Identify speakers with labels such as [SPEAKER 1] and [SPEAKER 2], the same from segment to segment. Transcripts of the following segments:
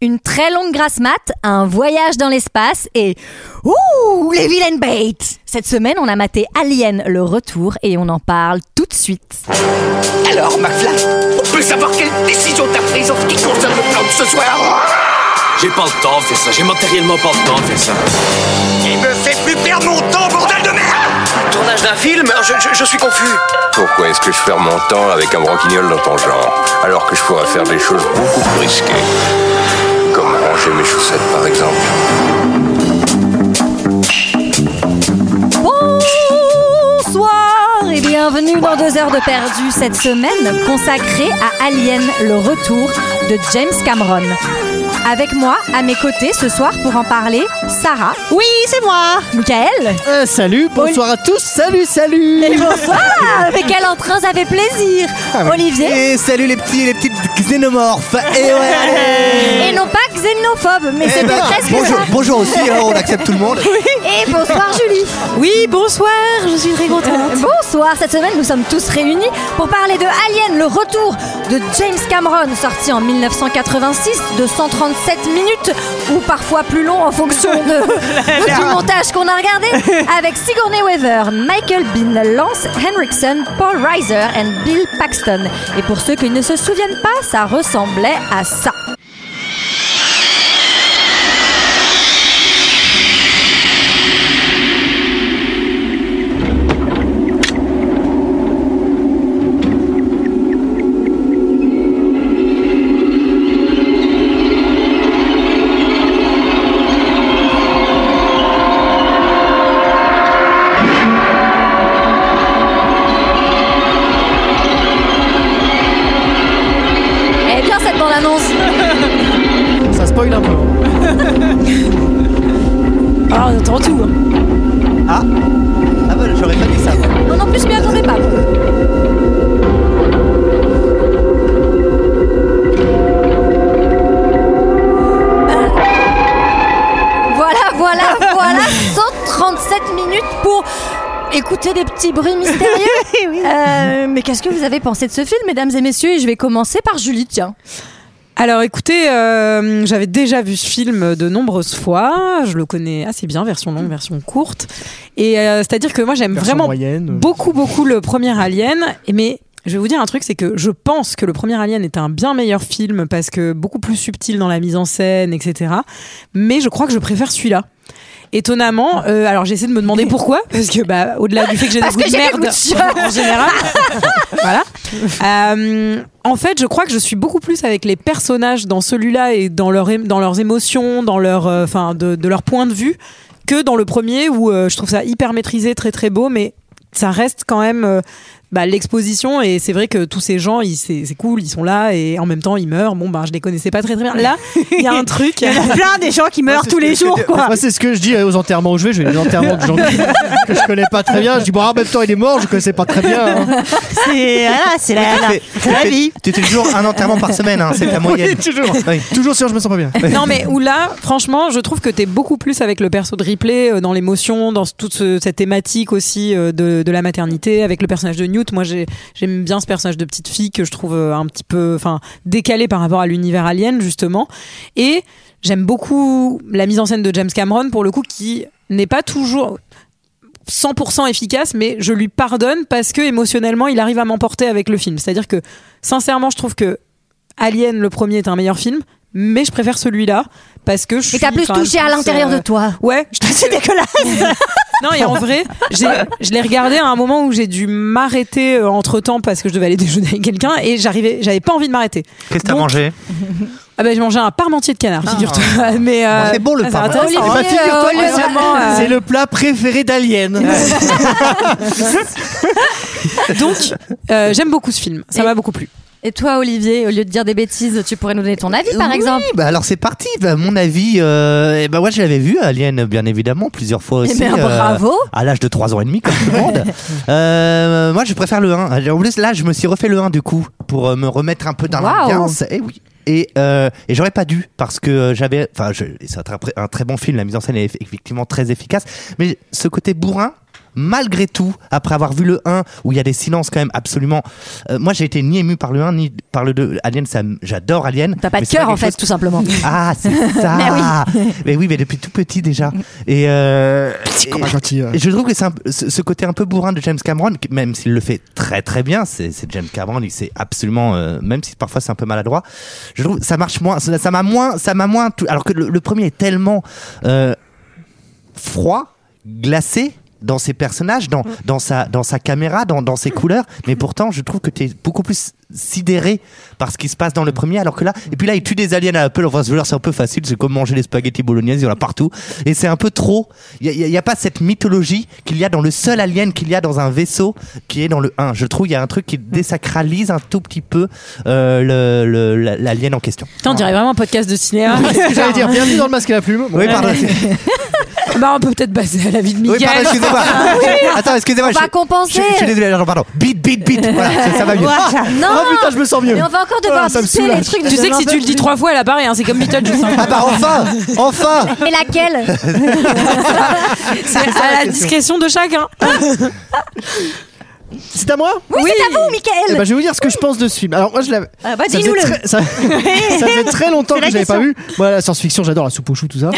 [SPEAKER 1] une très longue grasse mat, un voyage dans l'espace et ouh les vilaines bêtes. Cette semaine, on a maté Alien le retour et on en parle tout de suite.
[SPEAKER 2] Alors, McFly, on peut savoir quelle décision t'as prise en ce qui concerne le plan de ce soir
[SPEAKER 3] J'ai pas le temps de faire ça, j'ai matériellement pas le temps de faire ça.
[SPEAKER 2] Il me fait plus perdre mon temps, bordel de merde
[SPEAKER 4] Tournage d'un film je, je- je suis confus.
[SPEAKER 5] Pourquoi est-ce que je perds mon temps avec un branquignol dans ton genre Alors que je pourrais faire des choses beaucoup plus risquées. Comme ranger mes chaussettes par exemple.
[SPEAKER 1] Bonsoir et bienvenue dans deux heures de perdu cette semaine consacrée à Alien le retour de James Cameron. Avec moi, à mes côtés ce soir pour en parler, Sarah. Oui, c'est moi. Michael.
[SPEAKER 6] Euh, salut, bonsoir à tous, salut, salut
[SPEAKER 1] Et bonsoir. Mais quel entrain, ça fait plaisir.
[SPEAKER 6] Ah oui.
[SPEAKER 1] Olivier.
[SPEAKER 6] Et salut les petits et les petites xénomorphes Et ouais, allez
[SPEAKER 1] Et non pas xénophobe, mais
[SPEAKER 6] Eh
[SPEAKER 1] c'était
[SPEAKER 6] ben,
[SPEAKER 1] presque
[SPEAKER 6] bonjour,
[SPEAKER 1] ça.
[SPEAKER 6] bonjour aussi, hein, on accepte tout le monde.
[SPEAKER 1] Et bonsoir Julie. Euh,
[SPEAKER 7] Oui, bonsoir, je suis très contente.
[SPEAKER 1] Bonsoir, cette semaine nous sommes tous réunis pour parler de Alien, le retour de James Cameron, sorti en 1986 de 137 minutes ou parfois plus long en fonction de- du montage qu'on a regardé avec Sigourney Weaver, Michael Bean, Lance Henriksen, Paul Reiser et Bill Paxton. Et pour ceux qui ne se souviennent pas, ça ressemblait à ça. Eh bien cette bande-annonce
[SPEAKER 6] Ça spoil un peu.
[SPEAKER 7] Ah, on entend tout. hein.
[SPEAKER 6] Ah Ah voilà, j'aurais pas dit ça. moi.
[SPEAKER 1] Non, non plus, je m'y attendais pas. Euh. Voilà, voilà, voilà, 137 minutes pour écouter des petits bruits mystérieux. Euh, mais qu'est-ce que vous avez pensé de ce film, mesdames et messieurs Et je vais commencer par Julie, tiens.
[SPEAKER 7] Alors écoutez, euh, j'avais déjà vu ce film de nombreuses fois, je le connais assez bien, version longue, version courte. Et euh, c'est-à-dire que moi j'aime
[SPEAKER 6] Version
[SPEAKER 7] vraiment
[SPEAKER 6] moyenne. euh,
[SPEAKER 7] beaucoup beaucoup le premier Alien, Et mais je vais vous dire un truc, c'est que je pense que le premier Alien est un bien meilleur film parce que beaucoup plus subtil dans la mise en scène, etc. Mais je crois que je préfère celui-là. Étonnamment, euh, alors j'essaie de me demander pourquoi, parce que bah, au-delà du fait que j'ai des
[SPEAKER 1] Parce
[SPEAKER 7] goûts
[SPEAKER 1] que
[SPEAKER 7] de
[SPEAKER 1] j'ai des
[SPEAKER 7] merde
[SPEAKER 1] goûts de chat.
[SPEAKER 7] en général, voilà. Euh, en fait, je crois que je suis beaucoup plus avec les personnages dans celui-là et dans, leur, é- dans leurs émotions, dans leur, euh, enfin, de, de leur point de vue, que dans le premier où euh, je trouve ça hyper maîtrisé, très très beau, mais ça reste quand même euh, bah, l'exposition et c'est vrai que tous ces gens, ils- c'est c'est cool, ils sont là et en même temps ils meurent. Bon, ben je les connaissais pas très très bien. Là, il y a un truc. Il y en a plein des gens qui
[SPEAKER 6] Moi, c'est ce que je fais de- Moi, c'est ce que je dis euh, aux enterrements où je vais. Je vais les enterrements de gens que que je connais pas très bien. Je dis, bon, en même temps, il est mort, je connaissais pas très bien. hein.
[SPEAKER 8] C'est ah, c'est la, la- la vie.
[SPEAKER 9] Tu fais toujours un enterrement par semaine, hein, c'est ta moyenne.
[SPEAKER 6] Oui, toujours. Toujours si je me sens pas bien.
[SPEAKER 7] Non mais où là, franchement, je trouve que t'es beaucoup plus avec le perso de Ripley, euh, dans l'émotion, dans ce- toute ce- cette thématique aussi euh, de, de la maternité, avec le personnage de Newt. Moi, j'ai- j'aime bien ce personnage de petite fille que je trouve euh, un petit peu, enfin, décalé par rapport à l'univers alien justement. Et j'aime beaucoup la mise en scène de James Cameron pour le coup qui n'est pas toujours 100% efficace, mais je lui pardonne parce que émotionnellement, il arrive à m'emporter avec le film. C'est-à-dire que, sincèrement, je trouve que Alien, le premier, est un meilleur film, mais je préfère celui-là parce que je suis.
[SPEAKER 1] Et t'as plus
[SPEAKER 7] enfin,
[SPEAKER 1] touché à
[SPEAKER 7] plus,
[SPEAKER 1] l'intérieur
[SPEAKER 7] euh,
[SPEAKER 1] de toi.
[SPEAKER 7] Ouais, je
[SPEAKER 8] C'est dégueulasse.
[SPEAKER 7] non, et en vrai, j'ai- je l'ai regardé à un moment où j'ai dû m'arrêter entre temps parce que je devais aller déjeuner avec quelqu'un et j'arrivais, j'avais pas envie de m'arrêter.
[SPEAKER 9] Qu'est-ce que t'as
[SPEAKER 7] Donc-
[SPEAKER 9] mangé
[SPEAKER 7] Ah ben, j'ai mangé un parmentier de canard, figure-toi. Mais euh,
[SPEAKER 9] C'est bon, le
[SPEAKER 7] ah, c'est
[SPEAKER 9] parmentier.
[SPEAKER 7] intéressant.
[SPEAKER 1] Olivier,
[SPEAKER 6] Bah, figure-toi
[SPEAKER 1] euh,
[SPEAKER 6] que
[SPEAKER 1] Olivier,
[SPEAKER 6] c'est-
[SPEAKER 7] vraiment, euh,
[SPEAKER 6] C'est le plat préféré d'Alien.
[SPEAKER 7] Donc, euh, j'aime beaucoup ce film. Ça
[SPEAKER 1] Et-
[SPEAKER 7] m'a beaucoup plu.
[SPEAKER 1] Et toi, Olivier, au lieu de dire des bêtises, tu pourrais nous donner ton avis, par
[SPEAKER 9] Oui,
[SPEAKER 1] exemple
[SPEAKER 9] bah alors c'est parti. Bah, mon avis, euh, eh ben moi je l'avais vu Alien bien évidemment plusieurs fois
[SPEAKER 1] Eh
[SPEAKER 9] aussi.
[SPEAKER 1] bien,
[SPEAKER 9] euh,
[SPEAKER 1] bravo.
[SPEAKER 9] À l'âge de 3 ans et demi comme tout le monde. Euh, moi je préfère le 1. En plus là je me suis refait le 1 du coup pour euh, me remettre un peu dans
[SPEAKER 1] Waouh.
[SPEAKER 9] l'ambiance. Et oui. Et, euh, et j'aurais pas dû parce que euh, j'avais, enfin, je- c'est un, très- un très bon film, la mise en scène est eff- effectivement très efficace, mais ce côté bourrin malgré tout, après avoir vu le 1, où il y a des silences quand même absolument. Euh, moi, j'ai été ni ému par le 1, ni par le 2. Alien, ça m- j'adore Alien.
[SPEAKER 1] T'as pas
[SPEAKER 9] mais
[SPEAKER 1] de
[SPEAKER 9] c'est
[SPEAKER 1] cœur en
[SPEAKER 9] quelque
[SPEAKER 1] fait,
[SPEAKER 9] chose-
[SPEAKER 1] tout simplement.
[SPEAKER 9] Ah, c'est ça
[SPEAKER 1] Mais
[SPEAKER 9] Mais oui, mais depuis tout petit déjà. Et, euh,
[SPEAKER 6] Pas gentil. euh.
[SPEAKER 9] et je trouve que c'est un peu- ce ce côté un peu bourrin de James Cameron, qui- même s'il le fait très très bien, c'est c'est James Cameron, il sait absolument, euh, même si parfois c'est un peu maladroit, je trouve que ça marche moins, ça ça m'a moins, ça m'a moins, tout- alors que le, le premier est tellement euh, froid, glacé dans ses personnages, dans,
[SPEAKER 1] Mm.
[SPEAKER 9] dans, sa, dans sa caméra, dans, dans ses couleurs, mais pourtant je trouve que tu es beaucoup plus sidéré par ce qui se passe dans le
[SPEAKER 1] Mm.
[SPEAKER 9] premier alors que là et puis là il tue des aliens à Apple enfin je c'est un peu facile c'est comme manger des spaghettis bolognaises il y en a partout et c'est un peu trop il n'y a, y a pas cette mythologie qu'il y a dans le seul alien qu'il y a dans un vaisseau qui est dans le 1 je trouve il y a un truc qui
[SPEAKER 1] Mm.
[SPEAKER 9] désacralise un tout petit peu euh, le- le- la- l'alien en question
[SPEAKER 7] Putain, on dirait vraiment un podcast de cinéma.
[SPEAKER 6] Qu'est-ce que j'allais dire Bienvenue dans le masque et la plume.
[SPEAKER 9] oui pardon
[SPEAKER 7] bah, on peut peut-être baser à la vie de
[SPEAKER 9] oui
[SPEAKER 7] Miguel.
[SPEAKER 9] pardon excusez-moi attends excusez-moi
[SPEAKER 1] On va
[SPEAKER 9] je, je,
[SPEAKER 1] compenser.
[SPEAKER 9] je suis désolé alors, pardon beat beat beat voilà ça, ça va mieux
[SPEAKER 1] Non,
[SPEAKER 6] Oh putain, je me sens mieux.
[SPEAKER 1] Ah. mais on va encore devoir
[SPEAKER 6] Ah, ça me
[SPEAKER 1] citer
[SPEAKER 6] soulage.
[SPEAKER 1] les trucs. de-
[SPEAKER 7] tu sais que si tu le dis trois fois, elle apparaît. Hein, c'est comme Beetlejuice. hein.
[SPEAKER 9] ah bah enfin enfin
[SPEAKER 1] Mais laquelle
[SPEAKER 7] C'est à la discrétion de chacun.
[SPEAKER 6] C'est à moi
[SPEAKER 1] Oui, c'est à vous, Michael.
[SPEAKER 6] Eh ben, je vais vous dire ce que je pense de ce film. Alors moi je l'avais.
[SPEAKER 1] Ah bah,
[SPEAKER 6] ça, faisait
[SPEAKER 1] dis-nous-le.
[SPEAKER 6] très- ça... ça faisait très longtemps
[SPEAKER 8] C'est la
[SPEAKER 6] que j'avais pas vu. Moi la science-fiction j'adore la soupe aux choux tout ça.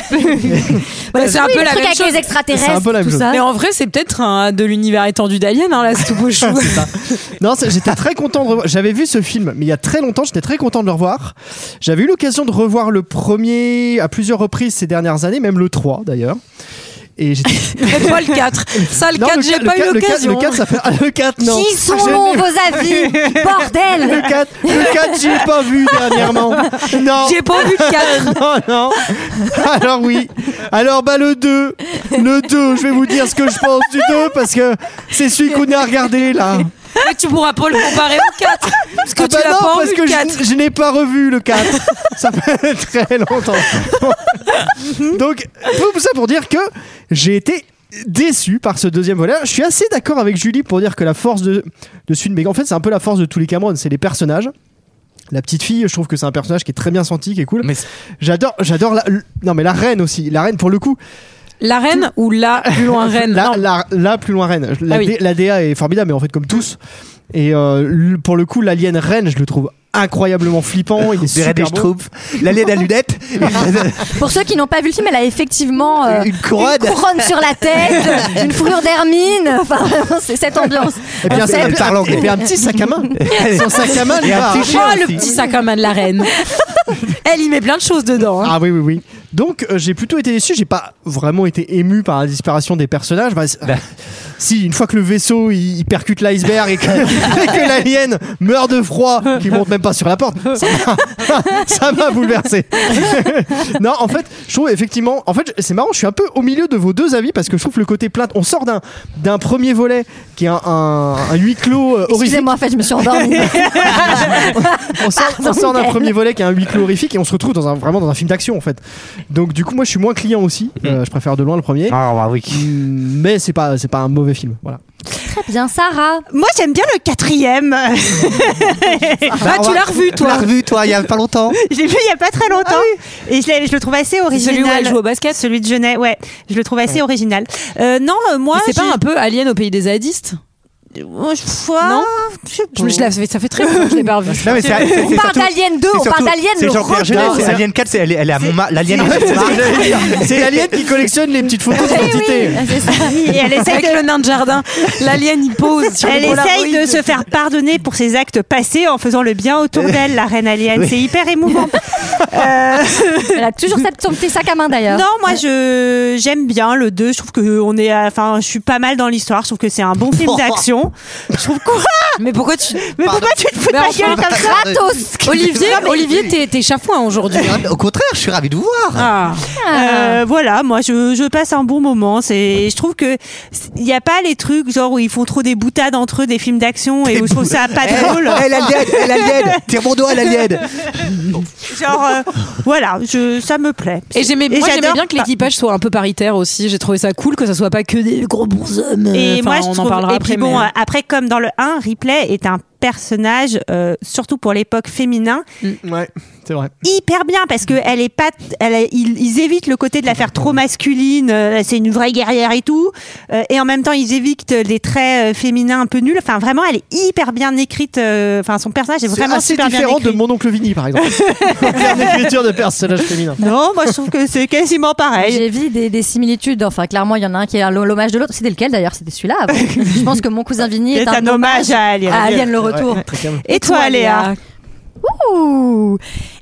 [SPEAKER 7] Bah, c'est un
[SPEAKER 1] Oui,
[SPEAKER 7] peu
[SPEAKER 1] le
[SPEAKER 7] la
[SPEAKER 1] truc
[SPEAKER 7] même
[SPEAKER 1] avec
[SPEAKER 7] chose.
[SPEAKER 1] les extraterrestres,
[SPEAKER 6] C'est un peu la même
[SPEAKER 1] tout
[SPEAKER 6] chose.
[SPEAKER 1] ça.
[SPEAKER 7] Mais en vrai, c'est peut-être un- de l'univers étendu d'Alien, hein, là, c'est tout beau chou.
[SPEAKER 6] Non c'est- j'étais très content de revoir. J'avais vu ce film mais il y a très longtemps j'étais très content de le revoir. J'avais eu l'occasion de revoir le premier à plusieurs reprises ces dernières années même le 3 d'ailleurs. Et j'étais
[SPEAKER 7] Mais pas le 4. Ça, le
[SPEAKER 6] Non,
[SPEAKER 7] 4, j'ai
[SPEAKER 6] quatre-
[SPEAKER 7] pas
[SPEAKER 6] quatre-
[SPEAKER 7] eu
[SPEAKER 6] le quatre-
[SPEAKER 7] l'occasion.
[SPEAKER 6] Le 4 ça fait ah, le 4 non.
[SPEAKER 1] Qui sont
[SPEAKER 6] Je l'ai
[SPEAKER 1] longs
[SPEAKER 6] vu.
[SPEAKER 1] vos avis Bordel
[SPEAKER 6] Le 4 le 4 j'ai pas vu dernièrement. Non.
[SPEAKER 7] J'ai pas vu le 4.
[SPEAKER 6] Non, non. Alors oui. Alors bah le 2. Le 2, je vais vous dire ce que je pense du 2 parce que c'est celui qu'on a regardé là.
[SPEAKER 7] Mais tu pourras pas le comparer au 4. Parce que
[SPEAKER 6] Ah bah
[SPEAKER 7] tu l'as
[SPEAKER 6] non,
[SPEAKER 7] pas
[SPEAKER 6] parce
[SPEAKER 7] vu
[SPEAKER 6] que
[SPEAKER 7] le 4.
[SPEAKER 6] je, je n'ai pas revu le 4. ça fait très longtemps.
[SPEAKER 7] Mhm.
[SPEAKER 6] Donc tout ça pour dire que j'ai été déçu par ce deuxième volet. Je suis assez d'accord avec Julie pour dire que la force de, de ce film, mais en fait c'est un peu la force de tous les Cameron, c'est les personnages. La petite fille, je trouve que c'est un personnage qui est très bien senti, qui est cool.
[SPEAKER 9] mais c'est-
[SPEAKER 6] J'adore, j'adore la. l- Non, mais la reine aussi. La reine, pour le coup.
[SPEAKER 7] La reine ou la plus loin reine
[SPEAKER 6] Là,
[SPEAKER 7] Non.
[SPEAKER 6] la, là, plus loin, reine. Je- La,
[SPEAKER 7] Ah oui.
[SPEAKER 6] D- la DA est formidable, mais en fait, comme tous. Et euh, l- pour le coup, l'alien reine, je le trouve incroyablement flippant. Il est
[SPEAKER 9] on dirait
[SPEAKER 6] super
[SPEAKER 9] des
[SPEAKER 6] bon.
[SPEAKER 9] schtroumpfs l'alien à lunettes
[SPEAKER 1] Ah. Pour ceux qui n'ont pas vu le film, elle a effectivement euh,
[SPEAKER 9] une couronne
[SPEAKER 1] une couronne sur la tête, une fourrure d'hermine. Enfin, vraiment, c'est cette ambiance.
[SPEAKER 6] Et puis, Eh
[SPEAKER 9] Elle
[SPEAKER 6] un, sac-
[SPEAKER 9] Ah, parle anglais.
[SPEAKER 6] et puis un petit sac à main. Son sac à main,
[SPEAKER 9] Et
[SPEAKER 6] il
[SPEAKER 9] un
[SPEAKER 6] part.
[SPEAKER 9] petit
[SPEAKER 7] Oh,
[SPEAKER 9] chien
[SPEAKER 7] le
[SPEAKER 9] aussi.
[SPEAKER 7] petit sac à main de la reine. Elle y met plein de choses dedans. hein.
[SPEAKER 6] Ah oui, oui, oui. Donc, euh, j'ai plutôt été déçu. J'ai pas vraiment été ému par la disparition des personnages. Enfin, c'est- si, une fois que le vaisseau il, il percute l'iceberg et que, et que l'alien meurt de froid, qui monte même pas sur la porte, ça m'a- ça m'a bouleversé. non, en fait, je trouve effectivement, en fait, c'est marrant, je suis un peu au milieu de vos deux avis parce que je trouve le côté plainte. On sort d'un d'un premier volet qui est un, un, un huis clos euh, horrifique.
[SPEAKER 1] Excusez-moi, en fait, je me suis endormie.
[SPEAKER 6] On sort, on
[SPEAKER 1] Pardon,
[SPEAKER 6] sort d'un
[SPEAKER 1] Mickaël.
[SPEAKER 6] premier volet qui est un huis clos horrifique et on se retrouve dans un, vraiment dans un film d'action en fait. Donc du coup moi je suis moins client aussi, Euh, je préfère de loin le premier.
[SPEAKER 9] ah bah oui
[SPEAKER 6] Mais c'est pas c'est pas un mauvais film, voilà.
[SPEAKER 1] Très bien, Sarah.
[SPEAKER 8] Moi, j'aime bien le quatrième.
[SPEAKER 6] Ah,
[SPEAKER 7] Bah, tu l'as revu,
[SPEAKER 9] Tu l'as
[SPEAKER 7] toi.
[SPEAKER 9] revu, toi, il y a pas longtemps.
[SPEAKER 8] je l'ai vu il y a pas très longtemps. Et je, l'ai- je le trouve assez
[SPEAKER 7] Ah C'est
[SPEAKER 8] original.
[SPEAKER 7] celui où elle joue au basket.
[SPEAKER 8] Celui de Genet, ouais. Je le trouve assez original. Euh, non, euh, moi.
[SPEAKER 7] Mais c'est
[SPEAKER 8] j'ai-
[SPEAKER 7] pas un peu Alien au pays des zadistes
[SPEAKER 8] Oh, je vois.
[SPEAKER 7] Non.
[SPEAKER 8] Je sais
[SPEAKER 7] Je me-
[SPEAKER 8] pas.
[SPEAKER 7] je l'ai- ça fait- Ça fait très longtemps que je l'ai pas revu.
[SPEAKER 6] Bah,
[SPEAKER 9] Non, mais c'est c'est- c'est
[SPEAKER 1] On parle
[SPEAKER 9] surtout-
[SPEAKER 1] d'Alien 2,
[SPEAKER 9] c'est
[SPEAKER 1] on parle
[SPEAKER 9] surtout-
[SPEAKER 1] d'Alien
[SPEAKER 9] C'est
[SPEAKER 1] le
[SPEAKER 9] Jean-Pierre Jeunet,
[SPEAKER 1] retour.
[SPEAKER 9] c'est Alien 4, c'est- elle est elle est à Montmartre. L'Alien est à Montmartre.
[SPEAKER 6] c'est l'alien qui collectionne les petites photos d'identité.
[SPEAKER 1] Ah,
[SPEAKER 8] Et elle essaye
[SPEAKER 7] Avec
[SPEAKER 8] de
[SPEAKER 7] le nain de jardin, l'alien il pose sur
[SPEAKER 8] Elle
[SPEAKER 7] les
[SPEAKER 8] essaye de
[SPEAKER 7] Polaroids.
[SPEAKER 8] se faire pardonner pour ses actes passés en faisant le bien autour d'elle, la reine alien. C'est hyper émouvant.
[SPEAKER 1] Elle a toujours cette son petit sac à main d'ailleurs.
[SPEAKER 8] Non, moi je j'aime bien le 2. Je trouve que on est, à- enfin, je suis pas mal dans l'histoire. Je trouve que c'est un bon film d'action. Je trouve quoi
[SPEAKER 7] Mais pourquoi tu.
[SPEAKER 8] Mais pourquoi tu te fous de
[SPEAKER 7] Mais
[SPEAKER 8] ma
[SPEAKER 7] enfin,
[SPEAKER 8] gueule comme ça
[SPEAKER 1] Gratos
[SPEAKER 7] Olivier, Olivier t'es- t'es chafouin aujourd'hui. hein.
[SPEAKER 9] Au contraire, je suis ravi de vous voir.
[SPEAKER 7] Ah.
[SPEAKER 8] Euh, voilà, moi je, je passe un bon moment. C'est, je trouve que c'est- il n'y a pas les trucs genre où ils font trop des boutades entre eux, des films d'action et où je trouve ça pas drôle.
[SPEAKER 9] Elle l'alien, elle l'alien, tire mon doigt à l'alien.
[SPEAKER 8] Genre, euh, voilà, je, ça me plaît.
[SPEAKER 7] Et j'aimais moi, j'aimais
[SPEAKER 8] j'adore-
[SPEAKER 7] bien que l'équipage soit un peu paritaire aussi. J'ai trouvé ça cool que ça soit pas que des gros bonshommes. euh,
[SPEAKER 8] Et
[SPEAKER 7] Enfin,
[SPEAKER 8] moi, je
[SPEAKER 7] on
[SPEAKER 8] trouve,
[SPEAKER 7] en parlera
[SPEAKER 8] et puis
[SPEAKER 7] après.
[SPEAKER 8] bon,
[SPEAKER 7] mais-
[SPEAKER 8] euh, après, comme dans le 1, Ripley est un personnage, euh, surtout pour l'époque féminin,
[SPEAKER 6] Ouais. c'est vrai.
[SPEAKER 8] hyper bien parce que elle est pas, elle est- ils, ils évitent le côté de la faire trop masculine. euh, c'est une vraie guerrière et tout, euh, et en même temps ils évitent les traits euh, féminins un peu nuls. Enfin vraiment, elle est hyper bien écrite. euh, Enfin son personnage est
[SPEAKER 6] C'est
[SPEAKER 8] vraiment
[SPEAKER 6] assez
[SPEAKER 8] super
[SPEAKER 6] différent
[SPEAKER 8] bien
[SPEAKER 6] de
[SPEAKER 8] écrit.
[SPEAKER 6] Mon Oncle Vinny, par exemple. en termes d'écriture de personnage féminin.
[SPEAKER 8] Non, moi je trouve que c'est quasiment pareil.
[SPEAKER 1] J'ai vu des, des similitudes. Enfin, clairement, il y en a un qui est à l'hommage de l'autre. C'était lequel d'ailleurs C'était celui-là. avant. Je pense que mon cousin Vinny est,
[SPEAKER 8] C'est un hommage à Alien.
[SPEAKER 1] à Alien le retour.
[SPEAKER 6] Ouais, très calme.
[SPEAKER 8] Et toi, Léa
[SPEAKER 1] Ouh.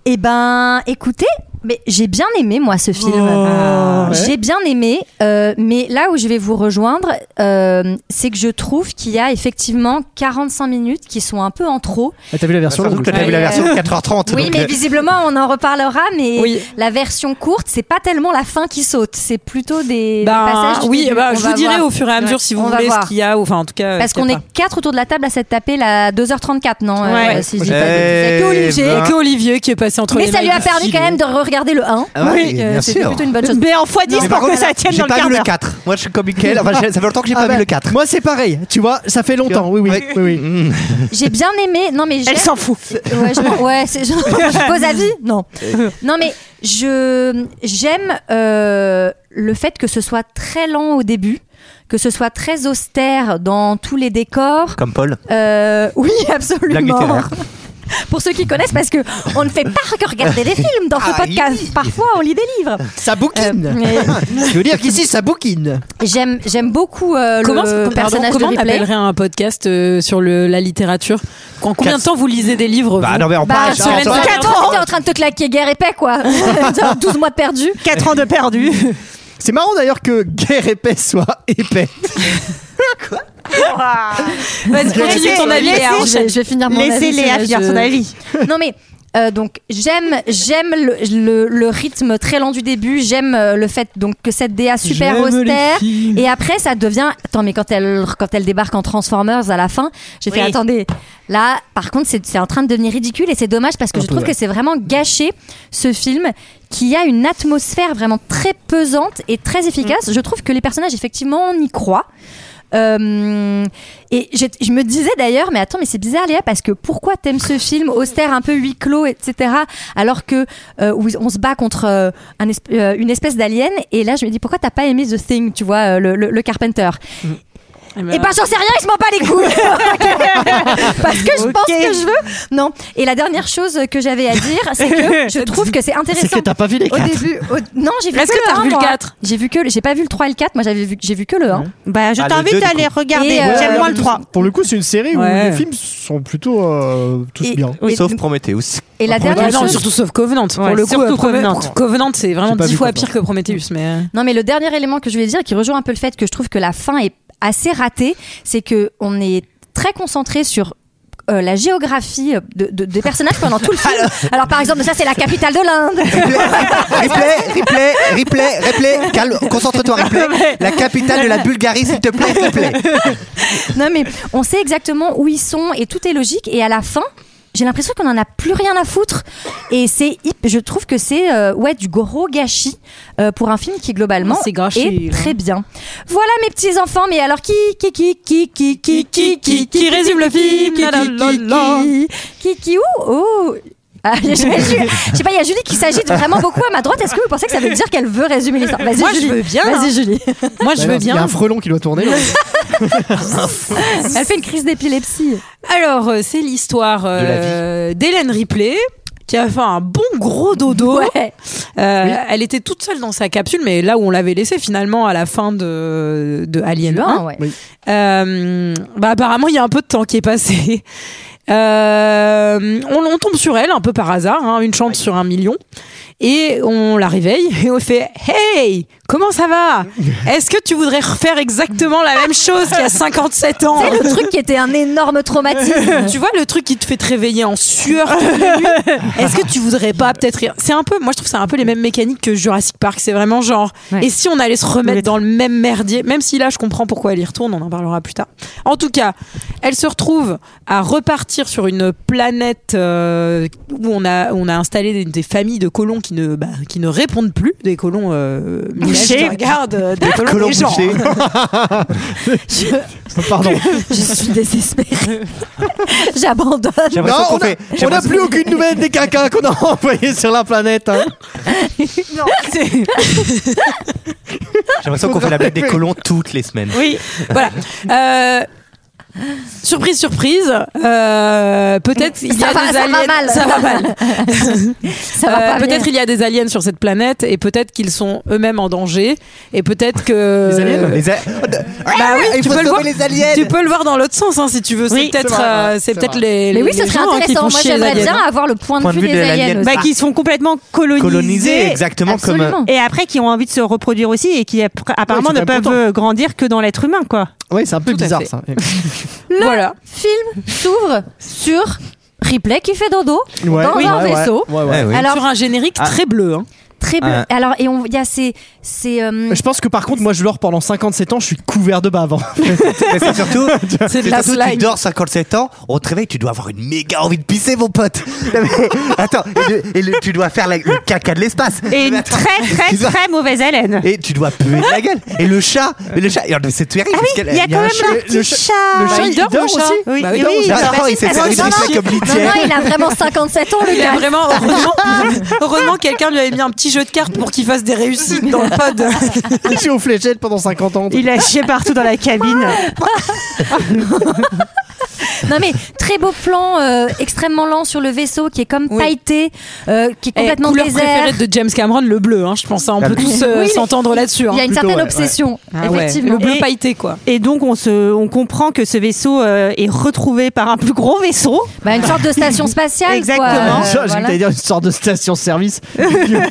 [SPEAKER 1] Eh ben, écoutez, mais j'ai bien aimé moi ce
[SPEAKER 8] Oh,
[SPEAKER 1] film.
[SPEAKER 6] Ah, ouais.
[SPEAKER 1] J'ai bien aimé, euh, mais là où je vais vous rejoindre, euh, c'est que je trouve qu'il y a effectivement 45 minutes qui sont un peu en trop.
[SPEAKER 6] Ah, T'as vu la version
[SPEAKER 9] Surtout
[SPEAKER 6] longue,
[SPEAKER 9] que t'as
[SPEAKER 6] je
[SPEAKER 9] vu la version de 4h30.
[SPEAKER 1] Oui,
[SPEAKER 9] donc,
[SPEAKER 1] mais
[SPEAKER 9] euh,
[SPEAKER 1] visiblement, on en reparlera, mais
[SPEAKER 7] Oui.
[SPEAKER 1] la version courte, c'est pas tellement la fin qui saute, c'est plutôt des, des
[SPEAKER 7] Ben,
[SPEAKER 1] passages. du
[SPEAKER 7] oui,
[SPEAKER 1] début.
[SPEAKER 7] bah,
[SPEAKER 1] On
[SPEAKER 7] je
[SPEAKER 1] va
[SPEAKER 7] vous dirai
[SPEAKER 1] voir.
[SPEAKER 7] au fur et à mesure
[SPEAKER 1] Ouais,
[SPEAKER 7] si vous
[SPEAKER 1] on va
[SPEAKER 7] voulez
[SPEAKER 1] voir.
[SPEAKER 7] ce qu'il y a, ou enfin en tout cas.
[SPEAKER 1] Parce
[SPEAKER 7] ce qu'il
[SPEAKER 1] qu'on
[SPEAKER 7] y
[SPEAKER 1] est
[SPEAKER 7] a pas.
[SPEAKER 1] quatre autour de la table à cette tapée là 2h34, non euh,
[SPEAKER 8] Ouais.
[SPEAKER 1] si je dis pas de bêtises.
[SPEAKER 9] Eh
[SPEAKER 1] Que Olivier.
[SPEAKER 9] ben.
[SPEAKER 7] Et que Olivier qui est passé entre
[SPEAKER 1] Mais
[SPEAKER 7] les
[SPEAKER 1] ça lui
[SPEAKER 7] mailles
[SPEAKER 1] a
[SPEAKER 7] du
[SPEAKER 1] permis
[SPEAKER 7] filet.
[SPEAKER 1] quand même de regarder le 1.
[SPEAKER 9] Ah oui, bien
[SPEAKER 1] c'était
[SPEAKER 9] sûr.
[SPEAKER 1] plutôt une bonne chose.
[SPEAKER 8] Mais en x 10
[SPEAKER 1] Non,
[SPEAKER 8] pour
[SPEAKER 1] mais voilà.
[SPEAKER 8] que ça tienne
[SPEAKER 9] J'ai
[SPEAKER 8] dans le
[SPEAKER 9] pas
[SPEAKER 8] quart
[SPEAKER 9] vu le
[SPEAKER 8] d'heure.
[SPEAKER 9] 4. Moi, je suis comme Mickaël. Enfin, j'ai- ça fait longtemps que j'ai
[SPEAKER 6] Ah
[SPEAKER 9] pas
[SPEAKER 6] bah,
[SPEAKER 9] vu le 4.
[SPEAKER 6] Moi, c'est pareil. Tu vois, ça fait longtemps. Oui, oui,
[SPEAKER 9] Ouais.
[SPEAKER 6] oui, oui.
[SPEAKER 1] J'ai bien aimé. Non mais
[SPEAKER 8] Elle
[SPEAKER 1] j'aime-
[SPEAKER 8] s'en fout.
[SPEAKER 1] ouais, je, ouais, c'est genre, je pose avis Non. Non, mais je j'aime euh, le fait que ce soit très lent au début, que ce soit très austère dans tous les décors.
[SPEAKER 9] Comme Paul.
[SPEAKER 1] Euh, oui, absolument.
[SPEAKER 9] littéraire.
[SPEAKER 1] Pour ceux qui connaissent, parce que on ne fait pas que regarder des films dans ce
[SPEAKER 9] Ah,
[SPEAKER 1] podcast.
[SPEAKER 9] oui.
[SPEAKER 1] Parfois, on lit des livres.
[SPEAKER 6] Ça
[SPEAKER 1] Euh,
[SPEAKER 6] bouquine.
[SPEAKER 1] mais
[SPEAKER 6] Je veux dire qu'ici, ça bouquine.
[SPEAKER 1] j'aime j'aime beaucoup euh,
[SPEAKER 7] Comment,
[SPEAKER 1] le
[SPEAKER 7] pardon,
[SPEAKER 1] personnage
[SPEAKER 7] comment
[SPEAKER 1] de
[SPEAKER 7] on
[SPEAKER 1] Ripley.
[SPEAKER 7] appellerait un podcast euh, sur le- la littérature En combien de temps vous lisez des livres
[SPEAKER 9] Bah
[SPEAKER 7] vous
[SPEAKER 9] non, mais on
[SPEAKER 1] Bah,
[SPEAKER 9] parle.
[SPEAKER 7] semaine
[SPEAKER 9] on parle-
[SPEAKER 7] dernière.
[SPEAKER 1] quatre ans, t'es en train de te claquer guerre épais quoi. Genre 12 mois de perdu.
[SPEAKER 8] 4 ans de perdu.
[SPEAKER 6] C'est marrant d'ailleurs que guerre épais soit épais.
[SPEAKER 7] Vas-y,
[SPEAKER 8] Laissez-
[SPEAKER 7] continue ton avis,
[SPEAKER 8] laissez-
[SPEAKER 7] Léa.
[SPEAKER 1] Alors, je, vais- je vais finir mon avis.
[SPEAKER 8] Laissez Léa
[SPEAKER 1] je-
[SPEAKER 8] finir son avis.
[SPEAKER 1] Non mais euh, donc j'aime j'aime le, le- le rythme très lent du début. J'aime euh, le fait donc que cette DA super
[SPEAKER 7] J'aime les
[SPEAKER 1] austère.
[SPEAKER 7] filles.
[SPEAKER 1] Et après ça devient attends mais quand elle quand elle débarque en Transformers à la fin, j'ai fait
[SPEAKER 8] Oui.
[SPEAKER 1] attendez là par contre c'est c'est en train de devenir ridicule et c'est dommage parce que je trouve que c'est vraiment gâché ce film qui a une atmosphère vraiment très pesante et très efficace. Je trouve que les personnages effectivement on y croit. Euh, et je, je me disais d'ailleurs, mais attends, mais c'est bizarre Léa, parce que pourquoi t'aimes ce film austère, un peu huis clos, etc., alors que euh, où on se bat contre euh, un esp- euh, une espèce d'alien, et là je me dis pourquoi t'as pas aimé The Thing, tu vois, euh, le, le- le Carpenter Et ben j'en sais rien, je m'en bats les couilles Parce que je pense
[SPEAKER 8] Ok.
[SPEAKER 1] que je veux Non, et la dernière chose que j'avais à dire, c'est que je trouve que c'est
[SPEAKER 6] C'est
[SPEAKER 1] intéressant
[SPEAKER 6] que t'as pas vu les
[SPEAKER 1] au
[SPEAKER 6] quatre.
[SPEAKER 1] début, au- non, j'ai vu
[SPEAKER 7] Est-ce
[SPEAKER 1] que,
[SPEAKER 7] que t'as
[SPEAKER 1] le 1,
[SPEAKER 7] revu le
[SPEAKER 1] moi.
[SPEAKER 7] 4?
[SPEAKER 1] J'ai vu que le- j'ai pas vu le 3 et le 4, moi j'avais vu j'ai vu que le 1.
[SPEAKER 8] Bah, je
[SPEAKER 9] Ah, les
[SPEAKER 8] t'invite
[SPEAKER 9] deux, du
[SPEAKER 8] à les
[SPEAKER 9] coup.
[SPEAKER 8] regarder.
[SPEAKER 1] Et, euh,
[SPEAKER 8] J'aime moins le 3.
[SPEAKER 6] Pour le coup, c'est une série où
[SPEAKER 7] Ouais.
[SPEAKER 6] les films sont plutôt euh, tous
[SPEAKER 1] Et-
[SPEAKER 6] bien.
[SPEAKER 1] Oui.
[SPEAKER 9] Sauf Prometheus.
[SPEAKER 1] Et la
[SPEAKER 6] Après,
[SPEAKER 1] dernière
[SPEAKER 7] Ouais, non,
[SPEAKER 1] chose
[SPEAKER 7] surtout sauf Covenant. Pour
[SPEAKER 8] Ouais,
[SPEAKER 7] le coup,
[SPEAKER 8] surtout
[SPEAKER 7] euh, Prome-
[SPEAKER 8] Covenant.
[SPEAKER 7] Covenant, c'est vraiment
[SPEAKER 6] J'ai pas
[SPEAKER 7] dix
[SPEAKER 6] vu
[SPEAKER 7] fois
[SPEAKER 6] Covenant.
[SPEAKER 7] pire que Prometheus. Mais euh,
[SPEAKER 1] Non, mais le dernier élément que je voulais dire, qui rejoint un peu le fait que je trouve que la fin est assez ratée, c'est que on est très concentré sur euh, la géographie euh, de, de- des personnages pendant tout le film. Alors, par exemple, ça, c'est la capitale de l'Inde.
[SPEAKER 9] Replay, replay, replay, replay. Calme, concentre-toi, replay. La capitale de la Bulgarie, s'il te plaît, s'il te plaît.
[SPEAKER 1] Non, mais on sait exactement où ils sont et tout est logique. Et à la fin, j'ai l'impression qu'on en a plus rien à foutre. Et c'est, hip- je trouve que c'est euh, ouais du gros gâchis euh, pour un film qui globalement
[SPEAKER 7] C'est hein. gâchis,
[SPEAKER 1] est
[SPEAKER 7] là.
[SPEAKER 1] très bien. Voilà mes petits enfants. Mais alors qui qui qui qui qui qui qui qui
[SPEAKER 7] Qui résume le film
[SPEAKER 1] qui, qui, qui, qui, qui, ouh, oh. Ah, je, je- je- je sais pas, il y a Julie qui s'agite vraiment beaucoup à ma droite. Est-ce que vous pensez que ça veut dire qu'elle veut résumer l'histoire Vas-y,
[SPEAKER 7] Moi, je
[SPEAKER 1] Julie.
[SPEAKER 7] veux bien,
[SPEAKER 1] Vas-y,
[SPEAKER 7] hein.
[SPEAKER 1] Julie.
[SPEAKER 7] Moi, je
[SPEAKER 6] Bah,
[SPEAKER 7] veux
[SPEAKER 6] non, Il y a
[SPEAKER 7] bien.
[SPEAKER 6] un frelon qui doit tourner. là.
[SPEAKER 1] Elle fait une crise d'épilepsie.
[SPEAKER 7] Alors, euh, c'est l'histoire euh, d'Hélène Ripley qui a fait un bon gros dodo.
[SPEAKER 1] Ouais.
[SPEAKER 7] Euh, Elle était toute seule dans sa capsule, mais là où on l'avait laissée finalement à la fin de, de Alien 1.
[SPEAKER 1] ouais.
[SPEAKER 6] Oui.
[SPEAKER 7] Euh, bah, apparemment, il y a un peu de temps qui est passé. Euh, on, on tombe sur elle un peu par hasard, hein, une chance sur un million, et on la réveille et on fait Hey, comment ça va Est-ce que tu voudrais refaire exactement la même chose qu'il y a 57 ans
[SPEAKER 1] C'est le truc qui était un énorme traumatisme.
[SPEAKER 7] tu vois le truc qui te fait te réveiller en sueur toute la nuit Est-ce que tu voudrais pas peut-être y- C'est un peu, moi je trouve que c'est un peu les mêmes mécaniques que Jurassic Park. C'est vraiment genre.
[SPEAKER 1] Ouais.
[SPEAKER 7] Et si on allait se remettre dans le même merdier, même si là je comprends pourquoi elle y retourne, on en parlera plus tard. En tout cas, elle se retrouve à repartir sur une planète euh, où on a on a installé des, des familles de colons qui ne, bah, qui ne répondent plus, des colons euh, bouchés. regarde, euh, des colons
[SPEAKER 9] Colomb
[SPEAKER 7] méchants,
[SPEAKER 9] bouché.
[SPEAKER 7] hein.
[SPEAKER 6] Pardon.
[SPEAKER 1] Je suis désespérée. J'abandonne.
[SPEAKER 9] J'aimerais
[SPEAKER 6] Non,
[SPEAKER 9] ça qu'on
[SPEAKER 6] on a-
[SPEAKER 9] fait-
[SPEAKER 6] on
[SPEAKER 9] j'aimerais
[SPEAKER 6] n'a
[SPEAKER 9] ça-
[SPEAKER 6] plus aucune nouvelle des cacas qu'on a envoyés sur la planète. hein.
[SPEAKER 7] C'est-
[SPEAKER 9] J'ai l'impression qu'on fait la blague des colons toutes les semaines.
[SPEAKER 7] Oui, voilà. Euh, surprise, surprise. euh, peut-être il y
[SPEAKER 1] Ça
[SPEAKER 7] a
[SPEAKER 1] va-
[SPEAKER 7] des
[SPEAKER 1] ça va
[SPEAKER 7] aliens.
[SPEAKER 1] mal.
[SPEAKER 7] Ça va mal.
[SPEAKER 1] Ça va
[SPEAKER 7] Euh,
[SPEAKER 1] pas bien.
[SPEAKER 7] peut-être il y a des aliens sur cette planète et peut-être qu'ils sont eux-mêmes en danger et peut-être que.
[SPEAKER 6] Les aliens
[SPEAKER 9] Euh, Les a-
[SPEAKER 7] Bah oui,
[SPEAKER 9] Il
[SPEAKER 7] tu
[SPEAKER 9] faut
[SPEAKER 7] peux le
[SPEAKER 9] sauver
[SPEAKER 7] voir.
[SPEAKER 9] les aliens.
[SPEAKER 7] Tu peux le voir dans l'autre sens hein, si tu veux.
[SPEAKER 8] Oui,
[SPEAKER 7] c'est peut-être,
[SPEAKER 6] c'est vrai,
[SPEAKER 7] euh,
[SPEAKER 6] ouais,
[SPEAKER 7] c'est
[SPEAKER 6] c'est
[SPEAKER 7] peut-être
[SPEAKER 6] vrai.
[SPEAKER 7] les.
[SPEAKER 1] Mais oui,
[SPEAKER 7] les
[SPEAKER 1] ça serait
[SPEAKER 7] gens, hein, qui
[SPEAKER 1] intéressant.
[SPEAKER 7] font
[SPEAKER 1] Moi,
[SPEAKER 7] chier les
[SPEAKER 1] j'aimerais
[SPEAKER 7] aliens.
[SPEAKER 1] bien avoir le point de, vue, des, aliens. aussi.
[SPEAKER 8] Bah, qui euh, sont complètement colonisés.
[SPEAKER 9] Colonisés, exactement comme.
[SPEAKER 1] Absolument.
[SPEAKER 8] Et après, qui ont envie de se reproduire aussi et qui appr- apparemment
[SPEAKER 6] ils sont
[SPEAKER 8] ne
[SPEAKER 6] quand même
[SPEAKER 8] peuvent euh, grandir que dans l'être humain, quoi.
[SPEAKER 6] Oui, c'est un peu
[SPEAKER 7] Tout à
[SPEAKER 6] bizarre
[SPEAKER 7] fait.
[SPEAKER 6] ça.
[SPEAKER 7] Voilà.
[SPEAKER 1] film s'ouvre sur Ripley qui fait dodo
[SPEAKER 6] Ouais.
[SPEAKER 1] dans
[SPEAKER 6] Oui.
[SPEAKER 1] un
[SPEAKER 6] Ouais, ouais.
[SPEAKER 1] vaisseau.
[SPEAKER 6] euh, Ouais, ouais.
[SPEAKER 9] Ouais, oui.
[SPEAKER 1] Alors
[SPEAKER 7] sur un générique
[SPEAKER 6] Ah.
[SPEAKER 7] très bleu. hein.
[SPEAKER 1] très bleu.
[SPEAKER 9] Ah.
[SPEAKER 1] Alors et on- il y a ces ces euh,
[SPEAKER 6] Je pense que par contre, moi je dors pendant 57 ans, je suis couvert de bave. hein.
[SPEAKER 9] Mais c'est surtout,
[SPEAKER 7] C'est de la
[SPEAKER 9] surtout, tu
[SPEAKER 7] slime.
[SPEAKER 9] dors 57 ans, on te réveille, tu dois avoir une méga envie de pisser, mon pote. Non, mais, attends, et, le- et le- tu dois faire la- le caca de l'espace.
[SPEAKER 8] Et
[SPEAKER 9] Mais
[SPEAKER 8] une
[SPEAKER 9] attends,
[SPEAKER 8] très, très,
[SPEAKER 9] excuse-moi.
[SPEAKER 8] très mauvaise haleine. Ah
[SPEAKER 9] Et tu dois puer de la gueule. Et le chat, mais le chat, et c'est terrible.
[SPEAKER 8] Ah
[SPEAKER 9] parce
[SPEAKER 8] oui,
[SPEAKER 9] qu'elle-
[SPEAKER 8] il y a
[SPEAKER 9] un
[SPEAKER 8] quand même
[SPEAKER 9] chat.
[SPEAKER 8] un petit
[SPEAKER 6] le
[SPEAKER 8] chat. euh,
[SPEAKER 6] chat, il dort,
[SPEAKER 7] dort,
[SPEAKER 6] aussi.
[SPEAKER 7] le chat
[SPEAKER 8] Oui,
[SPEAKER 7] Bah,
[SPEAKER 8] oui,
[SPEAKER 7] il dort,
[SPEAKER 8] oui,
[SPEAKER 7] il
[SPEAKER 8] il
[SPEAKER 9] Ah,
[SPEAKER 8] dort.
[SPEAKER 9] il s'est servi de
[SPEAKER 7] non,
[SPEAKER 9] ça
[SPEAKER 7] non.
[SPEAKER 9] comme
[SPEAKER 1] non, non,
[SPEAKER 9] litière.
[SPEAKER 1] il a vraiment 57 ans le
[SPEAKER 7] Il
[SPEAKER 1] gars.
[SPEAKER 7] a vraiment, heureusement, heureusement, quelqu'un lui avait mis un petit jeu de cartes pour qu'il fasse des réussites dans le pod.
[SPEAKER 6] Ah, Je suis aux fléchettes pendant 50 ans.
[SPEAKER 8] Il a chié partout dans la cabine.
[SPEAKER 1] Non mais très beau plan euh, extrêmement lent sur le vaisseau qui est comme
[SPEAKER 7] Oui.
[SPEAKER 1] pailleté euh, qui est
[SPEAKER 7] Eh,
[SPEAKER 1] complètement
[SPEAKER 7] couleur
[SPEAKER 1] désert.
[SPEAKER 7] préférée de James Cameron, le bleu. hein, je pense, hein, on peut tous euh,
[SPEAKER 1] Oui.
[SPEAKER 7] s'entendre là-dessus. hein.
[SPEAKER 1] Il y a une
[SPEAKER 6] plutôt,
[SPEAKER 1] certaine
[SPEAKER 6] ouais,
[SPEAKER 1] obsession
[SPEAKER 7] Ah ouais,
[SPEAKER 1] effectivement.
[SPEAKER 7] Le bleu
[SPEAKER 8] Et-
[SPEAKER 7] pailleté, quoi.
[SPEAKER 8] Et donc, on, se, on comprend que ce vaisseau euh, est retrouvé par un plus gros vaisseau.
[SPEAKER 1] Bah, une sorte de station spatiale
[SPEAKER 8] Exactement.
[SPEAKER 1] quoi. Euh,
[SPEAKER 6] J'ai envie
[SPEAKER 1] voilà.
[SPEAKER 6] d'aller dire une sorte de station-service.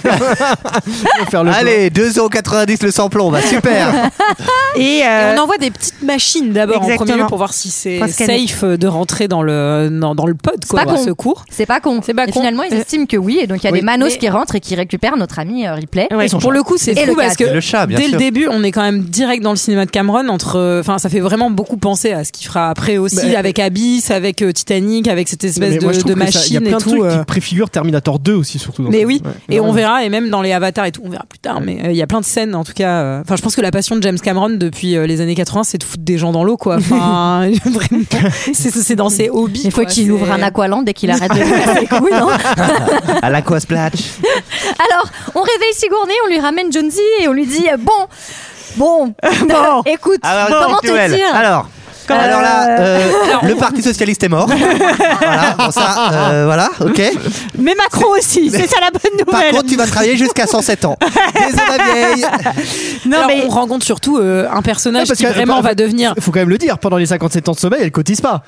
[SPEAKER 6] faire le tour.
[SPEAKER 9] Allez, 2,90€ le sans plomb, bah super.
[SPEAKER 8] Et,
[SPEAKER 7] Et
[SPEAKER 8] euh,
[SPEAKER 7] on envoie des petites machines d'abord en
[SPEAKER 8] Exactement.
[SPEAKER 7] premier lieu pour voir si c'est
[SPEAKER 8] Pour scanner.
[SPEAKER 7] safe euh, de rentrer dans le dans, dans le pod quoi,
[SPEAKER 1] pas
[SPEAKER 7] dans
[SPEAKER 1] con.
[SPEAKER 7] ce cours.
[SPEAKER 1] C'est pas con.
[SPEAKER 7] C'est pas
[SPEAKER 1] et
[SPEAKER 7] con.
[SPEAKER 1] finalement, ils
[SPEAKER 7] Euh,
[SPEAKER 1] estiment que oui. Et donc, il y a
[SPEAKER 6] oui.
[SPEAKER 1] des manos
[SPEAKER 7] Et-
[SPEAKER 1] qui rentrent et qui récupèrent notre ami euh, Ripley.
[SPEAKER 8] ouais.
[SPEAKER 7] Pour le coup, c'est
[SPEAKER 1] Et
[SPEAKER 7] fou
[SPEAKER 1] le
[SPEAKER 7] parce
[SPEAKER 1] casque.
[SPEAKER 7] que
[SPEAKER 9] Et le chat, bien
[SPEAKER 7] dès
[SPEAKER 9] sûr.
[SPEAKER 7] le début, on est quand même direct dans le cinéma de Cameron. Entre, euh, enfin, ça fait vraiment beaucoup penser à ce qu'il fera après aussi
[SPEAKER 6] Bah,
[SPEAKER 7] avec Abyss, avec euh, Titanic, avec cette
[SPEAKER 6] Non,
[SPEAKER 7] espèce
[SPEAKER 6] mais moi, je
[SPEAKER 7] de,
[SPEAKER 6] trouve
[SPEAKER 7] de
[SPEAKER 6] que ça- Il y
[SPEAKER 7] machine
[SPEAKER 6] a plein
[SPEAKER 7] et
[SPEAKER 6] de
[SPEAKER 7] tout.
[SPEAKER 6] trucs
[SPEAKER 7] euh,
[SPEAKER 6] qui préfigurent Terminator 2 aussi, surtout. dans
[SPEAKER 7] Mais
[SPEAKER 6] ce
[SPEAKER 7] oui,
[SPEAKER 6] film. euh, Ouais.
[SPEAKER 7] et on verra, et même dans les avatars et tout, on verra plus tard, mais euh, il y a plein de scènes en tout cas. euh, Enfin, je pense que la passion de James Cameron depuis euh, les années 80, c'est de foutre des gens dans l'eau, quoi. Enfin, vraiment, c'est- c'est dans ses hobbies.
[SPEAKER 1] Il faut
[SPEAKER 7] quoi,
[SPEAKER 1] qu'il
[SPEAKER 7] c'est-
[SPEAKER 1] ouvre un aqualand et qu'il arrête de nous casser les couilles, non
[SPEAKER 9] À l'aquasplatch.
[SPEAKER 1] Alors, on réveille Sigourney, on lui ramène Jonesy et on lui dit euh, Bon, bon,
[SPEAKER 8] Bon.
[SPEAKER 1] écoute,
[SPEAKER 9] Alors,
[SPEAKER 1] Ah, comment
[SPEAKER 9] duel.
[SPEAKER 1] te dire
[SPEAKER 9] Alors, alors là, euh, le Parti Socialiste est mort. voilà, bon, ça, euh, voilà, ok.
[SPEAKER 8] Mais Macron aussi, c'est ça la bonne
[SPEAKER 9] Par
[SPEAKER 8] nouvelle.
[SPEAKER 9] contre, tu vas travailler jusqu'à 107 ans. Désolé, ma vieille.
[SPEAKER 8] non,
[SPEAKER 7] Alors,
[SPEAKER 8] mais
[SPEAKER 7] on rencontre surtout euh, un personnage
[SPEAKER 6] Ouais, parce
[SPEAKER 7] qui
[SPEAKER 6] que-
[SPEAKER 7] vraiment va devenir.
[SPEAKER 6] Faut quand même le dire, pendant les 57 ans de sommeil, elle cotise pas.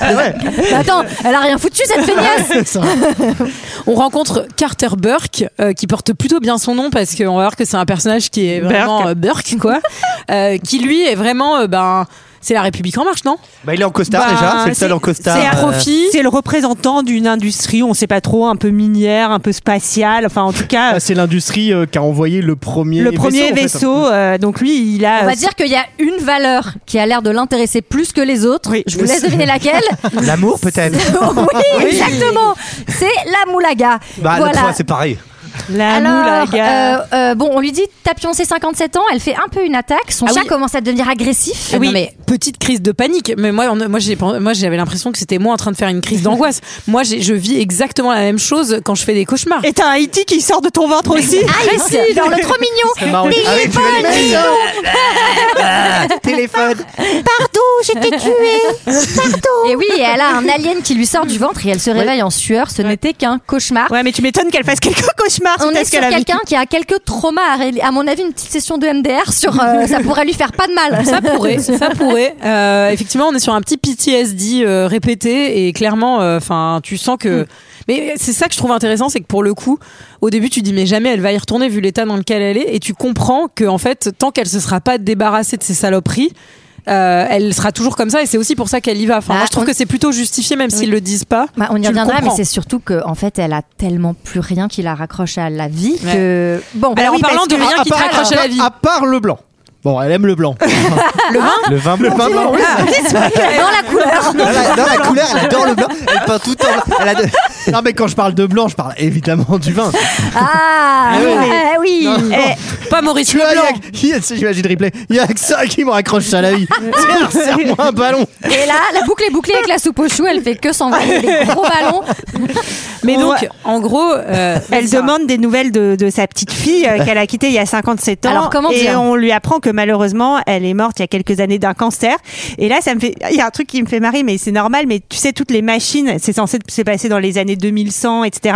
[SPEAKER 1] Mais Bah, Attends, elle a rien foutu cette feignasse
[SPEAKER 6] Ça.
[SPEAKER 7] On rencontre Carter Burke, euh, qui porte plutôt bien son nom parce qu'on va voir que c'est un personnage qui est vraiment euh, Burke, quoi, euh, qui lui est vraiment, euh, ben, c'est la République en marche, non
[SPEAKER 9] Bah, il est en costard
[SPEAKER 7] Bah,
[SPEAKER 9] déjà, c'est le
[SPEAKER 7] c'est-
[SPEAKER 9] seul en costard.
[SPEAKER 7] c'est un
[SPEAKER 9] euh,
[SPEAKER 7] profit.
[SPEAKER 8] c'est le représentant d'une industrie, on sait pas trop, un peu minière, un peu spatiale, enfin en tout cas,
[SPEAKER 6] Ah, C'est l'industrie euh, qui a envoyé le premier
[SPEAKER 8] le premier
[SPEAKER 6] en fait. hein.
[SPEAKER 8] vaisseau. euh, donc lui, il a.
[SPEAKER 1] On va dire qu'il y a une valeur qui a l'air de l'intéresser plus que les autres.
[SPEAKER 8] Oui.
[SPEAKER 1] Je vous laisse deviner laquelle.
[SPEAKER 9] L'amour, peut-être.
[SPEAKER 1] oui, exactement. C'est la moulaga.
[SPEAKER 9] Bah, l'autre
[SPEAKER 1] voilà.
[SPEAKER 9] fois, c'est pareil.
[SPEAKER 8] la
[SPEAKER 1] Alors,
[SPEAKER 8] moulaga.
[SPEAKER 1] euh, euh, bon, on lui dit Tapion, c'est 57 ans, elle fait un peu une attaque, son
[SPEAKER 7] Ah
[SPEAKER 1] chat
[SPEAKER 7] oui.
[SPEAKER 1] commence à devenir agressif.
[SPEAKER 7] oui,
[SPEAKER 1] Non, mais
[SPEAKER 7] Ah petite crise de panique. Mais moi, on- moi, j'ai, moi, j'avais l'impression que c'était moi en train de faire une crise d'angoisse. moi, j'ai- je vis exactement la même chose quand je fais des cauchemars.
[SPEAKER 1] euh,
[SPEAKER 8] Et t'as un Haïti qui sort de ton ventre aussi.
[SPEAKER 1] Ah, si, dans le trop
[SPEAKER 6] C'est
[SPEAKER 1] mignon.
[SPEAKER 6] marrant.
[SPEAKER 1] Mais il est
[SPEAKER 9] tu
[SPEAKER 1] bon,
[SPEAKER 9] vas les
[SPEAKER 1] dis
[SPEAKER 9] mettre.
[SPEAKER 1] donc.
[SPEAKER 9] Téléphone.
[SPEAKER 8] Pardon, j'étais tué. Pardon.
[SPEAKER 1] Et oui, et elle a un alien qui lui sort du ventre et elle se réveille en sueur. Ce n'était qu'un cauchemar.
[SPEAKER 8] Ouais, mais tu m'étonnes qu'elle fasse quelques cauchemars.
[SPEAKER 1] On
[SPEAKER 8] suite à
[SPEAKER 1] est
[SPEAKER 8] ce
[SPEAKER 1] sur
[SPEAKER 8] qu'elle a vécu.
[SPEAKER 1] quelqu'un qui a quelques traumas. À, ré- à mon avis, une petite session de MDR sur euh, ça pourrait lui faire pas de mal.
[SPEAKER 7] Ça pourrait, ça pourrait. Euh, effectivement, on est sur un petit PTSD euh, répété et clairement, euh, enfin, tu sens
[SPEAKER 1] Mm.
[SPEAKER 7] que. Mais c'est ça que je trouve intéressant, c'est que pour le coup, au début, tu dis mais jamais elle va y retourner vu l'état dans lequel elle est, et tu comprends que en fait, tant qu'elle se sera pas débarrassée de ses saloperies. euh, elle sera toujours comme ça et c'est aussi pour ça qu'elle y va. Enfin,
[SPEAKER 1] Bah,
[SPEAKER 7] moi, je trouve
[SPEAKER 1] on-
[SPEAKER 7] que c'est plutôt justifié, même s'ils le disent pas.
[SPEAKER 1] Bah, on
[SPEAKER 7] Tu
[SPEAKER 1] y
[SPEAKER 7] le
[SPEAKER 1] reviendra, mais
[SPEAKER 7] comprends.
[SPEAKER 1] c'est surtout que en fait, elle a tellement plus rien qui la raccroche à la vie
[SPEAKER 7] Ouais.
[SPEAKER 1] que bon. Ah
[SPEAKER 7] Alors,
[SPEAKER 1] oui,
[SPEAKER 7] en parlant
[SPEAKER 1] parce
[SPEAKER 7] de
[SPEAKER 1] que-
[SPEAKER 7] rien qui te
[SPEAKER 6] part-
[SPEAKER 7] raccroche à la vie.
[SPEAKER 6] À part le blanc. Bon, elle aime le blanc.
[SPEAKER 9] Le vin blanc.
[SPEAKER 6] Pas mal, oui.
[SPEAKER 1] Ah. dans la couleur.
[SPEAKER 9] Dans la couleur, elle adore le blanc. Elle peint tout en blanc. Elle adore-
[SPEAKER 6] Non, mais quand je parle de blanc, je parle évidemment du vin.
[SPEAKER 1] Ah, ah oui.
[SPEAKER 7] Pas Maurice
[SPEAKER 6] Tu vois, il y a-
[SPEAKER 7] Leblanc.
[SPEAKER 6] il y a- j'imagine Ripley, il y a que ça qui me raccroche à la vie. Tiens, serre-moi un ballon.
[SPEAKER 1] Et là, la boucle est bouclée avec la soupe au chou. Elle fait que s'envoyer des gros ballons.
[SPEAKER 7] Mais
[SPEAKER 8] On
[SPEAKER 7] donc,
[SPEAKER 8] voit-
[SPEAKER 7] en gros, euh,
[SPEAKER 8] Elle
[SPEAKER 7] ça-
[SPEAKER 8] demande des nouvelles de, de sa petite fille euh, qu'elle a quittée il y a 57 ans.
[SPEAKER 1] Alors, comment
[SPEAKER 8] et
[SPEAKER 1] dire
[SPEAKER 8] on lui apprend que malheureusement, elle est morte il y a quelques années d'un cancer. Et là, ça me fait. Il y a un truc qui me fait marrer, mais c'est normal. Mais tu sais, toutes les machines, c'est censé se passer dans les années 2100, etc.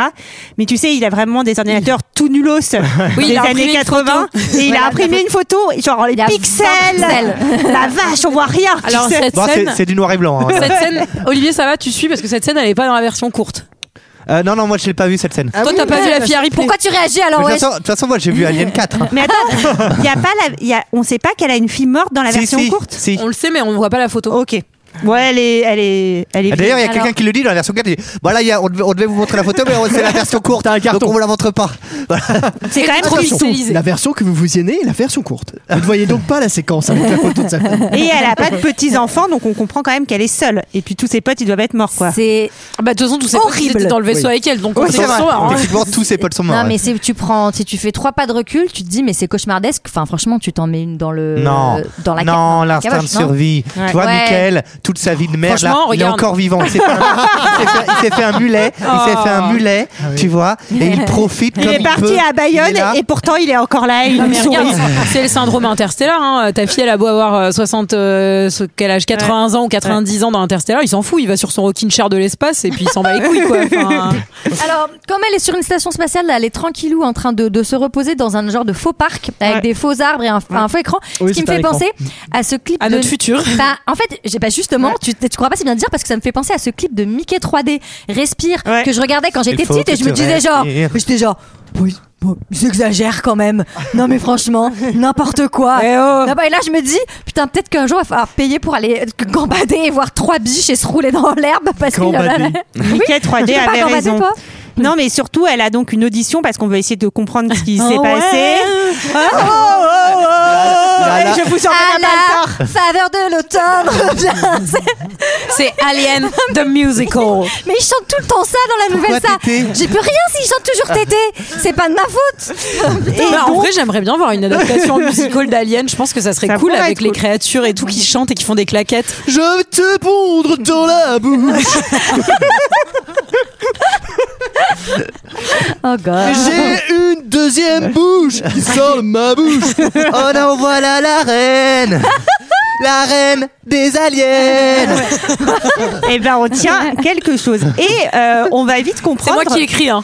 [SPEAKER 8] Mais tu sais, il a vraiment des ordinateurs tout nulos
[SPEAKER 7] Oui, il
[SPEAKER 8] des
[SPEAKER 7] a imprimé
[SPEAKER 8] années
[SPEAKER 7] une
[SPEAKER 8] 80. Et il
[SPEAKER 1] Voilà,
[SPEAKER 8] a imprimé une photo, genre les
[SPEAKER 1] Il y a 20
[SPEAKER 8] pixels.
[SPEAKER 1] pixels.
[SPEAKER 8] La vache, on voit rien. tu
[SPEAKER 7] Alors,
[SPEAKER 8] sais.
[SPEAKER 7] cette
[SPEAKER 9] Bon, c'est
[SPEAKER 7] scène.
[SPEAKER 9] c'est du noir et blanc. hein.
[SPEAKER 7] Cette scène, Olivier, ça va, tu suis parce que cette scène, elle est pas dans la version courte.
[SPEAKER 9] Euh, non, non, moi je l'ai pas vu cette scène.
[SPEAKER 7] Toi, t'as pas vu la fille à Ripley.
[SPEAKER 1] Pourquoi tu réagis alors
[SPEAKER 9] De toute
[SPEAKER 1] ouais,
[SPEAKER 9] façon- de toute façon, moi j'ai vu Alien 4. hein.
[SPEAKER 8] Mais attends, il y a pas la, il y a, on sait pas qu'elle a une fille morte dans la
[SPEAKER 9] Si,
[SPEAKER 8] version
[SPEAKER 9] si,
[SPEAKER 8] courte.
[SPEAKER 9] si.
[SPEAKER 7] On le sait, mais on voit pas la photo.
[SPEAKER 8] Ok. Ouais, elle est, elle est, elle est.
[SPEAKER 9] Ah, D'ailleurs, il y a
[SPEAKER 1] Alors-
[SPEAKER 9] quelqu'un qui le dit dans la version 4. Il dit Voilà, il y a- on, devait, on devait vous montrer la photo, mais on- c'est la version courte.
[SPEAKER 6] T'as un carton.
[SPEAKER 9] Donc on vous la montre pas. Voilà.
[SPEAKER 7] Oh,
[SPEAKER 8] c'est quand même
[SPEAKER 7] trop
[SPEAKER 8] triste.
[SPEAKER 7] pixelisé.
[SPEAKER 6] La version que vous vous aimez est la version courte. Vous ne voyez donc pas la séquence avec la photo de sa femme.
[SPEAKER 8] Et elle a pas de petits enfants, donc on comprend quand même qu'elle est seule. Et puis tous ses potes, ils doivent être morts, quoi.
[SPEAKER 1] C'est
[SPEAKER 7] Ah Bah, de toute façon, tous ces potes, ils
[SPEAKER 1] Horrible.
[SPEAKER 7] étaient dans le vaisseau avec elle, donc on
[SPEAKER 9] Ouais,
[SPEAKER 7] sait
[SPEAKER 9] c'est
[SPEAKER 7] qu'ils
[SPEAKER 9] vrai.
[SPEAKER 7] sont morts, hein.
[SPEAKER 9] Techniquement, tous ces potes sont morts.
[SPEAKER 1] Non,
[SPEAKER 9] ouais.
[SPEAKER 1] mais c'est- tu prends, si tu fais trois pas de recul, tu te dis, mais c'est cauchemardesque. Enfin, franchement, tu t'en mets une dans le.
[SPEAKER 9] Non,
[SPEAKER 1] dans la
[SPEAKER 9] non,
[SPEAKER 1] dans la
[SPEAKER 9] l'instinct de
[SPEAKER 1] caboche, non
[SPEAKER 9] survie.
[SPEAKER 1] Ouais.
[SPEAKER 9] Tu vois,
[SPEAKER 1] Ouais.
[SPEAKER 9] Michael, toute sa vie de merde, là,
[SPEAKER 7] Franchement,
[SPEAKER 9] il est
[SPEAKER 7] regarde.
[SPEAKER 9] encore vivant. Il s'est fait, il s'est fait- il s'est fait un mulet, il s'est fait un mulet, tu vois, et il profite
[SPEAKER 8] Il
[SPEAKER 9] comme
[SPEAKER 8] est parti
[SPEAKER 9] peut.
[SPEAKER 8] à Bayonne
[SPEAKER 9] Il est là.
[SPEAKER 8] et pourtant il est encore là. Il
[SPEAKER 7] Non,
[SPEAKER 8] nous
[SPEAKER 7] mais
[SPEAKER 8] sourit.
[SPEAKER 7] regarde, c'est le syndrome interstellaire. Hein. Ta fille, elle a beau avoir euh, 60, euh, ce- quel âge 80 ans ou 90 ans dans Interstellar, il s'en fout. Il va sur son rocking chair de l'espace et puis il s'en bat les couilles. Quoi. Enfin,
[SPEAKER 1] Alors, comme elle est sur une station spatiale, là, elle est tranquillou en train de, de se reposer dans un genre de faux parc avec
[SPEAKER 8] Ouais.
[SPEAKER 1] des faux arbres et un, un faux écran.
[SPEAKER 6] Oui,
[SPEAKER 1] ce qui me
[SPEAKER 6] c'est un
[SPEAKER 1] fait
[SPEAKER 6] écran.
[SPEAKER 1] penser à ce clip
[SPEAKER 7] à
[SPEAKER 1] de-
[SPEAKER 7] notre futur.
[SPEAKER 1] Bah, en fait, j'ai pas justement, tu, tu crois pas si bien dire parce que ça me fait penser à ce clip de Mickey 3D, Respire,
[SPEAKER 8] Ouais.
[SPEAKER 1] que je regardais quand j'étais
[SPEAKER 9] faut
[SPEAKER 1] petite et
[SPEAKER 9] que
[SPEAKER 1] je me
[SPEAKER 9] tu
[SPEAKER 1] disais genre,
[SPEAKER 9] respires.
[SPEAKER 1] j'étais genre, oui, bon, j'exagère quand même. Non mais franchement, n'importe quoi.
[SPEAKER 7] Eh oh.
[SPEAKER 1] Non, bah, et là, je me dis, putain, peut-être qu'un jour, il va falloir payer pour aller euh, gambader et voir trois biches et se rouler dans l'herbe parce qu'il y en a.
[SPEAKER 6] Gambader.
[SPEAKER 8] Mickey
[SPEAKER 1] Tu
[SPEAKER 8] 3D
[SPEAKER 1] peux pas
[SPEAKER 8] avait
[SPEAKER 1] gambader,
[SPEAKER 8] raison.
[SPEAKER 1] toi
[SPEAKER 8] Non, mais surtout, elle a donc une audition parce qu'on veut essayer de comprendre ce qui s'est passé.
[SPEAKER 7] Ah,
[SPEAKER 9] Là, là.
[SPEAKER 8] Je vous emmène
[SPEAKER 1] À
[SPEAKER 8] à Baltar.
[SPEAKER 1] la faveur de l'automne. Bien, c'est-
[SPEAKER 7] C'est Alien the Musical.
[SPEAKER 1] Mais ils chantent tout le temps ça dans la nouvelle ça.
[SPEAKER 9] Pourquoi tété
[SPEAKER 1] J'ai plus rien s'ils chantent toujours tété. C'est pas de ma faute.
[SPEAKER 7] Bah, en vrai, j'aimerais bien voir une adaptation musical d'Alien. Je pense que ça serait
[SPEAKER 8] Ça
[SPEAKER 7] cool
[SPEAKER 8] pourrait
[SPEAKER 7] avec
[SPEAKER 8] être
[SPEAKER 7] les
[SPEAKER 8] cool.
[SPEAKER 7] créatures et tout qui chantent et qui font des claquettes.
[SPEAKER 6] Je vais te pondre dans la bouche.
[SPEAKER 1] Oh
[SPEAKER 9] Ah.
[SPEAKER 1] god.
[SPEAKER 6] J'ai une deuxième bouche qui sort de ma bouche.
[SPEAKER 9] Oh non, voilà la reine La reine des aliens
[SPEAKER 8] Eh ben, on tient quelque chose. Et euh, on va vite
[SPEAKER 7] C'est
[SPEAKER 8] comprendre.
[SPEAKER 7] moi qui écris. Hein.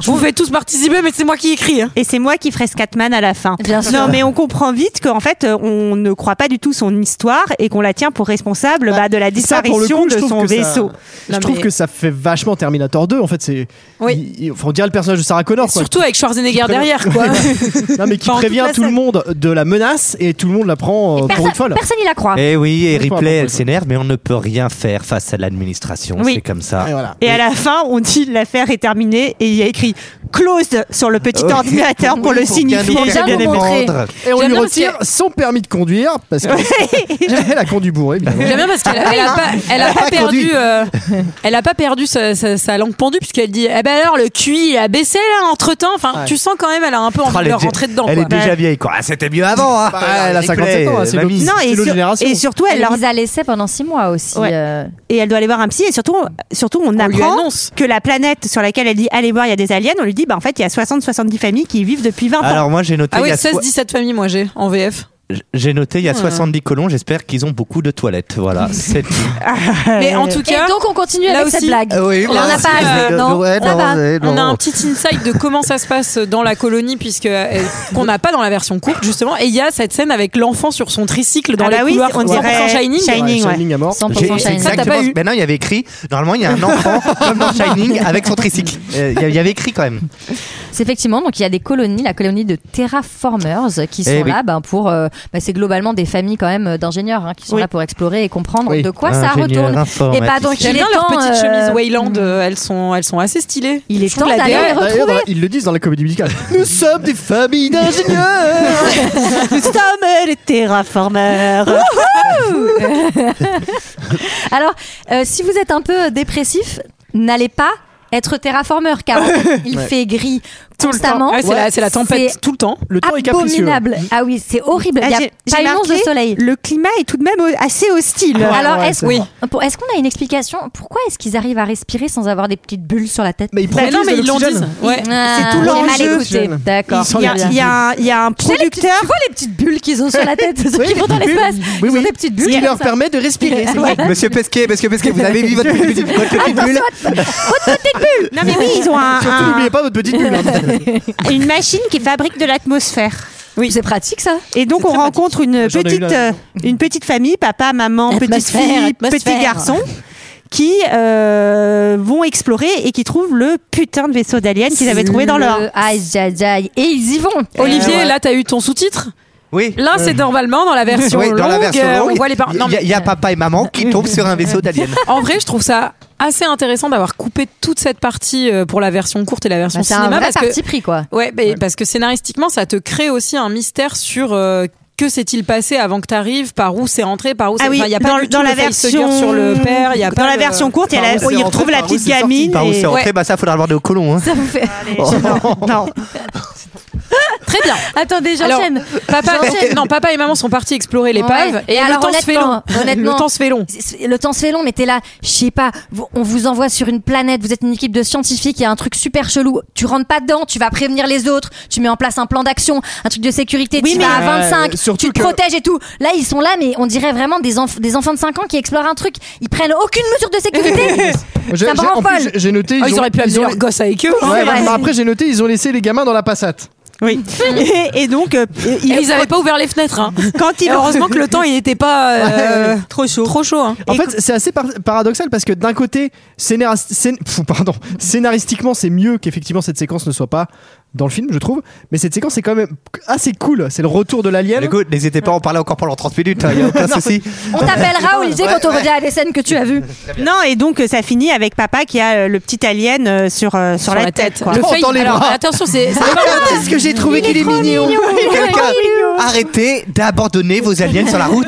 [SPEAKER 7] Je vous fais tous participer, mais c'est moi qui écris. Hein.
[SPEAKER 8] Et c'est moi qui ferai Scatman à la fin.
[SPEAKER 1] Bien sûr.
[SPEAKER 8] Non, mais on comprend vite qu'en fait, euh, on ne croit pas du tout son histoire et qu'on la tient pour responsable bah, de la
[SPEAKER 6] Ça, pour le
[SPEAKER 8] disparition
[SPEAKER 6] coup, je
[SPEAKER 8] de
[SPEAKER 6] trouve
[SPEAKER 8] son
[SPEAKER 6] que ça-
[SPEAKER 8] vaisseau.
[SPEAKER 6] Je
[SPEAKER 7] Non,
[SPEAKER 6] trouve
[SPEAKER 7] mais-
[SPEAKER 6] que ça fait vachement Terminator 2. En fait, c'est.
[SPEAKER 7] Oui.
[SPEAKER 6] il- il- enfin, on dirait le personnage de Sarah Connor. quoi.
[SPEAKER 7] Surtout avec Schwarzenegger derrière. Quoi.
[SPEAKER 6] Non, mais qui
[SPEAKER 7] Enfin, en
[SPEAKER 6] prévient
[SPEAKER 7] toute
[SPEAKER 6] tout le monde de la menace et tout le monde la prend euh, pour une folle.
[SPEAKER 1] Personne n'y la croit.
[SPEAKER 9] Eh oui, et Ripley,
[SPEAKER 6] Pourquoi
[SPEAKER 9] elle s'énerve, mais on ne peut rien faire face à l'administration.
[SPEAKER 8] Oui. Ah
[SPEAKER 9] C'est comme ça. Ah
[SPEAKER 6] Et voilà.
[SPEAKER 8] Et à la fin, on dit l'affaire est terminée et il y a écrit close sur le petit
[SPEAKER 6] Oh.
[SPEAKER 9] Oui.
[SPEAKER 8] ordinateur pour le
[SPEAKER 9] Pour bien
[SPEAKER 8] signifier.
[SPEAKER 9] nous-
[SPEAKER 1] J'ai bien
[SPEAKER 9] bien
[SPEAKER 1] nous montrer.
[SPEAKER 9] vendre.
[SPEAKER 6] Et on
[SPEAKER 7] J'aime
[SPEAKER 6] lui
[SPEAKER 7] bien parce
[SPEAKER 6] retire son permis de conduire parce qu'elle a conduit bourré. évidemment.
[SPEAKER 7] J'aime bien parce qu'elle a, elle a pas, elle a pas perdu, euh, elle a pas perdu sa, sa- sa langue pendue puisqu'elle dit, eh ben alors le QI il a baissé là entre temps. Enfin,
[SPEAKER 6] Ouais.
[SPEAKER 7] tu sens quand même elle a un peu
[SPEAKER 9] Oh,
[SPEAKER 7] envie
[SPEAKER 9] elle
[SPEAKER 7] de
[SPEAKER 9] est dé-
[SPEAKER 7] rentrer dedans.
[SPEAKER 9] Elle
[SPEAKER 7] quoi.
[SPEAKER 9] est déjà vieille, quoi. Ah, c'était mieux avant, hein. euh,
[SPEAKER 6] Bah, elle a 57 ans, hein, c'est
[SPEAKER 9] mamie.
[SPEAKER 6] l'autre-
[SPEAKER 8] Non,
[SPEAKER 6] C'est
[SPEAKER 8] et,
[SPEAKER 6] l'autre
[SPEAKER 8] sur-
[SPEAKER 6] génération.
[SPEAKER 8] et surtout, elle,
[SPEAKER 1] Elle
[SPEAKER 8] leur-
[SPEAKER 1] les a laissés pendant six mois aussi.
[SPEAKER 8] Ouais.
[SPEAKER 1] euh.
[SPEAKER 8] et elle doit aller voir un psy. Et surtout, surtout on,
[SPEAKER 7] lui
[SPEAKER 8] apprend
[SPEAKER 7] annonce.
[SPEAKER 8] que la planète sur laquelle elle dit allez voir, il y a des aliens, on lui dit bah, en fait, il y a 60-70 familles qui y vivent depuis 20 ans.
[SPEAKER 9] Alors moi j'ai noté
[SPEAKER 7] Ah
[SPEAKER 9] il
[SPEAKER 7] oui,
[SPEAKER 9] y a soi-
[SPEAKER 7] 16-17 familles moi j'ai en VF.
[SPEAKER 9] j'ai noté il y a 70 colons, j'espère qu'ils ont beaucoup de toilettes. Voilà, c'est tout.
[SPEAKER 7] Mais en tout
[SPEAKER 1] Et
[SPEAKER 7] cas,
[SPEAKER 1] donc on continue
[SPEAKER 7] là
[SPEAKER 1] avec
[SPEAKER 7] aussi-
[SPEAKER 1] cette blague.
[SPEAKER 6] Ah
[SPEAKER 1] on en a
[SPEAKER 7] aussi,
[SPEAKER 1] pas assez.
[SPEAKER 7] euh,
[SPEAKER 1] non,
[SPEAKER 9] ouais,
[SPEAKER 1] ça
[SPEAKER 9] Eh non,
[SPEAKER 1] va.
[SPEAKER 9] ouais, non.
[SPEAKER 7] on a un petit insight de comment ça se passe dans la colonie puisque euh, qu'on n'a pas dans la version courte justement. Et il y a cette scène avec l'enfant sur son tricycle dans
[SPEAKER 8] Ah bah
[SPEAKER 7] les
[SPEAKER 8] oui,
[SPEAKER 7] couloirs.
[SPEAKER 8] on
[SPEAKER 7] 100%
[SPEAKER 8] dirait
[SPEAKER 7] Shining.
[SPEAKER 8] Shining.
[SPEAKER 6] Ouais,
[SPEAKER 8] ouais.
[SPEAKER 6] Shining à mort.
[SPEAKER 1] 100%
[SPEAKER 9] J'ai-
[SPEAKER 1] Shining.
[SPEAKER 9] c'est
[SPEAKER 7] Ça, t'as
[SPEAKER 9] exactement
[SPEAKER 7] pas
[SPEAKER 9] ce-
[SPEAKER 7] eu.
[SPEAKER 9] Ben non, il y avait écrit normalement il y a un enfant comme dans Shining avec son tricycle. Euh, Il y a- il y avait écrit quand même.
[SPEAKER 1] C'est effectivement, donc il y a des colonies, la colonie de terraformers qui sont
[SPEAKER 9] Eh oui.
[SPEAKER 1] là ben, pour. euh, ben, c'est globalement des familles quand même euh, d'ingénieurs hein, qui sont
[SPEAKER 8] Oui.
[SPEAKER 1] là pour explorer et comprendre
[SPEAKER 6] Oui.
[SPEAKER 1] de quoi ça
[SPEAKER 9] Ingénieur
[SPEAKER 1] retourne.
[SPEAKER 9] informatique.
[SPEAKER 1] Et bah, donc,
[SPEAKER 7] J'aime
[SPEAKER 1] Il est
[SPEAKER 7] bien leurs
[SPEAKER 1] temps,
[SPEAKER 7] petites
[SPEAKER 1] euh,
[SPEAKER 7] chemises Wayland. euh, elles sont elles sont assez stylées.
[SPEAKER 1] Il est
[SPEAKER 7] Je trouve
[SPEAKER 1] temps
[SPEAKER 7] la
[SPEAKER 1] d'aller
[SPEAKER 7] DA
[SPEAKER 1] les
[SPEAKER 6] D'ailleurs, dans
[SPEAKER 1] retrouver.
[SPEAKER 6] la- ils le disent dans la comédie musicale. Nous sommes des familles d'ingénieurs.
[SPEAKER 8] Nous sommes les terraformeurs.
[SPEAKER 1] Alors, euh, si vous êtes un peu euh, dépressif, n'allez pas être terraformeur car en fait, il fait gris
[SPEAKER 7] Tout le temps.
[SPEAKER 1] constamment.
[SPEAKER 7] Ouais, c'est, la, c'est la tempête
[SPEAKER 1] C'est Bah,
[SPEAKER 7] tout le temps.
[SPEAKER 6] Le temps est capricieux.
[SPEAKER 1] abominable. Ah oui, c'est horrible. Il
[SPEAKER 8] Ah,
[SPEAKER 1] n'y a
[SPEAKER 8] j'ai-
[SPEAKER 1] pas
[SPEAKER 8] j'ai
[SPEAKER 1] une once de
[SPEAKER 8] marqué,
[SPEAKER 1] soleil.
[SPEAKER 8] Le climat est tout de même au- assez hostile.
[SPEAKER 1] Ah, Alors, est-ce
[SPEAKER 7] oui.
[SPEAKER 1] pour- est-ce qu'on a une explication Pourquoi est-ce qu'ils arrivent à respirer sans avoir des petites bulles sur la tête
[SPEAKER 6] Mais ils
[SPEAKER 7] Mais
[SPEAKER 6] produisent
[SPEAKER 7] non, mais
[SPEAKER 6] de
[SPEAKER 7] ils l'ont dit.
[SPEAKER 6] l'oxygène.
[SPEAKER 7] Ouais.
[SPEAKER 1] Ah,
[SPEAKER 8] tout
[SPEAKER 1] j'ai
[SPEAKER 8] l'enjeu.
[SPEAKER 1] mal écouté.
[SPEAKER 6] L'oxygène.
[SPEAKER 1] D'accord.
[SPEAKER 6] Ils sont
[SPEAKER 8] il y a, il y a un- il y a un
[SPEAKER 1] Tu sais, les petites-
[SPEAKER 8] producteur.
[SPEAKER 1] tu vois les petites bulles qu'ils ont sur la tête, ceux
[SPEAKER 6] Oui,
[SPEAKER 1] qui vont dans
[SPEAKER 6] des bulles.
[SPEAKER 1] l'espace.
[SPEAKER 6] Oui,
[SPEAKER 1] Ils ont
[SPEAKER 6] oui.
[SPEAKER 1] des petites
[SPEAKER 6] Ce
[SPEAKER 1] bulles.
[SPEAKER 6] qui
[SPEAKER 1] comme
[SPEAKER 6] leur
[SPEAKER 1] ça.
[SPEAKER 6] permet de respirer. c'est vrai.
[SPEAKER 9] Monsieur Pesquet, Monsieur Pesquet, vous avez vu votre petite votre petite bulle
[SPEAKER 8] Non mais oui, ils ont un-
[SPEAKER 6] Surtout,
[SPEAKER 8] un-
[SPEAKER 6] n'oubliez pas votre petite bulle. hein.
[SPEAKER 8] une machine qui fabrique de l'atmosphère.
[SPEAKER 1] Oui, c'est pratique ça.
[SPEAKER 8] Et donc on rencontre une
[SPEAKER 6] J'en ai
[SPEAKER 8] petite,
[SPEAKER 6] eu là.
[SPEAKER 8] euh, une petite famille, papa, maman, petite
[SPEAKER 1] Atmosphère,
[SPEAKER 8] fille,
[SPEAKER 1] atmosphère.
[SPEAKER 8] petit garçon, qui euh, vont explorer et qui trouvent le putain de vaisseau d'alien qu'ils avaient trouvé dans leur...
[SPEAKER 1] Le- Aïe, aïe, aïe. Et ils y vont.
[SPEAKER 7] Olivier,
[SPEAKER 1] Euh, ouais.
[SPEAKER 7] là, t'as eu ton sous-titre.
[SPEAKER 9] Oui.
[SPEAKER 7] Là, c'est normalement dans la version
[SPEAKER 9] Oui,
[SPEAKER 7] longue.
[SPEAKER 9] dans la version
[SPEAKER 7] euh,
[SPEAKER 9] longue,
[SPEAKER 7] on voit les parents.
[SPEAKER 9] Il y,
[SPEAKER 7] Non,
[SPEAKER 9] a- il y a papa et maman qui tombent sur un vaisseau d'alien.
[SPEAKER 7] En vrai, je trouve ça assez intéressant d'avoir coupé toute cette partie euh, pour la version courte et la version
[SPEAKER 1] Bah, c'est un
[SPEAKER 7] cinéma
[SPEAKER 1] vrai
[SPEAKER 7] parce que
[SPEAKER 1] parti pris quoi.
[SPEAKER 7] ouais, bah, parce que scénaristiquement, ça te crée aussi un mystère sur euh, que s'est-il passé avant que tu arrives, par où c'est rentré, par où c'est
[SPEAKER 8] Ah oui,
[SPEAKER 7] enfin, il y a pas
[SPEAKER 8] dans,
[SPEAKER 7] du tout
[SPEAKER 8] dans
[SPEAKER 7] le
[SPEAKER 8] la
[SPEAKER 7] facehugger
[SPEAKER 8] version
[SPEAKER 7] sur le père, il y a
[SPEAKER 8] dans
[SPEAKER 7] pas
[SPEAKER 8] la
[SPEAKER 7] le-
[SPEAKER 8] version courte, il y a la- oh,
[SPEAKER 9] Par où
[SPEAKER 8] ils
[SPEAKER 9] c'est
[SPEAKER 8] retrouvent
[SPEAKER 9] rentré,
[SPEAKER 8] la
[SPEAKER 9] par où
[SPEAKER 8] petite
[SPEAKER 9] c'est sorti,
[SPEAKER 8] gamine.
[SPEAKER 9] Par où
[SPEAKER 8] et-
[SPEAKER 9] c'est rentré,
[SPEAKER 7] Ouais.
[SPEAKER 9] bah ça faudra le voir au colon. hein.
[SPEAKER 1] Ça vous fait.
[SPEAKER 8] Oh. Non.
[SPEAKER 7] Très bien.
[SPEAKER 1] Attendez,
[SPEAKER 7] Alors,
[SPEAKER 1] j'enchaîne.
[SPEAKER 7] Papa,
[SPEAKER 1] J'enchaîne.
[SPEAKER 7] non, papa et maman sont partis explorer l'épave
[SPEAKER 1] Ouais.
[SPEAKER 7] et,
[SPEAKER 1] Et
[SPEAKER 7] le
[SPEAKER 1] alors,
[SPEAKER 7] temps se fait long.
[SPEAKER 1] honnêtement, honnêtement,
[SPEAKER 7] le temps se fait long.
[SPEAKER 1] C'est- c'est- Le temps se fait long, mais t'es là, je sais pas, vous- on vous envoie sur une planète, vous êtes une équipe de scientifiques, il y a un truc super chelou, tu rentres pas dedans, tu vas prévenir les autres, tu mets en place un plan d'action, un truc de sécurité,
[SPEAKER 8] Oui,
[SPEAKER 1] tu
[SPEAKER 8] mais-
[SPEAKER 1] vas à
[SPEAKER 6] Ouais,
[SPEAKER 1] 25,
[SPEAKER 6] surtout
[SPEAKER 1] tu te
[SPEAKER 6] que-
[SPEAKER 1] protèges et tout. Là, ils sont là, mais on dirait vraiment des, enf- des enfants de 5 ans qui explorent un truc, ils prennent aucune mesure de sécurité.
[SPEAKER 6] J'ai-
[SPEAKER 1] Ça me
[SPEAKER 6] j'ai-
[SPEAKER 1] rend
[SPEAKER 6] en plus,
[SPEAKER 1] folle.
[SPEAKER 6] j'ai noté.
[SPEAKER 7] Oh, ils, auraient pu
[SPEAKER 6] ils
[SPEAKER 7] amener
[SPEAKER 6] ont-
[SPEAKER 7] leur gosse avec eux. hein.
[SPEAKER 6] Ouais,
[SPEAKER 1] c'est
[SPEAKER 6] bah,
[SPEAKER 1] vrai.
[SPEAKER 6] bah, après, j'ai noté, ils ont laissé les gamins dans la passate.
[SPEAKER 8] Oui. Et, et donc, euh,
[SPEAKER 7] Et ils avaient pas ouvert les fenêtres. hein.
[SPEAKER 8] quand
[SPEAKER 7] Et
[SPEAKER 8] ils
[SPEAKER 7] heureusement que le temps il n'était pas euh, trop chaud. Trop chaud. hein.
[SPEAKER 6] En
[SPEAKER 8] Et
[SPEAKER 6] fait, c'est assez par- paradoxal parce que d'un côté, scénar- scén- pfff, pardon, scénaristiquement, c'est mieux qu'effectivement cette séquence ne soit pas dans le film, je trouve. Mais cette séquence est quand même assez cool. C'est le retour de l'alien.
[SPEAKER 9] Du coup, n'hésitez pas, on parlait encore pendant 30 minutes, hein, il n'y a aucun souci.
[SPEAKER 1] on t'appellera, Olivier, quand on revient à des scènes que tu as vues.
[SPEAKER 8] Non, et donc euh, ça finit avec papa qui a euh, le petit alien euh, sur, euh, sur, la, tête. quoi.
[SPEAKER 7] Le
[SPEAKER 6] Oh,
[SPEAKER 7] fail-
[SPEAKER 6] dans les
[SPEAKER 7] alors,
[SPEAKER 6] bras.
[SPEAKER 7] attention, c'est c'est pas
[SPEAKER 9] Est-ce que j'ai trouvé qu'il est, mignon, Quelqu'un, arrêtez d'abandonner vos aliens sur la route.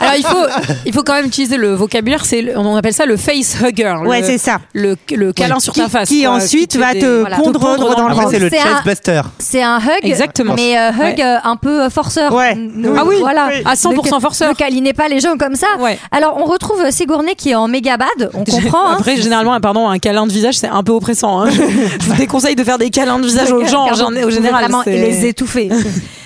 [SPEAKER 7] Alors il faut, il faut quand même utiliser le vocabulaire. C'est le- on appelle ça le face hugger.
[SPEAKER 8] Ouais,
[SPEAKER 7] le-
[SPEAKER 8] c'est ça.
[SPEAKER 7] Le, le câlin sur
[SPEAKER 8] Qui-
[SPEAKER 7] ta face.
[SPEAKER 8] qui
[SPEAKER 7] quoi,
[SPEAKER 8] ensuite
[SPEAKER 7] te
[SPEAKER 8] va
[SPEAKER 7] fait
[SPEAKER 8] te pondre dans le
[SPEAKER 9] Après,
[SPEAKER 8] ventre.
[SPEAKER 9] c'est le
[SPEAKER 1] C'est un-
[SPEAKER 9] chestbuster.
[SPEAKER 1] C'est un hug,
[SPEAKER 7] Exactement.
[SPEAKER 1] mais euh, hug
[SPEAKER 7] Ouais.
[SPEAKER 1] euh, un peu euh, forceur.
[SPEAKER 8] Ouais.
[SPEAKER 1] N-
[SPEAKER 7] Ah oui,
[SPEAKER 1] voilà.
[SPEAKER 7] à 100% forceur.
[SPEAKER 1] Ne câlinez pas les gens comme ça.
[SPEAKER 7] Ouais.
[SPEAKER 1] Alors, on retrouve euh, Sigourney qui est en méga bad, on comprend. hein.
[SPEAKER 7] Après, généralement, un- pardon, un câlin de visage, c'est un peu oppressant. hein. Je vous déconseille de faire des câlins de visage aux gens,
[SPEAKER 1] Car
[SPEAKER 7] j'en ai- au
[SPEAKER 1] vous
[SPEAKER 7] général.
[SPEAKER 1] pouvez vraiment
[SPEAKER 7] c'est-
[SPEAKER 1] les étouffer.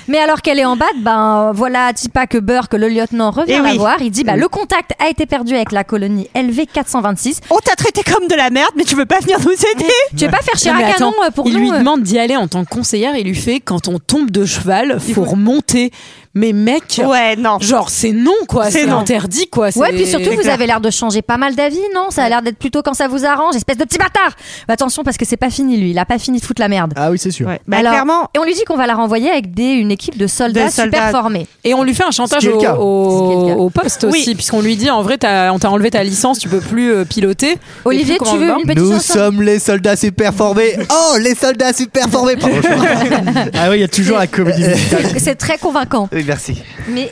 [SPEAKER 1] Mais alors qu'elle est en bas, ben voilà Tipa que Burke, le lieutenant, revient
[SPEAKER 8] Eh
[SPEAKER 1] la
[SPEAKER 8] oui.
[SPEAKER 1] voir. Il dit
[SPEAKER 7] Mm.
[SPEAKER 1] bah, le contact a été perdu avec la colonie LV426.
[SPEAKER 8] On t'a traité comme de la merde, mais tu veux pas venir nous aider
[SPEAKER 1] Tu veux pas faire
[SPEAKER 7] Non,
[SPEAKER 1] Chirac
[SPEAKER 7] mais
[SPEAKER 1] à
[SPEAKER 7] attends,
[SPEAKER 1] non euh, pour
[SPEAKER 7] il
[SPEAKER 1] nous
[SPEAKER 7] lui
[SPEAKER 1] euh
[SPEAKER 7] demande d'y aller en tant que conseillère. Il lui fait quand on tombe de cheval, faut remonter. Mais mec,
[SPEAKER 8] Ouais, non.
[SPEAKER 7] genre c'est non quoi,
[SPEAKER 8] C'est
[SPEAKER 7] c'est
[SPEAKER 8] non.
[SPEAKER 7] interdit quoi.
[SPEAKER 1] Ouais,
[SPEAKER 7] c'est-
[SPEAKER 1] puis surtout, vous avez l'air de changer pas mal d'avis, non Ça a l'air d'être plutôt quand ça vous arrange, espèce de petit bâtard Mais Attention, parce que c'est pas fini, lui. Il a pas fini de foutre la merde.
[SPEAKER 6] Ah oui, c'est sûr.
[SPEAKER 8] Ouais. Bah,
[SPEAKER 1] Alors-
[SPEAKER 8] clairement,
[SPEAKER 1] Et on lui dit qu'on va la renvoyer avec des, une équipe de soldats,
[SPEAKER 8] De soldats.
[SPEAKER 1] super formés.
[SPEAKER 7] Et on lui fait un chantage
[SPEAKER 6] Ce qui est le
[SPEAKER 7] au,
[SPEAKER 6] cas.
[SPEAKER 7] au-
[SPEAKER 1] Ce qui est le cas.
[SPEAKER 7] au poste
[SPEAKER 8] Oui.
[SPEAKER 7] aussi, puisqu'on lui dit en vrai, t'as- on t'a enlevé ta licence, tu peux plus euh, piloter.
[SPEAKER 1] Olivier,
[SPEAKER 7] Et puis,
[SPEAKER 1] tu veux
[SPEAKER 7] comment on
[SPEAKER 1] une
[SPEAKER 7] va
[SPEAKER 1] petite
[SPEAKER 9] Nous
[SPEAKER 1] chanson
[SPEAKER 9] sommes les soldats super formés. Oh, les soldats super formés. Pardon, je suis-
[SPEAKER 6] Ah oui, il y a toujours la comédie.
[SPEAKER 1] C'est- C'est très convaincant.
[SPEAKER 9] Oui, merci.
[SPEAKER 1] Mais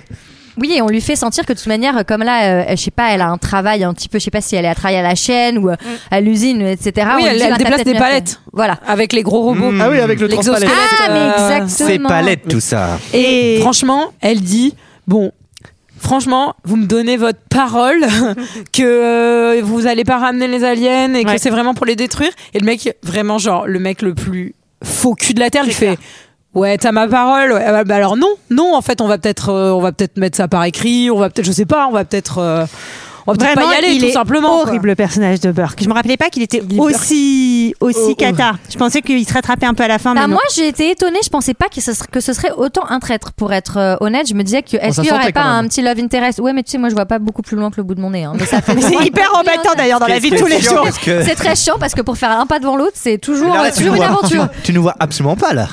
[SPEAKER 1] oui, et on lui fait sentir que de toute manière, comme là, euh, je sais pas, elle a un travail un petit peu, je sais pas si elle est à travailler à la chaîne ou euh, à l'usine, etc.
[SPEAKER 7] Mm. Oui,
[SPEAKER 1] On lui
[SPEAKER 7] elle-
[SPEAKER 1] dit,
[SPEAKER 7] elle
[SPEAKER 1] bah, t'as
[SPEAKER 7] déplace
[SPEAKER 1] peut-être
[SPEAKER 7] des
[SPEAKER 1] mieux à faire.
[SPEAKER 7] palettes.
[SPEAKER 1] Voilà.
[SPEAKER 7] Avec les gros robots.
[SPEAKER 6] Ah oui, avec le
[SPEAKER 7] L'exosquelette.
[SPEAKER 6] transpalette.
[SPEAKER 1] Ah, mais
[SPEAKER 7] euh,
[SPEAKER 1] exactement.
[SPEAKER 9] C'est palette tout ça.
[SPEAKER 7] Et
[SPEAKER 8] Et-
[SPEAKER 7] franchement, elle dit bon. Franchement, vous me donnez votre parole que euh, vous allez pas ramener les aliens et que
[SPEAKER 8] Ouais.
[SPEAKER 7] c'est vraiment pour les détruire. Et le mec, vraiment, genre, le mec le plus faux cul de la terre, il fait Ouais, t'as ma parole. Ouais, bah, bah, alors, non, non, en fait, on va peut-être euh, on va peut-être mettre ça par écrit, on va peut-être, je sais pas, on va peut-être. euh, on va peut-être
[SPEAKER 8] vraiment,
[SPEAKER 7] pas y aller,
[SPEAKER 8] il
[SPEAKER 7] tout
[SPEAKER 8] est
[SPEAKER 7] simplement. quoi.
[SPEAKER 8] horrible le personnage de Burke. Je me rappelais pas qu'il était
[SPEAKER 7] Il est
[SPEAKER 8] aussi aussi
[SPEAKER 7] Oh, oh.
[SPEAKER 8] cata. Je pensais qu'il se rattrapait un peu à la fin, mais
[SPEAKER 1] Bah,
[SPEAKER 8] non.
[SPEAKER 1] moi, j'ai été étonnée. Je pensais pas que ce, serait, que ce serait autant un traître, pour être euh, honnête. Je me disais que est-ce
[SPEAKER 6] ça
[SPEAKER 1] qu'il y aurait
[SPEAKER 6] sentait
[SPEAKER 1] pas
[SPEAKER 6] quand même.
[SPEAKER 1] un petit love interest Ouais, mais tu sais, moi, je vois pas beaucoup plus loin que le bout de mon nez. hein. Mais ça fait
[SPEAKER 8] Mais c'est hyper embêtant d'ailleurs dans la vie de tous les jours.
[SPEAKER 9] Parce que-
[SPEAKER 1] C'est très chiant parce que pour faire un pas devant l'autre, c'est toujours,
[SPEAKER 9] Là,
[SPEAKER 1] euh,
[SPEAKER 9] tu, nous
[SPEAKER 1] toujours une
[SPEAKER 9] vois, tu,
[SPEAKER 1] aventure.
[SPEAKER 9] tu nous vois absolument pas là.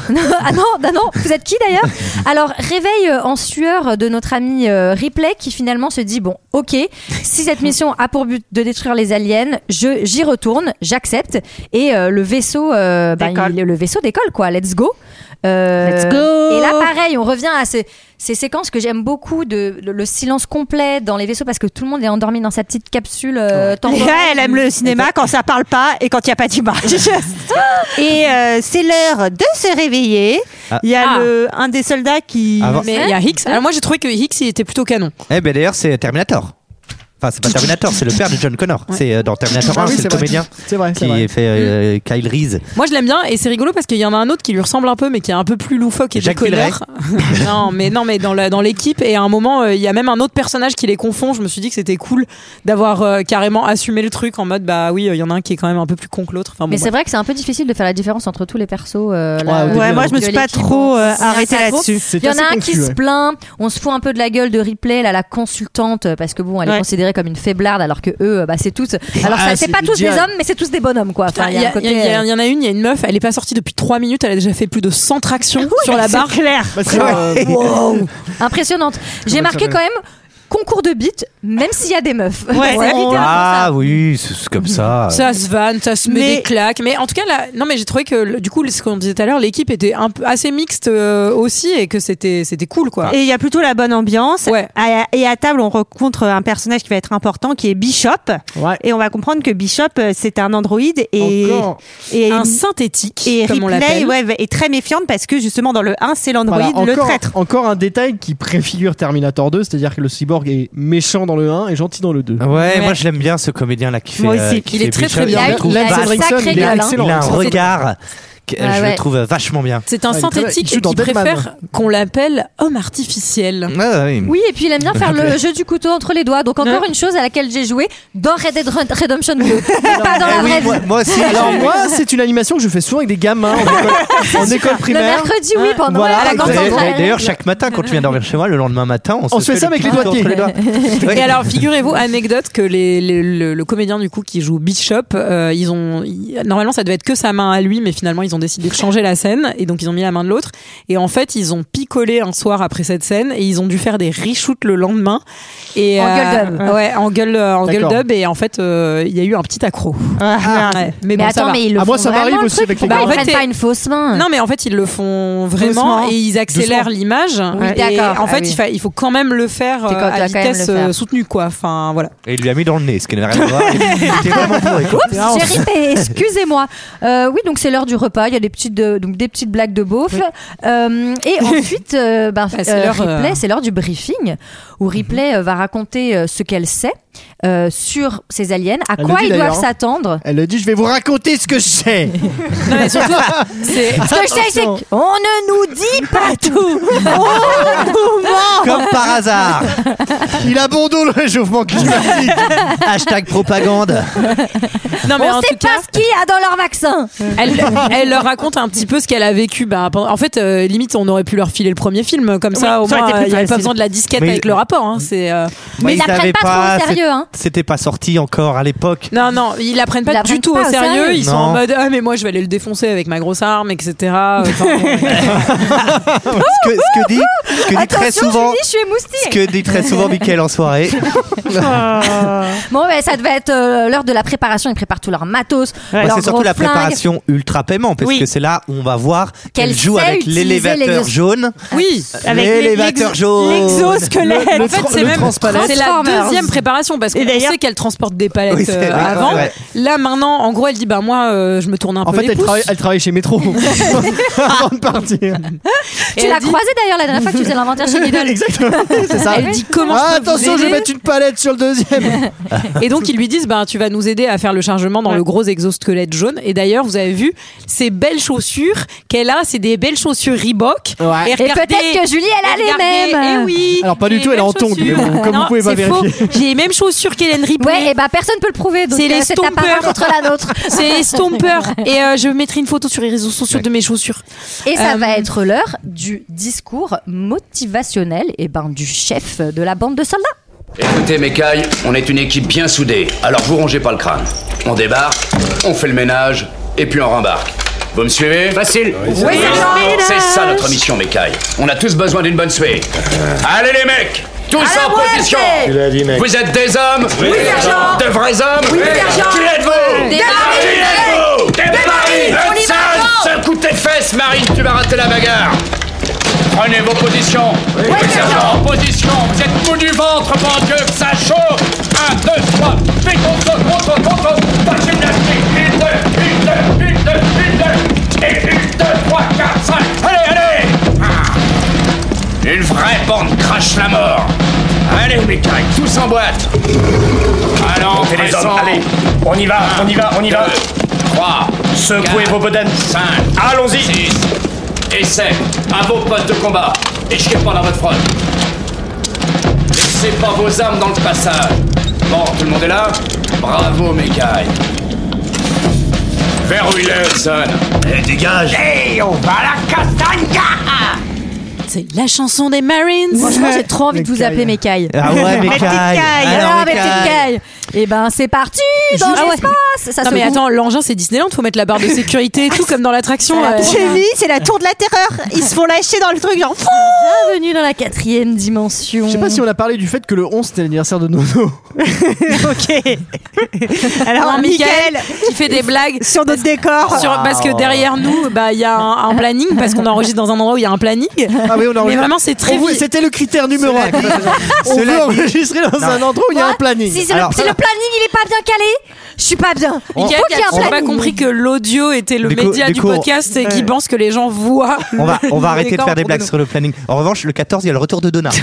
[SPEAKER 1] ah non, non, non, vous êtes qui d'ailleurs Alors, réveil euh, en sueur de notre ami euh, Ripley qui finalement se dit bon, ok, si cette mission a pour but de détruire les aliens, je j'y retourne, j'accepte et euh, le vaisseau, euh, ben,
[SPEAKER 8] Décolle.
[SPEAKER 1] il- le vaisseau décolle quoi. Let's go. Euh,
[SPEAKER 8] Let's go.
[SPEAKER 1] Et là, pareil, on revient à ces ces séquences que j'aime beaucoup de le, le silence complet dans les vaisseaux parce que tout le monde est endormi dans sa petite capsule euh, temporelle.
[SPEAKER 8] Léa, elle aime le cinéma quand ça parle pas et quand il n'y a pas d'image. et euh, c'est l'heure de se réveiller.
[SPEAKER 9] Ah.
[SPEAKER 8] Il y a
[SPEAKER 7] Ah.
[SPEAKER 8] le- un des soldats qui.
[SPEAKER 9] Avant-
[SPEAKER 7] Mais il y a Hicks. Alors moi j'ai trouvé que Hicks il était plutôt canon.
[SPEAKER 9] Eh ben d'ailleurs, c'est Terminator. Enfin, c'est pas Terminator, c'est le père de John Connor. C'est euh, dans Terminator 1,
[SPEAKER 6] Ah oui,
[SPEAKER 9] c'est le
[SPEAKER 6] vrai.
[SPEAKER 9] comédien
[SPEAKER 6] C'est vrai, c'est
[SPEAKER 9] qui
[SPEAKER 6] vrai.
[SPEAKER 9] fait euh, Kyle Reese.
[SPEAKER 7] Moi je l'aime bien et c'est rigolo parce qu'il y en a un autre qui lui ressemble un peu mais qui est un peu plus loufoque et
[SPEAKER 9] Jacques
[SPEAKER 7] déconneur. non mais non mais dans la- dans l'équipe et à un moment euh, il y a même un autre personnage qui les confond. Je me suis dit que c'était cool d'avoir euh, carrément assumé le truc en mode bah oui euh, il y en a un qui est quand même un peu plus con que l'autre. Enfin, bon,
[SPEAKER 1] Mais
[SPEAKER 7] bref.
[SPEAKER 1] c'est vrai que c'est un peu difficile de faire la différence entre tous les persos. euh, là,
[SPEAKER 6] Ouais, au
[SPEAKER 1] euh,
[SPEAKER 8] Ouais,
[SPEAKER 6] début,
[SPEAKER 8] moi je me
[SPEAKER 1] de
[SPEAKER 8] suis pas
[SPEAKER 1] l'équipe.
[SPEAKER 8] trop euh,
[SPEAKER 1] C'est un
[SPEAKER 8] arrêtée
[SPEAKER 1] tas de
[SPEAKER 8] là-dessus.
[SPEAKER 6] C'est
[SPEAKER 1] Il y en
[SPEAKER 6] assez
[SPEAKER 1] a un
[SPEAKER 6] confus,
[SPEAKER 1] qui
[SPEAKER 6] ouais.
[SPEAKER 1] se plaint, on se fout un peu de la gueule de Ripley, là, la consultante, euh, parce que bon, elle
[SPEAKER 8] Ouais.
[SPEAKER 1] est considérée comme une faiblarde, alors que eux, euh, bah, c'est tous. Alors,
[SPEAKER 6] Ah,
[SPEAKER 1] ça, c'est
[SPEAKER 6] c'est
[SPEAKER 1] pas tous des
[SPEAKER 6] direct.
[SPEAKER 1] hommes, mais c'est tous des bonhommes, quoi. Enfin,
[SPEAKER 7] Putain,
[SPEAKER 1] il y a un côté.
[SPEAKER 7] il Ah, y a-
[SPEAKER 1] euh,
[SPEAKER 7] il y en a une, il y a une meuf, elle est pas sortie depuis 3 minutes, elle a déjà fait plus de 100 tractions sur la barre.
[SPEAKER 8] clair.
[SPEAKER 6] Bah, c'est vrai.
[SPEAKER 1] impressionnante. J'ai
[SPEAKER 6] Comment
[SPEAKER 1] marqué
[SPEAKER 6] ça
[SPEAKER 1] quand même concours de beat, même s'il y a des meufs.
[SPEAKER 8] Ouais.
[SPEAKER 1] C'est littéralement
[SPEAKER 9] Ah
[SPEAKER 1] ça.
[SPEAKER 9] oui, c'est c'est comme ça.
[SPEAKER 7] Ça se vanne, ça se met
[SPEAKER 8] Mais-
[SPEAKER 7] des claques. Mais en tout cas, là, non, mais j'ai trouvé que le- du coup, ce qu'on disait tout à l'heure, l'équipe était un peu assez mixte euh, aussi et que c'était c'était cool quoi.
[SPEAKER 8] Et il y a plutôt la bonne ambiance.
[SPEAKER 7] Ouais.
[SPEAKER 8] À- et à table, on rencontre un personnage qui va être important, qui est Bishop.
[SPEAKER 6] Ouais.
[SPEAKER 8] Et on va comprendre que Bishop, euh, c'est un androïde et
[SPEAKER 6] Encore.
[SPEAKER 8] et
[SPEAKER 7] un synthétique,
[SPEAKER 8] et
[SPEAKER 7] comme on l'appelle.
[SPEAKER 8] Ripley ouais, est très méfiante parce que justement dans le 1 c'est
[SPEAKER 6] Voilà,
[SPEAKER 8] l'androïde
[SPEAKER 6] encore,
[SPEAKER 8] le traître.
[SPEAKER 6] encore un détail qui préfigure Terminator 2, c'est-à-dire que le cyborg est méchant dans le 1 et gentil dans le 2.
[SPEAKER 9] Ouais, moi je l'aime bien ce comédien là qui fait. euh,
[SPEAKER 8] Moi aussi.
[SPEAKER 9] qui
[SPEAKER 7] Il est
[SPEAKER 9] fait
[SPEAKER 7] très,
[SPEAKER 9] Bishop.
[SPEAKER 7] très bien.
[SPEAKER 9] Je
[SPEAKER 1] Il
[SPEAKER 9] le
[SPEAKER 1] a-
[SPEAKER 9] trouve
[SPEAKER 1] il a-
[SPEAKER 9] vache-
[SPEAKER 1] une sacrée
[SPEAKER 6] il est
[SPEAKER 1] gueule, hein.
[SPEAKER 9] il
[SPEAKER 6] excellent.
[SPEAKER 9] a un
[SPEAKER 6] Ça, c'est-
[SPEAKER 9] regard. que euh,
[SPEAKER 1] Ouais,
[SPEAKER 9] je le
[SPEAKER 1] ouais.
[SPEAKER 9] trouve vachement bien.
[SPEAKER 7] C'est un
[SPEAKER 6] Ah, il est très- il
[SPEAKER 7] synthétique
[SPEAKER 6] joue
[SPEAKER 7] et
[SPEAKER 6] dans
[SPEAKER 7] qui
[SPEAKER 6] Deadman. hein.
[SPEAKER 7] préfère qu'on l'appelle homme artificiel.
[SPEAKER 9] Ah, oui.
[SPEAKER 1] Oui, et puis il aime bien faire le jeu du couteau entre les doigts. Donc, encore une chose à laquelle j'ai joué dans Red Dead Red- Redemption 2. pas dans
[SPEAKER 9] Eh
[SPEAKER 1] la
[SPEAKER 9] oui,
[SPEAKER 1] vraie vie.
[SPEAKER 9] moi, moi aussi.
[SPEAKER 6] Alors moi, c'est une animation que je fais souvent avec des gamins en école, en école
[SPEAKER 1] Le
[SPEAKER 6] primaire.
[SPEAKER 1] mercredi, oui, pendant
[SPEAKER 6] Voilà,
[SPEAKER 1] la grande
[SPEAKER 9] D'ailleurs-
[SPEAKER 1] centrale.
[SPEAKER 9] D'ailleurs, chaque matin, quand tu viens dormir chez moi, le lendemain matin, on,
[SPEAKER 6] On
[SPEAKER 9] se
[SPEAKER 6] se fait ça
[SPEAKER 9] le
[SPEAKER 6] avec
[SPEAKER 9] petit
[SPEAKER 6] les doigts
[SPEAKER 9] entre
[SPEAKER 6] de pied.
[SPEAKER 9] doigts. Ouais.
[SPEAKER 7] Et alors, figurez-vous, anecdote que les, les- le, le comédien du coup qui joue Bishop, euh, ils ont il- normalement ça devait être que sa main à lui, mais finalement ils ont décidé de changer la scène et donc ils ont mis la main de l'autre. Et en fait, ils ont picolé un soir après cette scène et ils ont dû faire des reshoots le lendemain. Et,
[SPEAKER 1] En
[SPEAKER 7] euh,
[SPEAKER 1] gueule d'homme.
[SPEAKER 7] Ouais, en gueule, euh, en gueule
[SPEAKER 6] D'accord.
[SPEAKER 7] d'homme. Et en fait, euh, il y a eu un petit accro. Ouais, mais
[SPEAKER 1] Ah. Mais
[SPEAKER 7] bon, ça
[SPEAKER 1] attends,
[SPEAKER 7] va.
[SPEAKER 1] mais ils le
[SPEAKER 6] Ah, moi,
[SPEAKER 1] font
[SPEAKER 6] ça m'arrive
[SPEAKER 1] vraiment, le
[SPEAKER 6] aussi
[SPEAKER 1] truc.
[SPEAKER 6] avec les
[SPEAKER 1] Bah,
[SPEAKER 7] gamins.
[SPEAKER 1] Ils
[SPEAKER 7] En fait,
[SPEAKER 1] prennent pas
[SPEAKER 7] t'es-
[SPEAKER 1] une fausse main.
[SPEAKER 7] Non, mais en fait, ils le font vraiment
[SPEAKER 6] Doucement.
[SPEAKER 7] et ils accélèrent l'image.
[SPEAKER 1] Oui,
[SPEAKER 7] et
[SPEAKER 1] d'accord.
[SPEAKER 7] en fait,
[SPEAKER 1] Ah oui.
[SPEAKER 7] il, fa- il faut quand même le faire
[SPEAKER 1] C'est quand-
[SPEAKER 7] euh, à
[SPEAKER 1] dois quand même
[SPEAKER 7] vitesse
[SPEAKER 1] le faire.
[SPEAKER 7] euh, soutenue, quoi. Enfin, voilà.
[SPEAKER 9] Et il lui a mis dans le nez, ce qui n'avait rien à voir. Il était vraiment bourré, quoi.
[SPEAKER 1] Oups, j'ai ripé, excusez-moi. Euh, oui, donc c'est l'heure du repas. Il y a des petites, de- donc des petites blagues de beauf. Euh, et ensuite, euh, ben,
[SPEAKER 7] Bah, c'est
[SPEAKER 1] euh,
[SPEAKER 7] l'heure, euh,
[SPEAKER 1] Ripley, c'est l'heure du briefing où Ripley euh, va raconter euh, ce qu'elle sait euh, sur ces aliens, à
[SPEAKER 6] Elle
[SPEAKER 1] quoi
[SPEAKER 6] le dit
[SPEAKER 1] ils doivent
[SPEAKER 6] d'ailleurs, hein.
[SPEAKER 1] s'attendre.
[SPEAKER 6] Elle a dit, je vais vous raconter ce que je sais.
[SPEAKER 7] Non, mais surtout, c'est.
[SPEAKER 1] Ce que je sais, c'est qu'on ne nous dit pas tout.
[SPEAKER 9] Comme par hasard.
[SPEAKER 6] Il a bon dos le réchauffement climatique.
[SPEAKER 9] Hashtag propagande.
[SPEAKER 7] Non, mais
[SPEAKER 1] On
[SPEAKER 7] en
[SPEAKER 1] sait
[SPEAKER 7] tout
[SPEAKER 1] pas
[SPEAKER 7] cas,
[SPEAKER 1] ce qu'il y a dans leur vaccin.
[SPEAKER 7] elle, elle leur raconte un petit peu ce qu'elle a vécu. Bah, pendant- en fait, euh, limite, on aurait pu leur filer le premier film, comme ça,
[SPEAKER 8] Oui,
[SPEAKER 7] au
[SPEAKER 8] ça
[SPEAKER 7] moins,
[SPEAKER 8] aurait été
[SPEAKER 7] euh,
[SPEAKER 8] plus
[SPEAKER 7] il n'y avait pas
[SPEAKER 8] facile.
[SPEAKER 7] besoin de la disquette
[SPEAKER 9] Mais-
[SPEAKER 7] avec le rapport. hein, c'est, euh,
[SPEAKER 1] Mais ils la prennent
[SPEAKER 9] l'avaient
[SPEAKER 1] pas trop au
[SPEAKER 9] c'est-
[SPEAKER 1] sérieux, hein.
[SPEAKER 9] C'était pas sorti encore à l'époque.
[SPEAKER 7] Non, non, ils la prennent
[SPEAKER 1] Ils
[SPEAKER 7] pas
[SPEAKER 1] la
[SPEAKER 7] du
[SPEAKER 1] prennent
[SPEAKER 7] tout
[SPEAKER 1] pas
[SPEAKER 7] au
[SPEAKER 1] au
[SPEAKER 7] sérieux.
[SPEAKER 1] sérieux.
[SPEAKER 7] Ils sont en
[SPEAKER 9] Non.
[SPEAKER 7] mode Ah, mais moi, je vais aller le défoncer avec ma grosse arme, etc. Enfin, bon, ouais.
[SPEAKER 9] Ce que, ce que dit, ce que dit très
[SPEAKER 1] Attention,
[SPEAKER 9] souvent.
[SPEAKER 1] Julie, je suis émoustillée.
[SPEAKER 9] Ce que dit très souvent Mickaël en soirée.
[SPEAKER 6] Ah.
[SPEAKER 1] Bon, ben, ça devait être euh, l'heure de la préparation. Ils préparent tout leur matos.
[SPEAKER 9] Bah,
[SPEAKER 1] leur
[SPEAKER 9] c'est surtout
[SPEAKER 1] gros
[SPEAKER 9] la
[SPEAKER 1] flingue.
[SPEAKER 9] préparation ultra paiement, parce
[SPEAKER 8] Oui.
[SPEAKER 9] que c'est là où on va voir qu'elle
[SPEAKER 1] Qu'elle
[SPEAKER 9] joue
[SPEAKER 1] sait
[SPEAKER 9] avec
[SPEAKER 1] utiliser
[SPEAKER 9] l'élévateur
[SPEAKER 1] les-
[SPEAKER 9] jaune.
[SPEAKER 7] oui.
[SPEAKER 8] Avec
[SPEAKER 9] L'élévateur
[SPEAKER 8] l'ex-
[SPEAKER 9] jaune.
[SPEAKER 8] L'exosquelette.
[SPEAKER 6] Le-
[SPEAKER 7] En fait,
[SPEAKER 6] tra-
[SPEAKER 7] c'est
[SPEAKER 6] le
[SPEAKER 7] même
[SPEAKER 6] transpalette.
[SPEAKER 7] c'est la
[SPEAKER 1] Transformers.
[SPEAKER 7] deuxième préparation parce qu'on
[SPEAKER 8] Et d'ailleurs-
[SPEAKER 7] sait qu'elle transporte des palettes
[SPEAKER 9] Oui, c'est
[SPEAKER 7] euh,
[SPEAKER 9] vrai,
[SPEAKER 7] avant.
[SPEAKER 9] ouais, ouais.
[SPEAKER 7] Là maintenant, en gros, elle dit bah moi, euh, je me tourne un
[SPEAKER 6] En
[SPEAKER 7] peu
[SPEAKER 6] fait,
[SPEAKER 7] les
[SPEAKER 6] elle
[SPEAKER 7] pouces.
[SPEAKER 6] travaille, elle travaille chez Métro avant de partir.
[SPEAKER 7] Et
[SPEAKER 1] Tu
[SPEAKER 7] elle
[SPEAKER 1] l'as
[SPEAKER 7] dit-
[SPEAKER 1] croisée d'ailleurs la dernière fois que tu faisais l'inventaire chez Lidl.
[SPEAKER 6] Exactement, c'est ça.
[SPEAKER 7] Elle dit comment
[SPEAKER 6] Ah,
[SPEAKER 7] je peux vous
[SPEAKER 6] attention, je vais
[SPEAKER 7] aider
[SPEAKER 6] mettre une palette sur le deuxième.
[SPEAKER 7] Et donc ils lui disent bah tu vas nous aider à faire le chargement dans le gros exosquelette jaune. Et d'ailleurs vous avez vu ces belles chaussures qu'elle a, c'est des belles chaussures Reebok.
[SPEAKER 6] Ouais.
[SPEAKER 1] Et peut-être que Julie, elle a les mêmes.
[SPEAKER 7] Et Eh oui.
[SPEAKER 6] Alors, pas du
[SPEAKER 7] les
[SPEAKER 6] tout, elle est
[SPEAKER 7] mêmes
[SPEAKER 6] en tongs, mais
[SPEAKER 7] chaussures.
[SPEAKER 6] bon, comme vous
[SPEAKER 7] Non,
[SPEAKER 6] pouvez pas
[SPEAKER 7] c'est
[SPEAKER 6] vérifier.
[SPEAKER 7] faux. J'ai les mêmes chaussures qu'Hélène Ripley.
[SPEAKER 1] Ouais, et bah personne peut le prouver. Donc
[SPEAKER 7] C'est les
[SPEAKER 1] euh, ta
[SPEAKER 7] stompers.
[SPEAKER 1] parole contre la nôtre.
[SPEAKER 7] C'est les stompers. Et euh, je mettrai une photo sur les réseaux sociaux de mes chaussures.
[SPEAKER 1] Et ça
[SPEAKER 7] Euh,
[SPEAKER 1] va être l'heure du discours motivationnel et ben du chef de la bande de soldats.
[SPEAKER 2] Écoutez, mes cailles, on est une équipe bien soudée, alors vous rongez pas le crâne. On débarque, on fait le ménage, et puis on rembarque. Vous me suivez Facile C'est ça notre mission, mes cailles. On a tous besoin d'une bonne suée. Allez, les mecs tous en position Vous êtes des hommes Oui, sergent De vrais hommes Oui, sergent Qui êtes-vous Des marines Qui êtes-vous Des marines Hudson Secoue tes fesses, Marine, tu vas rater la bagarre Prenez vos positions. Oui, sergent. En position. Vous êtes mou du ventre, mon Dieu, que ça chauffe. Un, deux, trois. Fais contre, contre, contre. Pas de gymnastique. Une, deux, une, deux, une, deux, une, deux. Et une, deux, trois, quatre, cinq. Allez, allez. Ah. Une vraie bande crache la mort. Allez, mes cailles, tous en boîte. Allons,
[SPEAKER 4] Montez les hommes,
[SPEAKER 2] descend.
[SPEAKER 4] allez. On y va, on y va, on y va.
[SPEAKER 2] 3,
[SPEAKER 4] Secouez vos bodaines.
[SPEAKER 2] 5,
[SPEAKER 4] Allons-y.
[SPEAKER 2] 6, et 7. À vos postes de combat. Et chiez pas dans votre front. Laissez pas vos armes dans le passage. Bon, tout le monde est
[SPEAKER 10] Ah,
[SPEAKER 2] là Bravo, mes cailles. Vers Wilson.
[SPEAKER 7] C'est la chanson des Marines.
[SPEAKER 1] Franchement, j'ai trop envie de vous appeler mes cailles.
[SPEAKER 9] Ah ouais, mais caille.
[SPEAKER 8] caille.
[SPEAKER 9] Alors,
[SPEAKER 1] Ah,
[SPEAKER 9] mes
[SPEAKER 1] mes petites cailles.
[SPEAKER 9] cailles.
[SPEAKER 1] Et ben, c'est parti dans
[SPEAKER 7] Ah ouais.
[SPEAKER 1] l'espace. Ça
[SPEAKER 7] Non
[SPEAKER 1] se
[SPEAKER 7] mais
[SPEAKER 1] goûte.
[SPEAKER 7] attends, l'engin c'est Disneyland, faut mettre la barre de sécurité, tout comme dans l'attraction.
[SPEAKER 1] Ah,
[SPEAKER 7] euh.
[SPEAKER 8] J'ai vu, c'est la tour de la terreur. Ils se font lâcher dans le truc, genre. Fou
[SPEAKER 1] Bienvenue dans la quatrième dimension.
[SPEAKER 6] Je sais pas si on a parlé du fait que le 11 c'était l'anniversaire de Nono.
[SPEAKER 8] ok. Alors,
[SPEAKER 7] Alors, Michael
[SPEAKER 8] Michael,
[SPEAKER 7] qui fait des blagues
[SPEAKER 8] sur notre décor.
[SPEAKER 7] sur- parce que derrière nous, bah il y a un, un planning parce qu'on enregistre dans un endroit où il y a un planning.
[SPEAKER 6] Ah oui, on a
[SPEAKER 7] Mais
[SPEAKER 6] enregistré-
[SPEAKER 7] vraiment c'est très
[SPEAKER 6] On voulait-
[SPEAKER 7] vite.
[SPEAKER 6] C'était le critère numéro un.
[SPEAKER 9] Cela dit-
[SPEAKER 6] On
[SPEAKER 9] cela
[SPEAKER 6] veut
[SPEAKER 9] dit-
[SPEAKER 6] enregistrer dans un endroit où il y a un
[SPEAKER 1] Quoi
[SPEAKER 6] planning.
[SPEAKER 1] Si c'est le,
[SPEAKER 9] Alors-
[SPEAKER 1] si le planning, il est pas bien calé, je suis pas bien. Il
[SPEAKER 7] Michael
[SPEAKER 1] faut
[SPEAKER 7] qui
[SPEAKER 1] qu'il y ait
[SPEAKER 7] a
[SPEAKER 1] un
[SPEAKER 7] toujours pas
[SPEAKER 1] planning.
[SPEAKER 7] compris que l'audio était le
[SPEAKER 9] Du coup-
[SPEAKER 7] média
[SPEAKER 9] du
[SPEAKER 7] du
[SPEAKER 9] coup, on-
[SPEAKER 7] podcast et qui pense que les gens voient.
[SPEAKER 9] On va, on va arrêter de
[SPEAKER 7] décor
[SPEAKER 9] faire des
[SPEAKER 7] autour
[SPEAKER 9] blagues
[SPEAKER 7] nous.
[SPEAKER 9] sur le planning. En revanche, le 14, il y a le retour de Donna. Ça,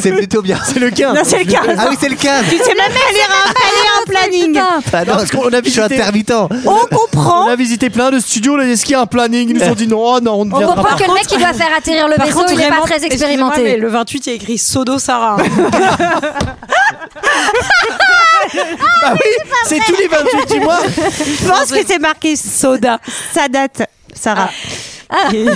[SPEAKER 9] c'est plutôt bien.
[SPEAKER 6] C'est le 15.
[SPEAKER 8] Non, c'est le cas.
[SPEAKER 9] Ah oui, c'est le 15.
[SPEAKER 8] Tu sais même pas lire un, pas lire un planning.
[SPEAKER 1] Putain.
[SPEAKER 9] Ah non,
[SPEAKER 6] parce qu'on a
[SPEAKER 9] je suis
[SPEAKER 6] visité-
[SPEAKER 9] intermittent.
[SPEAKER 8] On
[SPEAKER 6] On
[SPEAKER 8] comprend.
[SPEAKER 6] a visité plein de studios, là, est-ce qu'il y a un planning Ils nous ont dit non, oh non, on ne
[SPEAKER 1] On
[SPEAKER 6] viendra
[SPEAKER 1] comprend
[SPEAKER 6] pas.
[SPEAKER 1] que le mec qui doit faire atterrir le
[SPEAKER 7] Par
[SPEAKER 1] vaisseau,
[SPEAKER 7] contre,
[SPEAKER 1] il est
[SPEAKER 7] vraiment,
[SPEAKER 1] pas très
[SPEAKER 7] excusez-moi, mais
[SPEAKER 1] expérimenté.
[SPEAKER 7] le 28 il y a écrit Sodo Sarah. hein.
[SPEAKER 6] Bah oui, c'est tous les 28 du mois.
[SPEAKER 8] Je pense que c'est marqué
[SPEAKER 7] Soda.
[SPEAKER 8] sa date, Sarah. Qui,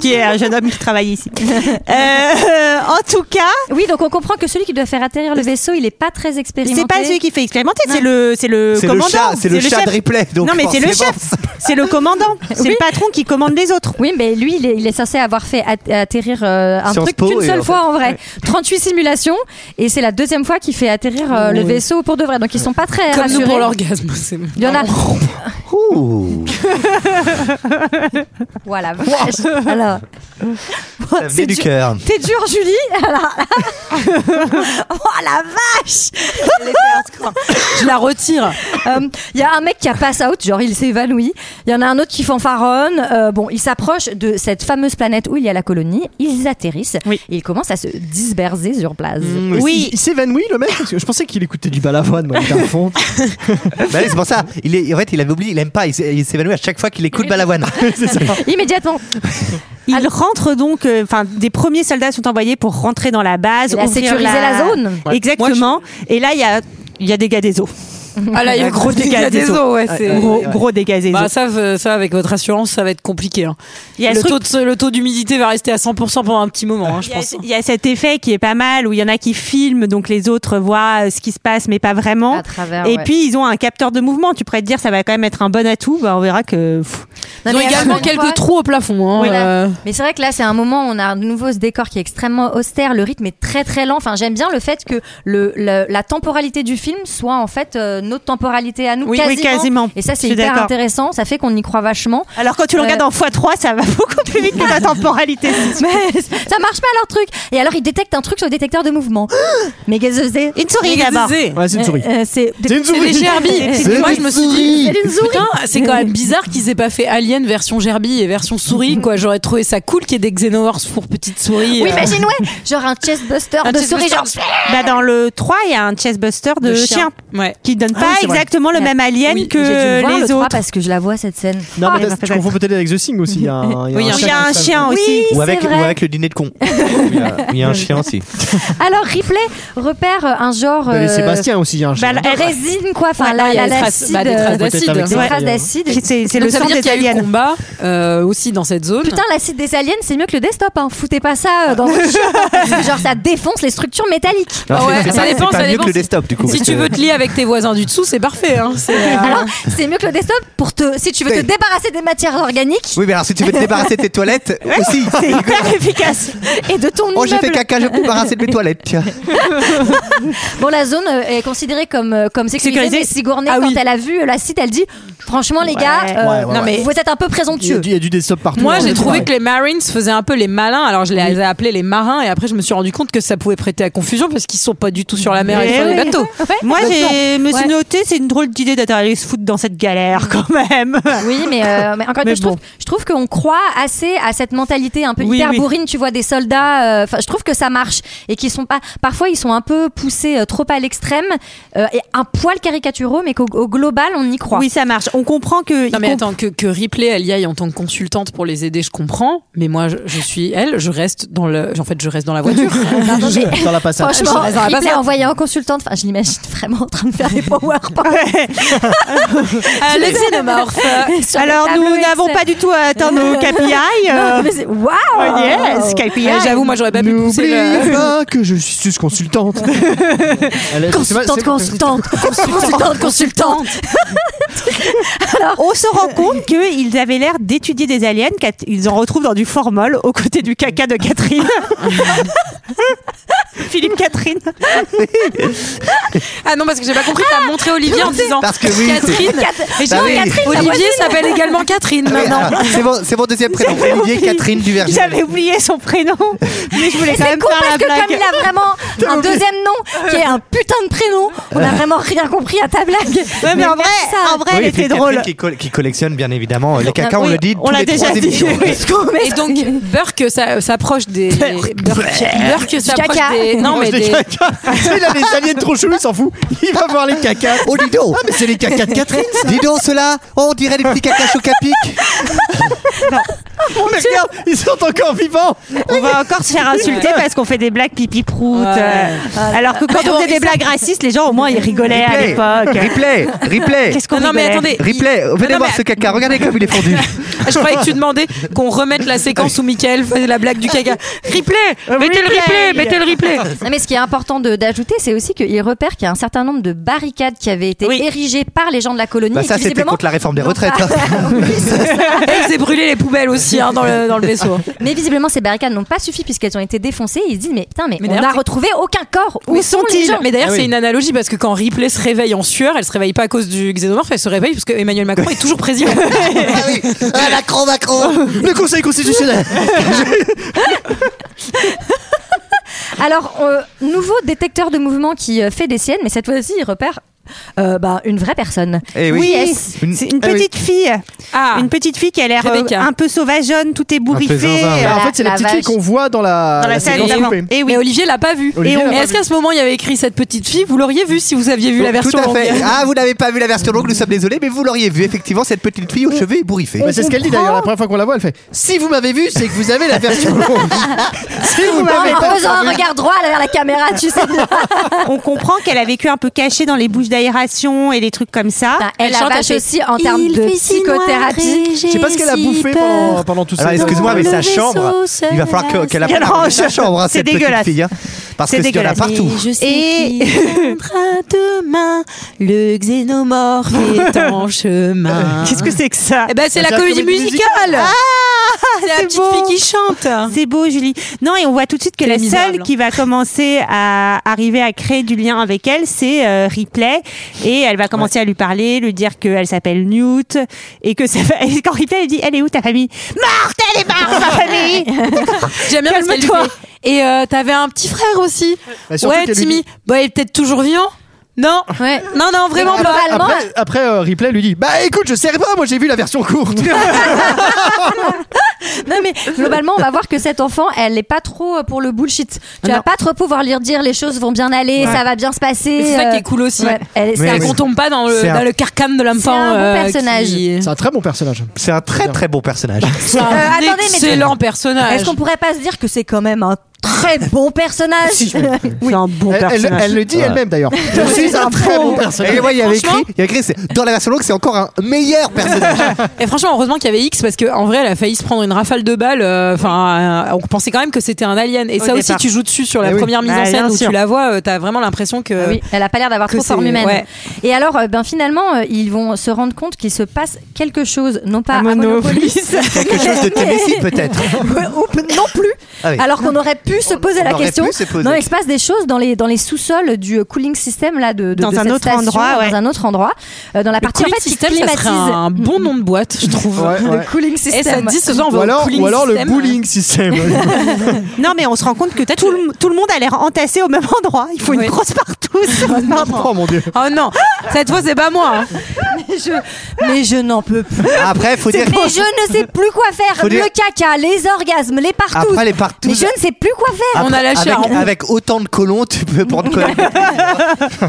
[SPEAKER 8] qui est un jeune homme qui travaille ici. Euh, en tout cas,
[SPEAKER 1] Oui, donc on comprend que celui qui doit faire atterrir le vaisseau, il est pas très expérimenté.
[SPEAKER 8] c'est pas celui qui fait expérimenter, c'est le, c'est le
[SPEAKER 9] C'est le
[SPEAKER 8] commandant.
[SPEAKER 9] chat, c'est le chat de Ripley, donc
[SPEAKER 8] non mais c'est le
[SPEAKER 9] forcément,
[SPEAKER 8] chef, c'est le commandant, c'est le patron qui commande les autres.
[SPEAKER 1] Oui, mais lui, il est, il est censé avoir fait at- atterrir euh, un
[SPEAKER 9] Sciences
[SPEAKER 1] truc
[SPEAKER 9] Po,
[SPEAKER 1] qu'une
[SPEAKER 9] et en
[SPEAKER 1] seule
[SPEAKER 9] fait-
[SPEAKER 1] fois en vrai. 38 simulations, et c'est la deuxième fois qu'il fait atterrir euh, le vaisseau pour de vrai. Donc ils sont pas très
[SPEAKER 7] Comme nous
[SPEAKER 1] rassurés.
[SPEAKER 7] pour l'orgasme. c'est-
[SPEAKER 1] Il y en a. voilà. vache. Alors,
[SPEAKER 9] Ça venait du cœur.
[SPEAKER 1] t'es dur, Julie. Alors, oh la vache.
[SPEAKER 7] Je la retire.
[SPEAKER 1] Euh, Il y a un mec qui a pass out, genre il s'évanouit. Il y en a un autre qui fanfaronne. Euh, bon, ils s'approchent de cette fameuse planète où il y a la colonie. Ils atterrissent.
[SPEAKER 8] Oui.
[SPEAKER 1] Et ils commencent à se disperser sur place.
[SPEAKER 7] Mm,
[SPEAKER 8] Oui.
[SPEAKER 6] Il, il s'évanouit le mec parce que je pensais qu'il écoutait du balavoine, moi, il était à fond.
[SPEAKER 9] Bah oui, c'est pour ça. Il est, en fait, il avait oublié, il aime pas. Il s'é- il s'évanouit à chaque fois qu'il écoute Balavoine.
[SPEAKER 6] c'est ça.
[SPEAKER 1] Immédiatement.
[SPEAKER 8] Il
[SPEAKER 1] Alors-
[SPEAKER 8] rentre donc, euh, enfin, des premiers soldats sont envoyés pour rentrer dans la base,
[SPEAKER 1] Il a
[SPEAKER 8] ouvrir
[SPEAKER 1] sécurisé la zone.
[SPEAKER 8] Ouais. Exactement. Et là, il y a, il y a des gars des eaux.
[SPEAKER 7] Ah là, il y a gros dégâts des eaux. Ouais, c'est-
[SPEAKER 8] Gros, gros dégâts des eaux.
[SPEAKER 7] Bah, ça, euh, ça, avec votre assurance, ça va être compliqué. hein.
[SPEAKER 8] Il y a
[SPEAKER 7] le,
[SPEAKER 8] ce
[SPEAKER 7] taux
[SPEAKER 8] truc-
[SPEAKER 7] de- le taux d'humidité va rester à 100% pendant un petit moment, hein, je
[SPEAKER 8] il y a-
[SPEAKER 7] pense.
[SPEAKER 8] il y, a cet effet qui est pas mal où il y en a qui filment donc les autres voient euh, ce qui se passe mais pas vraiment.
[SPEAKER 1] À travers,
[SPEAKER 8] et
[SPEAKER 1] ouais.
[SPEAKER 8] puis ils ont un capteur de mouvement. Tu pourrais te dire ça va quand même être un bon atout. Bah, on verra que. pff.
[SPEAKER 7] Ils ont également quelques trous au plafond. hein,
[SPEAKER 1] Voilà.
[SPEAKER 7] euh.
[SPEAKER 1] Mais c'est vrai que là, c'est un moment où on a de nouveau ce décor qui est extrêmement austère, le rythme est très très lent. Enfin, j'aime bien le fait que le, le- la temporalité du film soit en fait euh, notre temporalité à nous.
[SPEAKER 8] Oui, oui,
[SPEAKER 1] quasiment.
[SPEAKER 8] quasiment.
[SPEAKER 1] Et ça, c'est
[SPEAKER 8] Je suis
[SPEAKER 1] hyper
[SPEAKER 8] d'accord.
[SPEAKER 1] intéressant. Ça fait qu'on y croit vachement.
[SPEAKER 8] Alors quand tu le
[SPEAKER 1] Ouais.
[SPEAKER 8] regardes en x3 ça va beaucoup plus vite que la temporalité.
[SPEAKER 1] Mais ça marche pas leur truc. Et alors, ils détectent un truc sur le détecteur de mouvement. Mais gazosé.
[SPEAKER 8] Une souris d'abord.
[SPEAKER 7] Zé.
[SPEAKER 6] Ouais, c'est une souris.
[SPEAKER 1] Euh, c'est
[SPEAKER 6] C'est une
[SPEAKER 7] C'est les
[SPEAKER 6] souris.
[SPEAKER 7] gerbilles.
[SPEAKER 6] C'est
[SPEAKER 7] Moi, je
[SPEAKER 6] des
[SPEAKER 7] me suis dit,
[SPEAKER 6] souris.
[SPEAKER 1] C'est une souris.
[SPEAKER 7] putain, c'est quand même bizarre qu'ils aient pas fait Alien version gerbille et version souris, quoi. J'aurais trouvé ça cool qu'il y ait des Xenomorphs pour petites souris.
[SPEAKER 1] Oui,
[SPEAKER 7] euh.
[SPEAKER 1] imagine, ouais. Genre un chestbuster
[SPEAKER 7] Un
[SPEAKER 1] de
[SPEAKER 7] petit
[SPEAKER 1] souris.
[SPEAKER 7] booster.
[SPEAKER 1] Genre,
[SPEAKER 8] Bah, dans le 3 il y a un chestbuster de,
[SPEAKER 7] De
[SPEAKER 8] chien.
[SPEAKER 7] chien. Ouais.
[SPEAKER 8] qui donne pas
[SPEAKER 6] oui, c'est vrai.
[SPEAKER 8] exactement le
[SPEAKER 1] Ouais.
[SPEAKER 8] même alien
[SPEAKER 7] Oui,
[SPEAKER 8] que
[SPEAKER 1] j'ai dû le voir, le
[SPEAKER 8] les
[SPEAKER 1] 3,
[SPEAKER 8] autres.
[SPEAKER 1] parce que je la vois, cette scène.
[SPEAKER 6] Non,
[SPEAKER 8] Ah,
[SPEAKER 6] mais
[SPEAKER 8] bah,
[SPEAKER 6] t'as- tu confonds peut-être avec The Sing aussi. Il y a un, il y a
[SPEAKER 7] Oui,
[SPEAKER 6] un
[SPEAKER 7] il
[SPEAKER 8] Il y a un
[SPEAKER 6] qui se-
[SPEAKER 8] chien
[SPEAKER 1] Oui,
[SPEAKER 8] aussi.
[SPEAKER 1] c'est
[SPEAKER 9] Ou avec, ou
[SPEAKER 1] vrai.
[SPEAKER 9] avec le dîner de con. il, y a, il y a un chien aussi.
[SPEAKER 1] Alors, Ripley repère euh, un genre.
[SPEAKER 6] Et
[SPEAKER 1] euh,
[SPEAKER 6] Bah, Sébastien aussi, il y a un
[SPEAKER 8] Bah,
[SPEAKER 6] chien.
[SPEAKER 1] de
[SPEAKER 8] elle-
[SPEAKER 1] résine, quoi. Enfin,
[SPEAKER 7] Ouais,
[SPEAKER 1] la,
[SPEAKER 7] il y a
[SPEAKER 1] la,
[SPEAKER 7] des
[SPEAKER 1] la
[SPEAKER 7] traces-
[SPEAKER 1] acide,
[SPEAKER 7] bah, des traces
[SPEAKER 1] euh,
[SPEAKER 6] d'acide.
[SPEAKER 1] des
[SPEAKER 6] Ouais.
[SPEAKER 1] traces d'acide.
[SPEAKER 8] C'est c'est
[SPEAKER 7] Donc,
[SPEAKER 8] le
[SPEAKER 7] ça
[SPEAKER 8] son
[SPEAKER 7] veut dire
[SPEAKER 8] des
[SPEAKER 7] qu'il y a eu
[SPEAKER 8] aliens.
[SPEAKER 7] combat euh, aussi dans cette zone.
[SPEAKER 1] Putain, l'acide des aliens, c'est mieux que le desktop. Hein. Foutez pas ça euh, dans votre champ. Parce que, Genre, ça défonce les structures métalliques.
[SPEAKER 7] Ah ouais,
[SPEAKER 9] C'est
[SPEAKER 7] ça
[SPEAKER 9] pas-
[SPEAKER 7] dépend,
[SPEAKER 9] C'est pas
[SPEAKER 7] ça
[SPEAKER 9] mieux
[SPEAKER 7] dépend
[SPEAKER 9] que le
[SPEAKER 7] si-
[SPEAKER 9] desktop du coup.
[SPEAKER 7] Si
[SPEAKER 9] parce
[SPEAKER 7] tu
[SPEAKER 9] que-
[SPEAKER 7] veux te lier avec tes voisins du dessous, c'est parfait. Hein. C'est, euh,
[SPEAKER 1] Alors, c'est mieux que le desktop pour te. Si tu veux te
[SPEAKER 9] Oui.
[SPEAKER 1] débarrasser des matières organiques
[SPEAKER 9] Oui, mais alors si tu veux te débarrasser de tes toilettes aussi.
[SPEAKER 8] C'est hyper efficace.
[SPEAKER 1] et de ton
[SPEAKER 9] Oh, j'ai fait
[SPEAKER 1] immeuble.
[SPEAKER 9] caca, je vais me débarrasser de mes toilettes. Tiens.
[SPEAKER 1] Bon, la zone euh, est considérée comme, euh, comme sécurisée.
[SPEAKER 8] Sécurisée.
[SPEAKER 1] Mais Sigourney,
[SPEAKER 7] Ah
[SPEAKER 1] quand
[SPEAKER 7] oui.
[SPEAKER 1] elle a vu euh, l'acide, elle dit Franchement, les gars, euh,
[SPEAKER 6] Ouais, ouais,
[SPEAKER 1] non, mais
[SPEAKER 7] ouais.
[SPEAKER 1] vous êtes un peu
[SPEAKER 6] Il y a
[SPEAKER 1] présomptueux.
[SPEAKER 6] du- il y a du desktop partout.
[SPEAKER 7] Moi,
[SPEAKER 6] hein,
[SPEAKER 7] j'ai
[SPEAKER 6] mais
[SPEAKER 7] trouvé
[SPEAKER 6] pareil.
[SPEAKER 7] que les Marines faisaient un peu les malins. Alors, je les ai appelés les marins, et après, je me suis rendu compte que ça pouvait prêter à confusion parce qu'ils sont pas du tout sur la mer, ils
[SPEAKER 8] Eh
[SPEAKER 7] sont sur les
[SPEAKER 8] oui.
[SPEAKER 7] bateaux.
[SPEAKER 8] Moi, j'ai me suis
[SPEAKER 1] Ouais.
[SPEAKER 8] noté, c'est une drôle d'idée d'être allé se foutre dans cette galère quand même.
[SPEAKER 1] Oui, mais, euh, mais encore une fois,
[SPEAKER 7] Mais
[SPEAKER 1] je trouve- je trouve, qu'on croit assez à cette mentalité un peu
[SPEAKER 7] Oui,
[SPEAKER 1] hyper
[SPEAKER 7] oui.
[SPEAKER 1] bourrine, tu vois, des soldats. euh, Enfin, je trouve que ça marche et qu'ils sont pas. Parfois, ils sont un peu poussés euh, trop à l'extrême euh, et un poil caricaturaux, mais qu'au au global, on y croit.
[SPEAKER 8] Oui, ça marche. On comprend que.
[SPEAKER 7] Non,
[SPEAKER 8] il
[SPEAKER 7] mais
[SPEAKER 8] comp-
[SPEAKER 7] attends, que, que Ripley, elle y aille en tant que consultante pour les aider, je comprends. Mais moi, je, je suis elle, je reste dans le. En fait, je reste dans la voiture.
[SPEAKER 1] Pardon, mais-
[SPEAKER 6] hein, Dans la passade.
[SPEAKER 1] Franchement,
[SPEAKER 7] Elles auraient pas
[SPEAKER 1] Ripley
[SPEAKER 7] ça.
[SPEAKER 1] envoyé en consultante. Enfin, je l'imagine vraiment en train de faire des PowerPoint.
[SPEAKER 7] Ah, le xénomorphe.
[SPEAKER 1] sur les
[SPEAKER 8] Alors, nous
[SPEAKER 1] tableaux
[SPEAKER 8] n'avons
[SPEAKER 1] Excel.
[SPEAKER 8] pas du tout atteint nos KPI. euh, Oh,
[SPEAKER 1] Non, mais c'est- Waouh
[SPEAKER 8] yes, KPI.
[SPEAKER 7] Ah, J'avoue, moi, j'aurais pas pu pousser le.
[SPEAKER 6] N'oublie pas que je suis juste consultante. Elle est- c'est pas-
[SPEAKER 1] Consultante,
[SPEAKER 6] c'est-
[SPEAKER 1] consultante, consultante, consultante.
[SPEAKER 8] On se rend compte qu'ils avaient l'air d'étudier des aliens, qu'ils en retrouvent dans du formol aux côtés du caca de Catherine. Philippe Catherine.
[SPEAKER 7] Ah non, parce que j'ai pas compris, t'as montré Olivier en disant.
[SPEAKER 9] Parce que oui, c'est-
[SPEAKER 7] Catherine. Et j'ai
[SPEAKER 9] Bah oui.
[SPEAKER 7] dit, Olivier s'appelle également Catherine maintenant.
[SPEAKER 9] Ah, c'est mon, c'est mon deuxième prénom.
[SPEAKER 8] J'avais
[SPEAKER 9] Olivier
[SPEAKER 8] oublié.
[SPEAKER 9] Catherine Duverger.
[SPEAKER 8] J'avais oublié son prénom, mais je voulais
[SPEAKER 1] Et
[SPEAKER 8] quand
[SPEAKER 1] c'est
[SPEAKER 8] même
[SPEAKER 1] con
[SPEAKER 8] faire
[SPEAKER 1] parce
[SPEAKER 8] la
[SPEAKER 1] que comme
[SPEAKER 8] blague.
[SPEAKER 1] il a vraiment un deuxième nom qui est un putain de prénom, on a vraiment rien compris à ta blague.
[SPEAKER 8] Ouais, mais en vrai,
[SPEAKER 1] merci à-
[SPEAKER 8] en vrai,
[SPEAKER 9] Oui,
[SPEAKER 8] elle
[SPEAKER 9] et puis
[SPEAKER 8] était
[SPEAKER 9] Catherine
[SPEAKER 8] drôle.
[SPEAKER 9] Qui, coll- qui collectionne bien évidemment euh, les cacas, on
[SPEAKER 8] Oui,
[SPEAKER 9] le dit.
[SPEAKER 8] on
[SPEAKER 9] tous
[SPEAKER 8] l'a
[SPEAKER 9] les
[SPEAKER 8] déjà
[SPEAKER 9] trois
[SPEAKER 8] dit.
[SPEAKER 9] émissions.
[SPEAKER 8] oui.
[SPEAKER 7] Et donc Burke ça- s'approche des Burke, Burke s'approche
[SPEAKER 1] caca.
[SPEAKER 7] des non mais
[SPEAKER 6] Mange des
[SPEAKER 7] des
[SPEAKER 6] cacas. Il a des aliens trop chelous, il s'en fout. Il va voir les cacas.
[SPEAKER 9] Oh, dis donc
[SPEAKER 6] Ah, mais c'est les cacas de Catherine.
[SPEAKER 9] Dis donc, ceux-là Oh, on dirait des petits cacas chocapic
[SPEAKER 6] Oh, mais regarde, ils sont encore vivants.
[SPEAKER 8] On va encore se faire insulter parce qu'on fait des blagues pipi prout.
[SPEAKER 7] Ouais. Ah,
[SPEAKER 8] euh, alors que quand on faisait des blagues racistes, les gens au moins ils rigolaient à l'époque.
[SPEAKER 9] Replay Replay
[SPEAKER 8] Qu'est-ce qu'on
[SPEAKER 7] Non, non, mais
[SPEAKER 8] rigolait
[SPEAKER 7] attendez.
[SPEAKER 9] Replay Venez
[SPEAKER 7] Non,
[SPEAKER 9] voir
[SPEAKER 7] mais-
[SPEAKER 9] ce caca, regardez comme il est fondu. Bah,
[SPEAKER 7] Ah, je croyais que tu demandais qu'on remette la séquence où Michael faisait la blague du caca replay mettez le replay mettez le replay
[SPEAKER 1] Non, mais ce qui est important de- d'ajouter, c'est aussi qu'il repère qu'il y a un certain nombre de barricades qui avaient été
[SPEAKER 8] Oui.
[SPEAKER 1] érigées par les gens de la colonie.
[SPEAKER 9] Bah,
[SPEAKER 1] et
[SPEAKER 9] ça,
[SPEAKER 1] qui,
[SPEAKER 9] c'était
[SPEAKER 1] visiblement,
[SPEAKER 9] contre la réforme des retraites. hein.
[SPEAKER 7] elle faisait brûler les poubelles aussi hein, dans, le, dans le vaisseau
[SPEAKER 1] Mais visiblement, ces barricades n'ont pas suffi puisqu'elles ont été défoncées. Ils se disent, mais putain, mais,
[SPEAKER 7] Mais
[SPEAKER 1] on n'a
[SPEAKER 7] d'ailleurs,
[SPEAKER 1] retrouvé aucun corps. Où
[SPEAKER 7] Où
[SPEAKER 1] sont les gens
[SPEAKER 7] mais d'ailleurs
[SPEAKER 6] Ah oui.
[SPEAKER 7] c'est une analogie parce que quand Ripley se réveille en sueur elle se réveille pas à cause du xénomorphe elle se réveille parce que Emmanuel Macron est toujours président
[SPEAKER 9] Ah oui Ah, Macron, Macron
[SPEAKER 6] Le Conseil constitutionnel.
[SPEAKER 1] Alors, euh, nouveau détecteur de mouvement qui euh, fait des siennes, mais cette fois-ci, il repère euh, bah, une vraie personne.
[SPEAKER 9] Eh oui.
[SPEAKER 8] Oui,
[SPEAKER 1] Yes.
[SPEAKER 9] Une-
[SPEAKER 8] c'est une
[SPEAKER 9] Ah oui.
[SPEAKER 8] petite fille.
[SPEAKER 7] ah
[SPEAKER 8] Une petite fille qui a l'air euh,
[SPEAKER 7] Rebecca.
[SPEAKER 8] un peu sauvageonne, tout est bourriffé. euh,
[SPEAKER 9] zinzin, ouais.
[SPEAKER 6] en
[SPEAKER 1] la-
[SPEAKER 6] fait, c'est la,
[SPEAKER 1] la
[SPEAKER 6] petite fille
[SPEAKER 1] vache.
[SPEAKER 6] qu'on voit dans la,
[SPEAKER 9] Ah,
[SPEAKER 8] Dans la scène
[SPEAKER 6] séquence
[SPEAKER 8] d'avant.
[SPEAKER 6] coupée.
[SPEAKER 8] Et oui.
[SPEAKER 7] mais Olivier l'a pas vu
[SPEAKER 6] Olivier
[SPEAKER 7] et
[SPEAKER 6] l'a pas
[SPEAKER 7] est-ce qu'à ce moment il y avait écrit cette petite fille vous l'auriez vue si vous aviez vu la version
[SPEAKER 9] Tout à fait.
[SPEAKER 7] longue
[SPEAKER 9] Ah, vous n'avez pas vu la version longue, nous sommes désolés, mais vous l'auriez vu effectivement cette petite fille aux cheveux ébouriffés.
[SPEAKER 6] Bah, c'est ce qu'elle dit d'ailleurs, la première fois qu'on la voit, elle fait Si vous m'avez vu, c'est que vous avez la version longue. si vous
[SPEAKER 1] En,
[SPEAKER 6] m'avez
[SPEAKER 1] en
[SPEAKER 6] pas
[SPEAKER 1] posant un
[SPEAKER 6] vu.
[SPEAKER 1] regard droit vers la caméra, tu sais.
[SPEAKER 8] On comprend qu'elle a vécu un peu cachée dans les bouches d'aération et des trucs comme ça.
[SPEAKER 1] Putain, Bah, Elle,
[SPEAKER 7] Elle chante,
[SPEAKER 1] la vache
[SPEAKER 7] elle
[SPEAKER 1] aussi en termes de psychothérapie.
[SPEAKER 6] Je sais pas ce qu'elle a bouffé pendant, pendant tout ça.
[SPEAKER 9] Alors excuse-moi, avec sa chambre, il va falloir que- qu'elle apprenne à
[SPEAKER 8] Quelle
[SPEAKER 9] ranger sa
[SPEAKER 8] range.
[SPEAKER 9] chambre, hein,
[SPEAKER 8] C'est
[SPEAKER 9] cette petite
[SPEAKER 8] dégueulasse.
[SPEAKER 9] fille. hein. Parce
[SPEAKER 8] C'est
[SPEAKER 9] que qu'il y en a
[SPEAKER 8] dégueulasse.
[SPEAKER 9] partout.
[SPEAKER 8] Et-
[SPEAKER 7] demain, le xénomorphe est en chemin.
[SPEAKER 8] Qu'est-ce que c'est que ça Ah,
[SPEAKER 7] Eh ben, c'est
[SPEAKER 6] Bah,
[SPEAKER 7] la, comédie, musicale. c'est la
[SPEAKER 8] c'est
[SPEAKER 7] petite
[SPEAKER 8] beau.
[SPEAKER 7] fille qui chante.
[SPEAKER 8] C'est beau, Julie. Non, et on voit tout de suite que
[SPEAKER 7] Quel
[SPEAKER 8] la
[SPEAKER 7] misérable.
[SPEAKER 8] seule qui va commencer à arriver à créer du lien avec elle, c'est euh, Ripley. Et elle va commencer à lui parler, lui dire qu'elle s'appelle Newt. Et que ça va... et quand Ripley, elle dit Elle est où ta famille Morte, elle est morte, ma famille
[SPEAKER 7] J'aime bien parce qu'elle lui
[SPEAKER 8] Calme-toi.
[SPEAKER 7] fait, Et euh, t'avais un petit frère aussi.
[SPEAKER 6] Bah, surtout
[SPEAKER 7] ouais,
[SPEAKER 6] qu'elle lui
[SPEAKER 7] Timmy.
[SPEAKER 6] dit-
[SPEAKER 7] Bah, il est peut-être toujours vivant. Non.
[SPEAKER 1] Ouais.
[SPEAKER 7] Non, non, vraiment
[SPEAKER 1] Mais
[SPEAKER 7] pas.
[SPEAKER 1] globalement,
[SPEAKER 6] Après, après euh, Ripley lui dit Bah écoute, je sais pas, moi j'ai vu la version courte.
[SPEAKER 1] Non mais globalement, on va voir que cet enfant, elle n'est pas trop euh, pour le bullshit. Tu
[SPEAKER 7] Non.
[SPEAKER 1] vas pas trop pouvoir lui dire les choses vont bien aller, ça va bien se passer.
[SPEAKER 7] Et C'est ça qui est
[SPEAKER 1] euh,
[SPEAKER 7] cool aussi.
[SPEAKER 1] ouais, elle- c'est
[SPEAKER 9] Mais
[SPEAKER 1] un
[SPEAKER 7] C'est
[SPEAKER 9] oui.
[SPEAKER 7] qu'on
[SPEAKER 1] compte-
[SPEAKER 7] tombe pas dans le,
[SPEAKER 9] C'est un-
[SPEAKER 7] dans le carcan de l'enfant.
[SPEAKER 1] C'est un bon
[SPEAKER 7] euh,
[SPEAKER 1] personnage.
[SPEAKER 7] qui-
[SPEAKER 6] C'est un très bon personnage.
[SPEAKER 9] C'est un très très bon personnage.
[SPEAKER 7] C'est un
[SPEAKER 1] Euh, attendez, mais-
[SPEAKER 7] excellent personnage.
[SPEAKER 1] Est-ce qu'on pourrait pas se dire que c'est quand même un très bon personnage
[SPEAKER 8] C'est un bon
[SPEAKER 6] Elle, elle- elle le dit
[SPEAKER 9] Ouais.
[SPEAKER 6] elle-même d'ailleurs. Je suis un très bon personnage.
[SPEAKER 9] Et moi, il y avait
[SPEAKER 7] Franchement-
[SPEAKER 9] écrit, il y avait écrit, c'est- dans la version longue, c'est encore un meilleur personnage.
[SPEAKER 7] Et franchement, heureusement qu'il y avait X parce qu'en vrai, elle a failli se prendre une rafale de balles. euh, Enfin, euh, on pensait quand même que c'était un alien. Et
[SPEAKER 8] Au
[SPEAKER 7] ça aussi,
[SPEAKER 8] départ.
[SPEAKER 7] tu joues dessus sur la
[SPEAKER 9] Eh oui.
[SPEAKER 7] première mise
[SPEAKER 8] Bah,
[SPEAKER 7] en scène
[SPEAKER 8] bien
[SPEAKER 7] où
[SPEAKER 8] sûr.
[SPEAKER 7] tu la vois. euh, T'as vraiment l'impression que.
[SPEAKER 1] Ah oui, elle a pas l'air d'avoir
[SPEAKER 7] que
[SPEAKER 1] trop forme
[SPEAKER 7] c'est-
[SPEAKER 1] humaine.
[SPEAKER 7] ouais.
[SPEAKER 1] Et alors, euh, ben finalement, euh, ils vont se rendre compte qu'il se passe quelque chose, non pas à
[SPEAKER 8] À
[SPEAKER 1] Monopolis,
[SPEAKER 8] Monopolis.
[SPEAKER 9] Quelque chose de Tennessee, peut-être.
[SPEAKER 1] ou- non plus,
[SPEAKER 9] Ah oui.
[SPEAKER 1] alors qu'on aurait pu se poser la
[SPEAKER 9] aurait
[SPEAKER 1] question.
[SPEAKER 9] pu se poser.
[SPEAKER 1] Non, il se passe des choses dans les dans les sous-sols du euh, cooling system là de, de-
[SPEAKER 8] Dans
[SPEAKER 1] de
[SPEAKER 8] un
[SPEAKER 1] cette
[SPEAKER 8] autre
[SPEAKER 1] station,
[SPEAKER 8] endroit, ouais.
[SPEAKER 1] dans un autre endroit, euh, dans la partie en fait qui
[SPEAKER 7] système, ça
[SPEAKER 1] climatise.
[SPEAKER 7] serait un bon nom de boîte, je trouve.
[SPEAKER 6] Ouais, ouais.
[SPEAKER 1] Le cooling
[SPEAKER 7] Et ça
[SPEAKER 1] system.
[SPEAKER 7] dit ce soir, on va
[SPEAKER 6] Ou
[SPEAKER 7] au
[SPEAKER 6] alors,
[SPEAKER 7] cooling
[SPEAKER 6] ou alors le
[SPEAKER 7] system.
[SPEAKER 6] bowling system.
[SPEAKER 8] Non, mais on se rend compte que tout le, tout le monde a l'air entassé au même endroit. Il faut
[SPEAKER 7] Oui.
[SPEAKER 8] une grosse partout.
[SPEAKER 6] oh mon dieu.
[SPEAKER 7] Oh non, cette fois c'est pas moi. hein.
[SPEAKER 1] Mais je, mais je n'en peux plus.
[SPEAKER 9] Après, faut dire.
[SPEAKER 1] Mais je ne sais plus quoi faire.
[SPEAKER 9] Faut dire-
[SPEAKER 1] Le caca, les orgasmes, les partous.
[SPEAKER 9] Après les partout.
[SPEAKER 1] Mais je ne sais plus quoi faire.
[SPEAKER 7] On a lâché hein. un
[SPEAKER 9] avec,
[SPEAKER 7] rond.
[SPEAKER 9] avec autant de colons, tu peux prendre quoi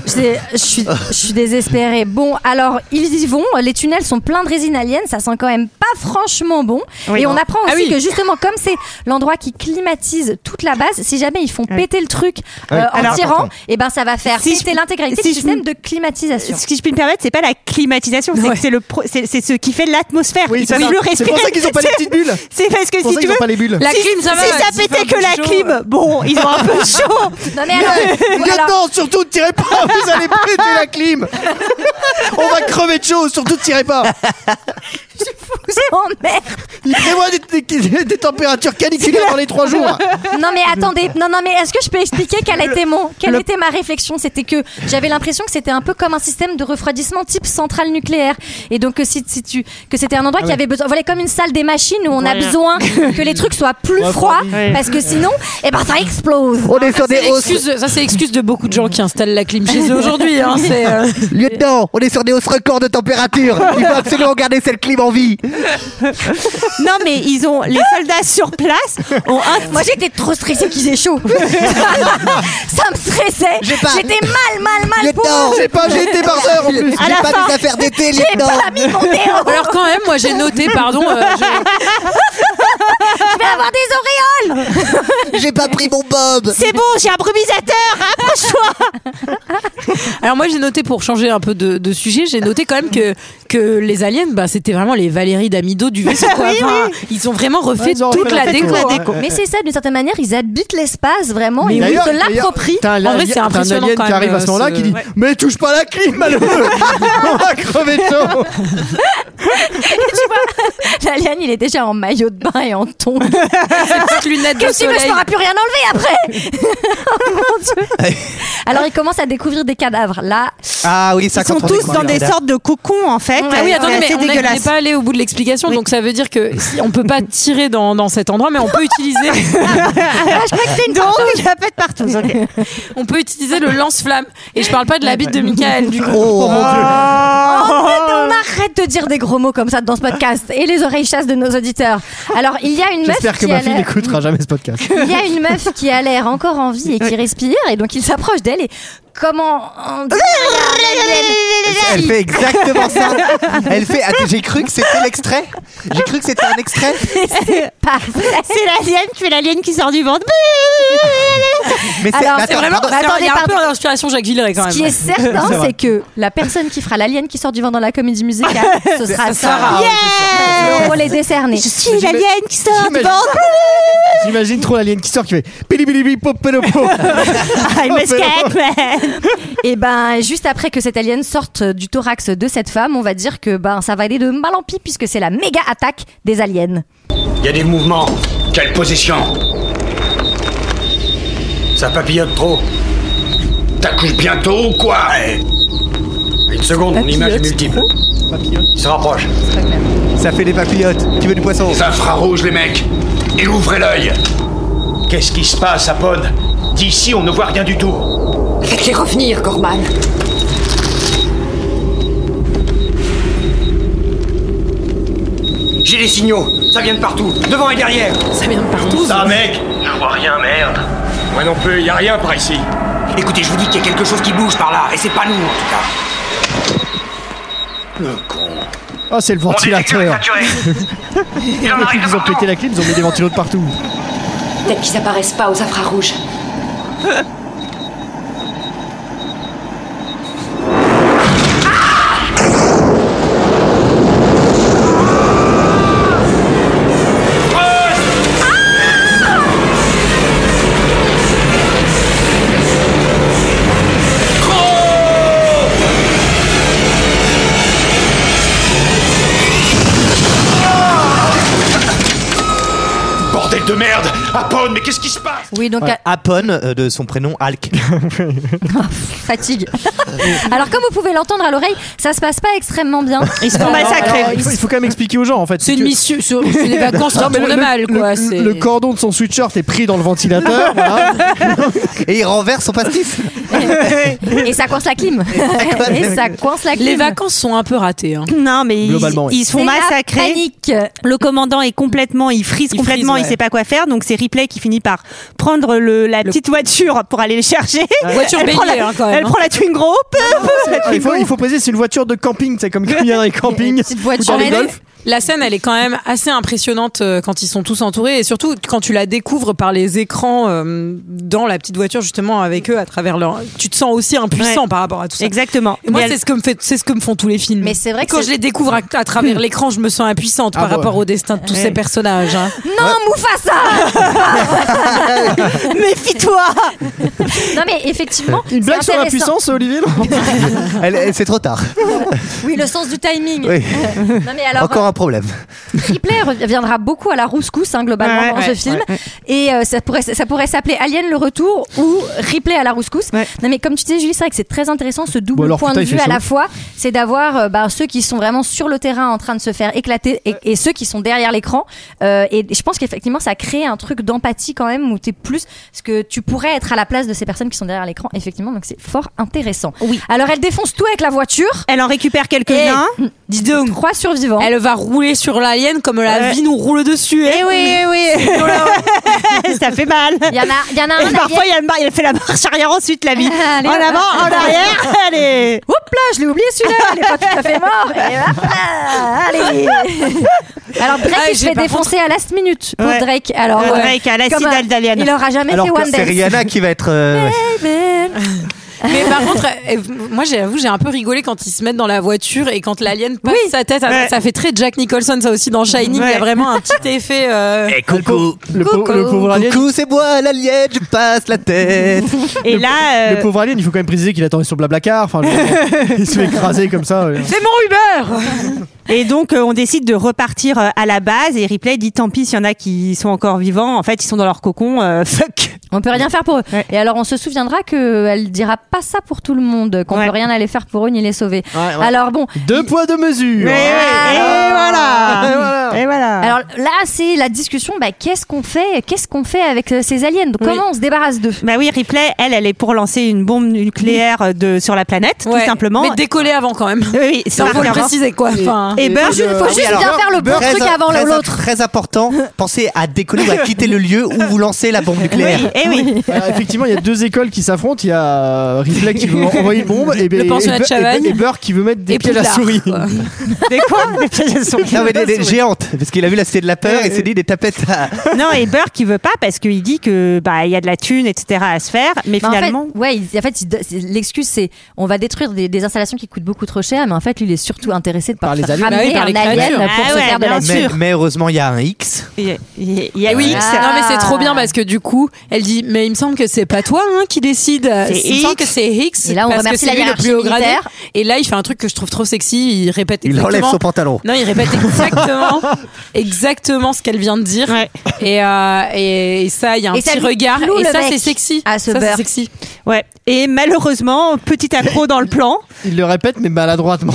[SPEAKER 1] C'est- Je suis, je suis désespérée. Bon, alors ils y vont. Les tunnels sont pleins de résine alien. Ça sent quand même pas franchement bon.
[SPEAKER 8] Oui,
[SPEAKER 1] Et
[SPEAKER 8] non.
[SPEAKER 1] on apprend
[SPEAKER 7] Ah
[SPEAKER 1] aussi
[SPEAKER 7] oui.
[SPEAKER 1] que justement, comme c'est l'endroit qui climatise toute la base, si jamais ils font péter le truc euh, en
[SPEAKER 8] Alors,
[SPEAKER 1] tirant,
[SPEAKER 9] pardon.
[SPEAKER 1] et ben ça va faire
[SPEAKER 8] Si je-
[SPEAKER 1] péter l'intégralité
[SPEAKER 8] si
[SPEAKER 1] du
[SPEAKER 8] je-
[SPEAKER 1] système de climatisation.
[SPEAKER 8] Si je puis me permettre, c'est pas la climatisation, c'est
[SPEAKER 7] Ouais.
[SPEAKER 8] que c'est le pro- c'est c'est ce qui fait l'atmosphère.
[SPEAKER 6] Oui,
[SPEAKER 8] Ils
[SPEAKER 6] c'est
[SPEAKER 8] peuvent
[SPEAKER 6] ça.
[SPEAKER 8] le
[SPEAKER 6] C'est pour
[SPEAKER 8] respirer.
[SPEAKER 6] ça qu'ils ont pas les
[SPEAKER 8] C'est-
[SPEAKER 6] petites bulles.
[SPEAKER 8] C'est parce que
[SPEAKER 6] C'est pour
[SPEAKER 8] si
[SPEAKER 6] ça
[SPEAKER 8] tu
[SPEAKER 6] qu'ils
[SPEAKER 8] veux,
[SPEAKER 6] ont pas les bulles.
[SPEAKER 7] La
[SPEAKER 8] si,
[SPEAKER 7] clim, ça va,
[SPEAKER 8] si ça
[SPEAKER 7] s'il fait un
[SPEAKER 8] pétait
[SPEAKER 7] peu
[SPEAKER 8] que la
[SPEAKER 7] chaud,
[SPEAKER 8] clim, bon, ils ont un peu chaud.
[SPEAKER 1] Non mais alors, alors-
[SPEAKER 6] Lieutenant, surtout tirez pas, vous allez péter la clim. On va crever de chaud, surtout tirez pas.
[SPEAKER 1] Oh, merde.
[SPEAKER 6] Il prévoit des, des- des températures caniculaires dans les trois jours.
[SPEAKER 1] Non mais attendez, non non mais est-ce que je peux expliquer quelle était mon, quelle était ma réflexion C'était que j'avais l'impression que c'était un peu comme un système de refroidissement type centrale nucléaire, et donc que si, si tu, que c'était un endroit
[SPEAKER 6] Ah
[SPEAKER 1] qui avait besoin, voilà comme une salle des machines où on a besoin que les trucs soient plus froids, parce que sinon, eh ben ça explose.
[SPEAKER 6] On est sur
[SPEAKER 7] C'est l'excuse de- ça c'est l'excuse de beaucoup de gens qui installent la clim chez eux aujourd'hui. hein, c'est, euh,
[SPEAKER 6] lieutenant, on est sur des hausses records de température. Il faut absolument garder cette clim en vie.
[SPEAKER 8] Non, mais ils ont les soldats sur place. ont un-
[SPEAKER 1] Moi j'étais trop stressée qu'ils aient chaud. ça me stressait.
[SPEAKER 6] J'ai pas-
[SPEAKER 1] J'étais mal mal mal pour eux.
[SPEAKER 6] j'ai pas, j'ai été bardeur en plus.
[SPEAKER 8] À la pas fin. des
[SPEAKER 6] affaires d'été,
[SPEAKER 1] J'ai pas mis mon déo.
[SPEAKER 7] Alors quand même, moi j'ai noté, pardon, euh, j'ai-
[SPEAKER 1] Je vais avoir des auréoles.
[SPEAKER 6] J'ai pas pris mon bob.
[SPEAKER 8] C'est bon, j'ai un brumisateur. hein. Approche-toi.
[SPEAKER 7] alors moi j'ai noté pour changer un peu de, de sujet, j'ai noté quand même que que les aliens, bah c'était vraiment les Valérie d'Amido du vaisseau. quoi. Enfin, Ils ont vraiment refait
[SPEAKER 6] Ouais, ils ont
[SPEAKER 7] toute
[SPEAKER 6] refait
[SPEAKER 7] la,
[SPEAKER 6] la
[SPEAKER 7] déco.
[SPEAKER 6] déco,
[SPEAKER 7] hein.
[SPEAKER 6] ouais.
[SPEAKER 1] Mais c'est ça, d'une certaine manière, ils habitent l'espace vraiment,
[SPEAKER 7] Mais
[SPEAKER 1] ils
[SPEAKER 6] D'ailleurs,
[SPEAKER 1] se
[SPEAKER 6] d'ailleurs,
[SPEAKER 1] l'approprient.
[SPEAKER 6] T'as un,
[SPEAKER 7] En vrai,
[SPEAKER 6] alien-
[SPEAKER 7] c'est
[SPEAKER 6] t'as un
[SPEAKER 7] impressionnant
[SPEAKER 6] alien
[SPEAKER 7] quand
[SPEAKER 6] qui
[SPEAKER 7] même,
[SPEAKER 6] arrive à
[SPEAKER 7] euh,
[SPEAKER 6] ce moment-là
[SPEAKER 7] ce-
[SPEAKER 6] qui dit
[SPEAKER 7] Ouais.
[SPEAKER 6] Mais touche pas la clim, malheureux On va crever de chaud
[SPEAKER 1] L'alien, il est déjà en maillot de bain et en ton. Qu'est-ce
[SPEAKER 7] Petite lunette de
[SPEAKER 1] que tu veux, je
[SPEAKER 7] soleil.
[SPEAKER 1] t'aurai plus rien enlever après Oh, mon Dieu. Alors, il commence à découvrir des cadavres. Là,
[SPEAKER 9] Ah oui, ça
[SPEAKER 8] Ils sont
[SPEAKER 9] quand on
[SPEAKER 8] tous
[SPEAKER 9] est-
[SPEAKER 8] dans des sortes de cocons, en fait.
[SPEAKER 7] Ah oui, attendez, mais
[SPEAKER 8] c'est
[SPEAKER 7] on a- on n'est
[SPEAKER 8] dégueulasse.
[SPEAKER 7] pas allé au bout de l'explication, donc ça veut dire que si, on peut pas tirer dans, dans cet endroit, mais on peut utiliser,
[SPEAKER 8] Donc, il y a pas de partout. ok.
[SPEAKER 7] on peut utiliser le lance-flamme. Et je parle pas de la bite de Michael, du coup.
[SPEAKER 6] Oh mon dieu
[SPEAKER 1] on arrête de dire des gros mots comme ça dans ce podcast. Et les oreilles chasses de nos auditeurs. Alors, il y a une meuf
[SPEAKER 6] J'espère que
[SPEAKER 1] qui
[SPEAKER 6] ma
[SPEAKER 1] a
[SPEAKER 6] fille
[SPEAKER 1] l'air...
[SPEAKER 6] n'écoutera jamais ce podcast.
[SPEAKER 1] Il y a une meuf qui a l'air encore en vie et qui respire. Et donc, il s'approche d'elle et comment... on dit-
[SPEAKER 9] Elle fait exactement ça. Elle fait. Attends, j'ai cru que c'était l'extrait. J'ai cru que c'était un extrait.
[SPEAKER 1] Pas vrai.
[SPEAKER 8] C'est l'alien, tu es l'alien qui sort du ventre.
[SPEAKER 9] Mais c'est.
[SPEAKER 1] Alors,
[SPEAKER 9] mais
[SPEAKER 1] c'est
[SPEAKER 9] attends,
[SPEAKER 1] vraiment-
[SPEAKER 9] pardon.
[SPEAKER 1] Bah, attendez,
[SPEAKER 7] Bah, il y a un
[SPEAKER 1] pardon.
[SPEAKER 7] peu d'inspiration Jacques Villeray quand
[SPEAKER 1] Ce qui est
[SPEAKER 7] même.
[SPEAKER 1] certain, c'est que la personne qui fera l'alien qui sort du vent dans la comédie musicale, ce sera Sarah. Le rôle est décerné.
[SPEAKER 8] Je suis l'alien qui
[SPEAKER 7] Ah,
[SPEAKER 8] sort du
[SPEAKER 6] J'imagine-
[SPEAKER 8] ventre.
[SPEAKER 6] J'imagine trop l'alien qui sort qui fait Pili pili pili pop pop pop.
[SPEAKER 8] I'm a scatman.
[SPEAKER 1] Et ben, juste après que cette alien sorte du thorax de cette femme, on va dire que ben ça va aller de mal en pis puisque c'est la méga attaque des aliens.
[SPEAKER 4] Il y a des mouvements.
[SPEAKER 2] Quelle position
[SPEAKER 4] Ça papillote trop.
[SPEAKER 2] T'accouches bientôt ou quoi
[SPEAKER 4] Une seconde, mon image est multiple. Il se rapproche.
[SPEAKER 9] Ça fait des papillotes. Tu veux du poisson
[SPEAKER 2] Les infrarouges, les mecs Et ouvrez l'œil
[SPEAKER 4] Qu'est-ce qui se passe, Apod D'ici, on ne voit rien du tout.
[SPEAKER 11] Faites-les revenir, Gorman.
[SPEAKER 4] J'ai des signaux. Ça vient de partout. Devant et derrière.
[SPEAKER 7] Ça vient de partout.
[SPEAKER 4] Ça, mec Je vois rien, merde. Moi non plus, y a rien par ici.
[SPEAKER 3] Écoutez, je vous dis qu'il y a quelque chose qui bouge par là, et c'est pas nous en tout cas.
[SPEAKER 6] Oh, c'est le ventilateur Ils ont pété la clim, ils ont mis des ventilos de partout.
[SPEAKER 11] Peut-être qu'ils apparaissent pas aux infrarouges.
[SPEAKER 2] Bordel
[SPEAKER 10] bordel de merde Apone, mais qu'est-ce qui se passe
[SPEAKER 1] Oui, donc à-
[SPEAKER 9] Apon, euh, de son prénom Alk.
[SPEAKER 1] fatigue. Alors comme vous pouvez l'entendre à l'oreille, ça se passe pas extrêmement bien. Euh,
[SPEAKER 8] Ils se font massacrer.
[SPEAKER 6] Il faut, il faut quand même expliquer aux gens en fait.
[SPEAKER 7] Eh, C'est
[SPEAKER 6] Si
[SPEAKER 7] une
[SPEAKER 6] tu-
[SPEAKER 7] mission sur, sur des vacances, ça
[SPEAKER 6] Non, mais
[SPEAKER 7] tourne mal, quoi.
[SPEAKER 6] le-
[SPEAKER 7] c'est-
[SPEAKER 6] le cordon de son sweatshirt est pris dans le ventilateur. voilà.
[SPEAKER 9] Et il renverse son pastis.
[SPEAKER 1] Et ça coince la clim. Et ça coince la clim.
[SPEAKER 7] Les vacances sont un peu ratées. hein.
[SPEAKER 8] Non, mais ils,
[SPEAKER 6] Globalement, oui.
[SPEAKER 8] ils se font
[SPEAKER 1] C'est la
[SPEAKER 8] massacrer.
[SPEAKER 1] Panique.
[SPEAKER 8] Le commandant est complètement, il frise
[SPEAKER 7] Il
[SPEAKER 8] complètement,
[SPEAKER 7] frise, ouais.
[SPEAKER 8] il sait pas quoi faire. Donc c'est Ripley qui finit par prendre le, la petite voiture pour aller les chercher.
[SPEAKER 7] Voiture
[SPEAKER 8] elle prend
[SPEAKER 7] bélier,
[SPEAKER 8] la,
[SPEAKER 7] hein, quand même,
[SPEAKER 8] elle
[SPEAKER 7] hein.
[SPEAKER 8] prend la Twingo. peu, peu, la
[SPEAKER 6] Ah, il, faut,
[SPEAKER 8] Twingo.
[SPEAKER 6] il faut poser, c'est une voiture de camping, c'est comme qu'il y a dans les campings.
[SPEAKER 1] Petite voiture
[SPEAKER 6] ou dans les
[SPEAKER 1] manuelle.
[SPEAKER 6] golfs.
[SPEAKER 7] La scène, elle est quand même assez impressionnante euh, quand ils sont tous entourés et surtout quand tu la découvres par les écrans euh, dans la petite voiture justement avec eux à travers leur. Tu te sens aussi impuissant
[SPEAKER 8] Ouais.
[SPEAKER 7] par rapport à tout ça.
[SPEAKER 8] Exactement.
[SPEAKER 7] Et moi,
[SPEAKER 8] Mais elle-
[SPEAKER 7] c'est ce que me fait, c'est ce que me font tous les films.
[SPEAKER 1] Mais c'est vrai que
[SPEAKER 7] quand
[SPEAKER 1] c'est-
[SPEAKER 7] je les découvre à, à travers l'écran, je me sens impuissante par
[SPEAKER 6] bon.
[SPEAKER 7] rapport au destin de tous
[SPEAKER 8] Hmm. Ouais.
[SPEAKER 7] ces personnages. hein.
[SPEAKER 1] Non, Mufasa
[SPEAKER 8] Méfie-toi.
[SPEAKER 1] Non mais effectivement,
[SPEAKER 6] Une blague
[SPEAKER 1] c'est
[SPEAKER 6] sur la
[SPEAKER 1] intéressant.
[SPEAKER 6] puissance, Olivier non
[SPEAKER 9] Elle, elle- c'est trop tard.
[SPEAKER 1] Oui, le sens du timing. Euh,
[SPEAKER 9] Oui.
[SPEAKER 1] Non mais alors,
[SPEAKER 9] Encore un problème.
[SPEAKER 1] Ripley reviendra beaucoup à la rouscousse hein, globalement
[SPEAKER 8] Ouais,
[SPEAKER 1] dans ce
[SPEAKER 8] ouais,
[SPEAKER 1] film et euh, ça pourrait ça pourrait s'appeler Alien le retour ou Ripley à la rouscousse.
[SPEAKER 8] Ouais.
[SPEAKER 1] Non mais comme tu disais Julie, c'est vrai que c'est très intéressant ce double
[SPEAKER 6] Bon, alors,
[SPEAKER 1] point
[SPEAKER 6] putain,
[SPEAKER 1] de
[SPEAKER 6] il fait
[SPEAKER 1] vue à
[SPEAKER 6] chaud.
[SPEAKER 1] la fois, c'est d'avoir euh, bah, ceux qui sont vraiment sur le terrain en train de se faire éclater et, et ceux qui sont derrière l'écran Euh, et je pense qu'effectivement ça crée un truc d'empathie quand même où tu es plus parce que tu pourrais être à la place de ces personnes qui sont derrière l'écran effectivement donc c'est fort intéressant.
[SPEAKER 8] Oui.
[SPEAKER 1] Alors elle défonce tout avec la voiture.
[SPEAKER 8] Elle en récupère
[SPEAKER 1] Et
[SPEAKER 7] Eh,
[SPEAKER 8] quelques-uns.
[SPEAKER 7] Dis donc,
[SPEAKER 1] trois survivants.
[SPEAKER 7] elle va rouler sur l'alien comme la
[SPEAKER 8] Ouais.
[SPEAKER 7] vie nous roule dessus. hein.
[SPEAKER 8] eh oui. ça fait mal.
[SPEAKER 1] Il y en a, il y en a un.
[SPEAKER 8] Et parfois, il y a le mar- il fait la marche arrière ensuite, la vie.
[SPEAKER 1] Allez,
[SPEAKER 8] en
[SPEAKER 1] hop.
[SPEAKER 8] avant, en arrière. Allez.
[SPEAKER 1] Oups là, je l'ai oublié celui-là, il est pas tout à fait mort. Et hop, ah, allez. Alors Drake,
[SPEAKER 7] Ah,
[SPEAKER 1] il se
[SPEAKER 7] j'ai
[SPEAKER 1] fait
[SPEAKER 7] par
[SPEAKER 1] défoncer à last minute pour
[SPEAKER 8] Ouais.
[SPEAKER 1] Drake. Alors
[SPEAKER 8] Euh,
[SPEAKER 1] ouais.
[SPEAKER 8] Drake à l'acide
[SPEAKER 1] Comme, euh,
[SPEAKER 8] aldalienne.
[SPEAKER 1] Il aura jamais
[SPEAKER 9] Alors
[SPEAKER 1] fait
[SPEAKER 9] que
[SPEAKER 1] One
[SPEAKER 9] c'est
[SPEAKER 1] Dance.
[SPEAKER 9] Rihanna qui va être. euh, ouais.
[SPEAKER 1] Amen.
[SPEAKER 7] Mais par contre, euh, moi j'avoue, j'ai un peu rigolé quand ils se mettent dans la voiture et quand l'alien passe
[SPEAKER 1] Oui.
[SPEAKER 7] sa tête. Ah,
[SPEAKER 8] Ouais.
[SPEAKER 7] Ça fait très Jack Nicholson, ça aussi dans Shining. Il y
[SPEAKER 8] Ouais.
[SPEAKER 7] a vraiment un petit effet. euh,
[SPEAKER 9] Eh, coucou.
[SPEAKER 6] le, pau- le pauvre alien.
[SPEAKER 9] Coucou, c'est moi, l'alien, je passe la tête.
[SPEAKER 8] Et là, euh,
[SPEAKER 6] Le pauvre alien, il faut quand même préciser qu'il attendait son blablacar. Enfin, je- il se fait écraser comme ça. ouais.
[SPEAKER 7] C'est mon Uber
[SPEAKER 8] Et donc, euh, on décide de repartir euh, à la base. Et Ripley dit tant pis s'il y en a qui sont encore vivants. En fait, ils sont dans leur cocon. euh, fuck.
[SPEAKER 1] On peut rien faire pour eux.
[SPEAKER 8] Ouais.
[SPEAKER 1] Et alors on se souviendra que elle dira pas ça pour tout le monde, qu'on
[SPEAKER 8] Ouais.
[SPEAKER 1] peut rien aller faire pour eux ni les sauver.
[SPEAKER 6] Ouais, ouais.
[SPEAKER 1] Alors bon,
[SPEAKER 6] Deux poids, deux mesures.
[SPEAKER 8] Et, ouais, et voilà.
[SPEAKER 6] Et voilà.
[SPEAKER 1] Eh,
[SPEAKER 8] Et voilà.
[SPEAKER 1] alors là c'est la discussion. Bah qu'est-ce qu'on fait Qu'est-ce qu'on fait avec euh, ces aliens Donc,
[SPEAKER 8] Oui.
[SPEAKER 1] Comment on se débarrasse d'eux
[SPEAKER 8] bah oui, Ripley, elle, elle est pour lancer une bombe nucléaire euh, de, sur la planète,
[SPEAKER 7] Ouais.
[SPEAKER 8] tout simplement.
[SPEAKER 7] Mais décoller avant quand même.
[SPEAKER 8] Oui, oui, c'est
[SPEAKER 7] Ça, faut le
[SPEAKER 8] marquant.
[SPEAKER 7] préciser quoi. Enfin, hein.
[SPEAKER 8] Et Burge,
[SPEAKER 1] Il
[SPEAKER 6] euh,
[SPEAKER 1] faut
[SPEAKER 9] Ah oui,
[SPEAKER 1] juste
[SPEAKER 9] alors,
[SPEAKER 1] bien faire le bon
[SPEAKER 9] Très-
[SPEAKER 1] truc avant
[SPEAKER 9] très-
[SPEAKER 1] l'autre.
[SPEAKER 9] Très important, pensez à décoller ou à quitter le lieu où vous lancez la bombe nucléaire.
[SPEAKER 8] oui, eh oui.
[SPEAKER 6] Alors, euh, effectivement, il y a deux écoles qui s'affrontent. Il y a euh, Ripley qui veut envoyer une bombe et,
[SPEAKER 7] Le
[SPEAKER 6] et,
[SPEAKER 7] pensionnat de
[SPEAKER 6] Bur- et-
[SPEAKER 7] Chavagne.
[SPEAKER 6] et Burke qui veut mettre des
[SPEAKER 7] Et
[SPEAKER 6] pièges à
[SPEAKER 7] Poudlard,
[SPEAKER 6] souris.
[SPEAKER 7] quoi.
[SPEAKER 8] Des quoi Des pièges à souris.
[SPEAKER 9] Non, mais des, des géantes, parce qu'il a vu la cité de la
[SPEAKER 1] Euh,
[SPEAKER 9] peur et s'est dit des tapettes à.
[SPEAKER 8] Non, et Burke, il veut pas parce qu'il dit que bah il y a de la thune, etc. à se faire. Mais
[SPEAKER 7] Bah,
[SPEAKER 1] Mais
[SPEAKER 8] finalement,
[SPEAKER 1] en fait, ouais, il- en fait, il do- c'est- l'excuse c'est on va détruire des, des installations qui coûtent beaucoup trop cher, mais en fait, lui, il est surtout intéressé de par,
[SPEAKER 6] Par les
[SPEAKER 1] faire ramener
[SPEAKER 6] aliens.
[SPEAKER 7] Bah oui, par les
[SPEAKER 1] un alien
[SPEAKER 7] créatures.
[SPEAKER 1] pour
[SPEAKER 8] Ah
[SPEAKER 1] se
[SPEAKER 8] ouais,
[SPEAKER 1] faire de
[SPEAKER 8] bien
[SPEAKER 1] la
[SPEAKER 8] sûr.
[SPEAKER 9] Mais, mais heureusement, il y a un X.
[SPEAKER 8] il y a- il y a- il y a
[SPEAKER 7] Eh oui,
[SPEAKER 8] X.
[SPEAKER 1] Ah.
[SPEAKER 7] non mais c'est trop bien parce que du coup, elle dit mais il me semble que c'est pas toi hein, qui décide,
[SPEAKER 8] C'est
[SPEAKER 7] il me semble
[SPEAKER 8] Hicks.
[SPEAKER 7] que c'est Hicks
[SPEAKER 1] Et là, on
[SPEAKER 7] parce que
[SPEAKER 1] remercie
[SPEAKER 7] c'est
[SPEAKER 1] la
[SPEAKER 7] lui le
[SPEAKER 1] hiérarchie
[SPEAKER 7] plus haut gradé.
[SPEAKER 1] militaire.
[SPEAKER 7] Et là, il fait un truc que je trouve trop sexy, il répète
[SPEAKER 9] Il enlève
[SPEAKER 7] exactement-
[SPEAKER 9] son pantalon.
[SPEAKER 7] Non, il répète exactement exactement ce qu'elle vient de dire.
[SPEAKER 8] Ouais.
[SPEAKER 7] Et, euh, et, et ça, il y a un
[SPEAKER 1] Et ça
[SPEAKER 7] petit
[SPEAKER 1] lui
[SPEAKER 7] regard
[SPEAKER 1] cloue
[SPEAKER 7] et
[SPEAKER 1] le
[SPEAKER 7] ça
[SPEAKER 1] bec
[SPEAKER 7] c'est sexy.
[SPEAKER 1] à ce
[SPEAKER 7] ça c'est
[SPEAKER 1] beurre.
[SPEAKER 7] sexy.
[SPEAKER 8] Ouais. Et malheureusement, petit accro dans le plan.
[SPEAKER 6] Il le répète, mais maladroitement.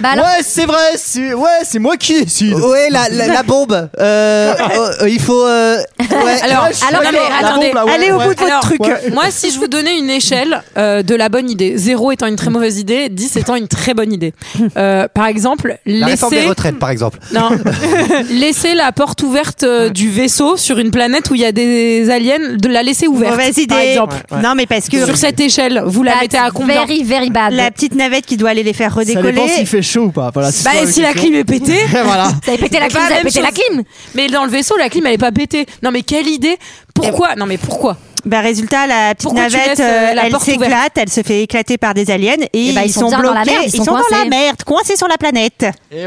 [SPEAKER 1] Bah alors-
[SPEAKER 6] ouais, c'est vrai. c'est- Ouais, c'est moi qui décide.
[SPEAKER 9] Ouais, la, la, la bombe. Euh, euh, euh, il faut. euh, ouais.
[SPEAKER 1] Ah,
[SPEAKER 7] Alors,
[SPEAKER 6] Ouais, je suis
[SPEAKER 7] alors, non,
[SPEAKER 6] d'accord.
[SPEAKER 7] mais
[SPEAKER 6] La
[SPEAKER 7] attendez,
[SPEAKER 6] bombe, là, ouais,
[SPEAKER 8] allez au
[SPEAKER 6] ouais.
[SPEAKER 8] bout de votre
[SPEAKER 7] Alors,
[SPEAKER 8] truc.
[SPEAKER 6] ouais.
[SPEAKER 7] Moi, si je vous donnais une échelle euh, de la bonne idée, 0 étant une très mauvaise idée, 10 étant une très bonne idée. Euh, par exemple,
[SPEAKER 9] La réforme des
[SPEAKER 7] laisser,
[SPEAKER 9] retraites, par exemple.
[SPEAKER 7] non, laisser la porte ouverte euh, du vaisseau sur une planète où il y a des aliens, de la laisser ouverte.
[SPEAKER 8] Mauvaise idée.
[SPEAKER 7] Par exemple,
[SPEAKER 8] Non, mais parce que
[SPEAKER 7] sur cette échelle, vous la
[SPEAKER 1] That's
[SPEAKER 7] mettez à combien
[SPEAKER 1] Very, very bad.
[SPEAKER 8] la petite navette qui doit aller les faire
[SPEAKER 6] Ça dépend s'il
[SPEAKER 8] redécoller.
[SPEAKER 6] fait chaud ou pas. Voilà, c'est
[SPEAKER 7] Bah,
[SPEAKER 6] ça
[SPEAKER 7] et si la
[SPEAKER 6] question.
[SPEAKER 7] clim est pétée
[SPEAKER 6] voilà.
[SPEAKER 1] Vous avez pété la clim,
[SPEAKER 7] C'est pas
[SPEAKER 1] vous
[SPEAKER 7] la
[SPEAKER 1] avez
[SPEAKER 7] même
[SPEAKER 1] pété la
[SPEAKER 7] chose.
[SPEAKER 1] clim.
[SPEAKER 7] Mais dans le vaisseau, la clim, elle est pas pétée. Non, mais quelle idée Pourquoi Non, mais pourquoi
[SPEAKER 8] Bah, résultat, la petite
[SPEAKER 7] Pourquoi tu
[SPEAKER 8] navette,
[SPEAKER 7] laisses, euh,
[SPEAKER 8] euh,
[SPEAKER 7] la
[SPEAKER 8] elle
[SPEAKER 7] porte ouverte Eh ben,
[SPEAKER 8] s'éclate, elle se fait éclater par des aliens et,
[SPEAKER 1] Et bah, ils sont bien dans la
[SPEAKER 8] bloqués.
[SPEAKER 1] merde, ils
[SPEAKER 8] ils
[SPEAKER 1] sont
[SPEAKER 8] sont dans la
[SPEAKER 1] coincés.
[SPEAKER 8] merde, coincés sur la planète.
[SPEAKER 1] Et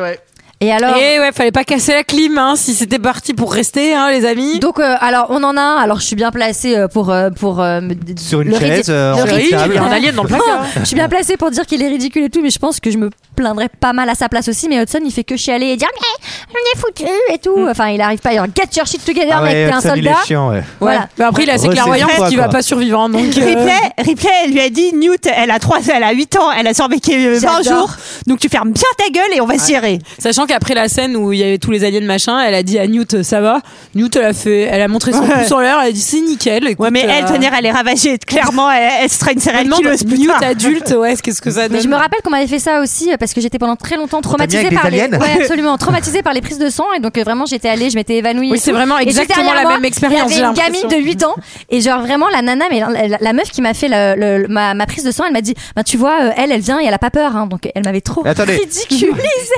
[SPEAKER 1] alors
[SPEAKER 7] Et Eh ouais, fallait pas casser la clim hein, si c'était parti pour rester, hein, les amis.
[SPEAKER 1] Donc, euh, alors, on en a un. Alors, je suis bien placée euh, pour. euh, pour euh, me- d-
[SPEAKER 9] Sur une
[SPEAKER 1] le
[SPEAKER 9] chaise,
[SPEAKER 1] ridi-
[SPEAKER 9] euh,
[SPEAKER 1] le
[SPEAKER 9] en
[SPEAKER 1] ridi-
[SPEAKER 9] ridicule.
[SPEAKER 7] Il y a un alien dans le
[SPEAKER 1] Non,
[SPEAKER 7] placard.
[SPEAKER 1] je suis bien placée pour dire qu'il est ridicule et tout, mais je pense que je me plaindrais pas mal à sa place aussi. Mais Hudson, il fait que chialer et dire Mais on est foutu et tout. Enfin, il arrive pas à dire Get your shit together,
[SPEAKER 9] Ah
[SPEAKER 1] mec,
[SPEAKER 9] ouais,
[SPEAKER 1] t'es un
[SPEAKER 9] Hudson, il est
[SPEAKER 1] soldat.
[SPEAKER 9] chiant, ouais.
[SPEAKER 1] Voilà.
[SPEAKER 7] Mais après, il est
[SPEAKER 9] Re,
[SPEAKER 7] assez
[SPEAKER 9] c'est
[SPEAKER 7] clairvoyant
[SPEAKER 9] toi,
[SPEAKER 7] parce qu'il va
[SPEAKER 9] quoi.
[SPEAKER 7] pas survivre. hein, donc, euh,
[SPEAKER 8] Ripley, Ripley, elle lui a dit Newt, elle a 3, elle a 8 ans, elle a survécu 20
[SPEAKER 1] J'adore.
[SPEAKER 8] jours, donc tu fermes bien ta gueule et on va se gérer.
[SPEAKER 7] Sachant qu'après la scène où il y avait tous les aliens machin, elle a dit à Newt ça va. Newt elle a fait, elle a montré son
[SPEAKER 8] Ouais.
[SPEAKER 7] pouce en l'air, elle a dit c'est nickel. écoute,
[SPEAKER 8] Ouais, mais elle,
[SPEAKER 7] euh,
[SPEAKER 8] tonnerre, elle est ravagée. Clairement, elle, elle serait
[SPEAKER 7] je
[SPEAKER 8] une
[SPEAKER 7] me
[SPEAKER 8] céréale
[SPEAKER 7] demande,
[SPEAKER 8] killeuse plus
[SPEAKER 7] Newt
[SPEAKER 8] tard.
[SPEAKER 7] adulte, ouais, qu'est-ce que ça donne
[SPEAKER 1] Mais je me rappelle qu'on m'avait fait ça aussi euh, parce que j'étais pendant très longtemps
[SPEAKER 9] t'a mis
[SPEAKER 1] traumatisée
[SPEAKER 9] avec des
[SPEAKER 1] par les
[SPEAKER 9] aliens
[SPEAKER 1] ouais, absolument traumatisée par les prises de sang et donc euh, vraiment j'étais allée je m'étais évanouie
[SPEAKER 7] Oui,
[SPEAKER 1] et
[SPEAKER 7] c'est
[SPEAKER 1] tout.
[SPEAKER 7] vraiment
[SPEAKER 1] Et juste
[SPEAKER 7] exactement
[SPEAKER 1] derrière
[SPEAKER 7] la
[SPEAKER 1] moi,
[SPEAKER 7] même expérience,
[SPEAKER 1] il y
[SPEAKER 7] j'ai
[SPEAKER 1] avait une gamine
[SPEAKER 7] l'impression.
[SPEAKER 1] de 8 ans et genre vraiment la nana mais la, la- la meuf qui m'a fait le- le- ma, ma prise de sang elle m'a dit bah tu vois euh, elle elle vient et elle a pas peur hein, donc elle m'avait trop
[SPEAKER 9] Attendez.
[SPEAKER 1] ridiculisée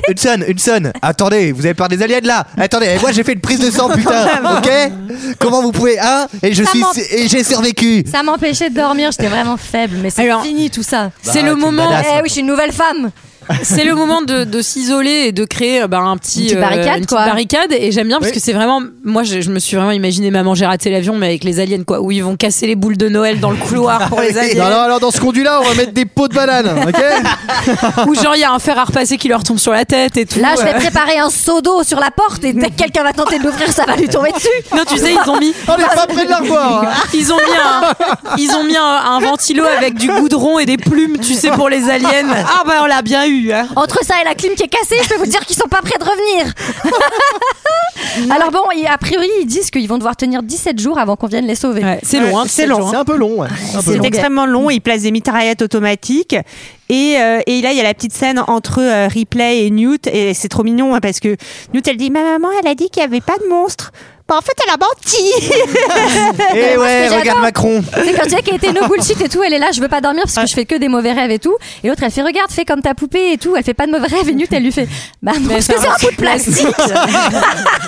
[SPEAKER 9] Hudson, Hudson, attendez, vous avez peur des aliens là Attendez, et moi j'ai fait une prise de sang, putain, ok Comment vous pouvez, hein Et je
[SPEAKER 1] Ça
[SPEAKER 9] suis,
[SPEAKER 1] manque.
[SPEAKER 9] et j'ai survécu
[SPEAKER 1] ça m'empêchait de dormir j'étais vraiment faible mais c'est
[SPEAKER 7] Alors,
[SPEAKER 1] fini tout ça
[SPEAKER 7] C'est
[SPEAKER 9] Bah,
[SPEAKER 7] le
[SPEAKER 9] t'es
[SPEAKER 7] moment,
[SPEAKER 9] badass.
[SPEAKER 1] eh oui je suis une nouvelle femme
[SPEAKER 7] c'est le moment de, de s'isoler et de créer euh, bah, un petit
[SPEAKER 1] Une petite
[SPEAKER 7] euh,
[SPEAKER 1] barricade,
[SPEAKER 7] une petite
[SPEAKER 1] quoi.
[SPEAKER 7] barricade. Et j'aime bien parce que c'est vraiment, moi je, je me suis vraiment imaginé maman j'ai raté l'avion mais avec les aliens quoi, où ils vont casser les boules de Noël dans le couloir pour les
[SPEAKER 6] Non,
[SPEAKER 7] aliens.
[SPEAKER 6] alors, alors dans ce conduit-là, on va mettre des pots de banane, ok
[SPEAKER 7] Ou genre il y a un fer à repasser qui leur tombe sur la tête et tout.
[SPEAKER 1] là je vais préparer un seau d'eau sur la porte et dès que quelqu'un va tenter de l'ouvrir ça va lui tomber dessus
[SPEAKER 7] Non tu sais ils ont mis
[SPEAKER 6] On n'est pas près de l'armoire. hein.
[SPEAKER 7] Ils ont mis un, ils ont mis un, un ventilo avec du goudron et des plumes, tu sais, pour les aliens. Ah bah on l'a bien eu. Hein.
[SPEAKER 1] Entre ça et la clim qui est cassée, je peux vous dire qu'ils sont pas prêts de revenir. Alors bon, et a priori, ils disent qu'ils vont devoir tenir 17 jours avant qu'on vienne les sauver.
[SPEAKER 7] c'est long, hein,
[SPEAKER 8] c'est
[SPEAKER 7] sept
[SPEAKER 8] long.
[SPEAKER 7] jours,
[SPEAKER 6] C'est
[SPEAKER 7] hein.
[SPEAKER 6] un peu long, ouais. Un peu
[SPEAKER 8] C'est
[SPEAKER 6] long.
[SPEAKER 8] extrêmement long. Il place des mitraillettes automatiques. Et, euh, et là, il y a la petite scène entre euh, Ripley et Newt. Et c'est trop mignon hein, parce que Newt, elle dit Ma maman, elle a dit qu'il n'y avait pas de monstre. Bah, en fait, elle a menti.
[SPEAKER 9] Et
[SPEAKER 1] moi, ce
[SPEAKER 9] Eh ouais,
[SPEAKER 1] que j'adore-
[SPEAKER 9] regarde Macron
[SPEAKER 1] C'est quand il y a qui a été no bullshit et tout, elle est là, je veux pas dormir parce que je fais que des mauvais rêves et tout. Et l'autre, elle fait regarde, fais comme ta poupée et tout. Elle fait pas de mauvais rêves et Newt, elle lui fait bah non, parce que c'est un bout de plastique.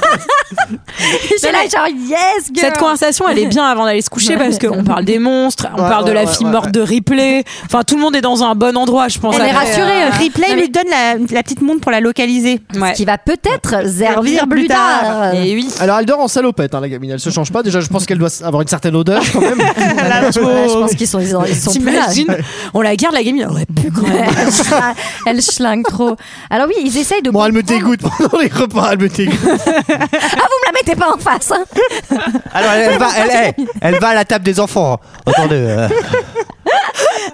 [SPEAKER 1] Et J'ai là genre yes girl.
[SPEAKER 7] hein. Cette conversation, elle est bien avant d'aller se coucher parce qu'on parle des monstres, on
[SPEAKER 6] Ouais,
[SPEAKER 7] parle de
[SPEAKER 6] ouais,
[SPEAKER 7] la
[SPEAKER 6] ouais,
[SPEAKER 7] fille
[SPEAKER 6] ouais,
[SPEAKER 7] morte
[SPEAKER 6] ouais.
[SPEAKER 7] de Ripley. Enfin, tout le monde est dans un bon endroit, je pense.
[SPEAKER 1] Elle est
[SPEAKER 7] après.
[SPEAKER 1] rassurée. euh,
[SPEAKER 8] Ripley lui donne la, la petite montre pour la localiser.
[SPEAKER 7] hein. Ouais.
[SPEAKER 1] Qui va peut-être servir plus tard.
[SPEAKER 7] Et oui.
[SPEAKER 6] Alors elle dort en salopette, hein, la gamine. Elle se change pas. Déjà, je pense qu'elle doit avoir une certaine odeur quand même.
[SPEAKER 1] Voilà, bah, je pense qu'ils sont, ils ont- ils sont plus là.
[SPEAKER 7] T'imagines On la garde, la gamine. Ouais, plus quand même.
[SPEAKER 1] elle, schlingue, elle schlingue trop. Alors oui, ils essayent de.
[SPEAKER 6] Bon, elle me
[SPEAKER 1] comprendre.
[SPEAKER 6] dégoûte pendant les repas. Elle me dégoûte.
[SPEAKER 1] Ah, vous me la mettez pas en face. hein.
[SPEAKER 9] Alors elle, va, elle, elle- elle va à la table des enfants, hein. attendez. euh,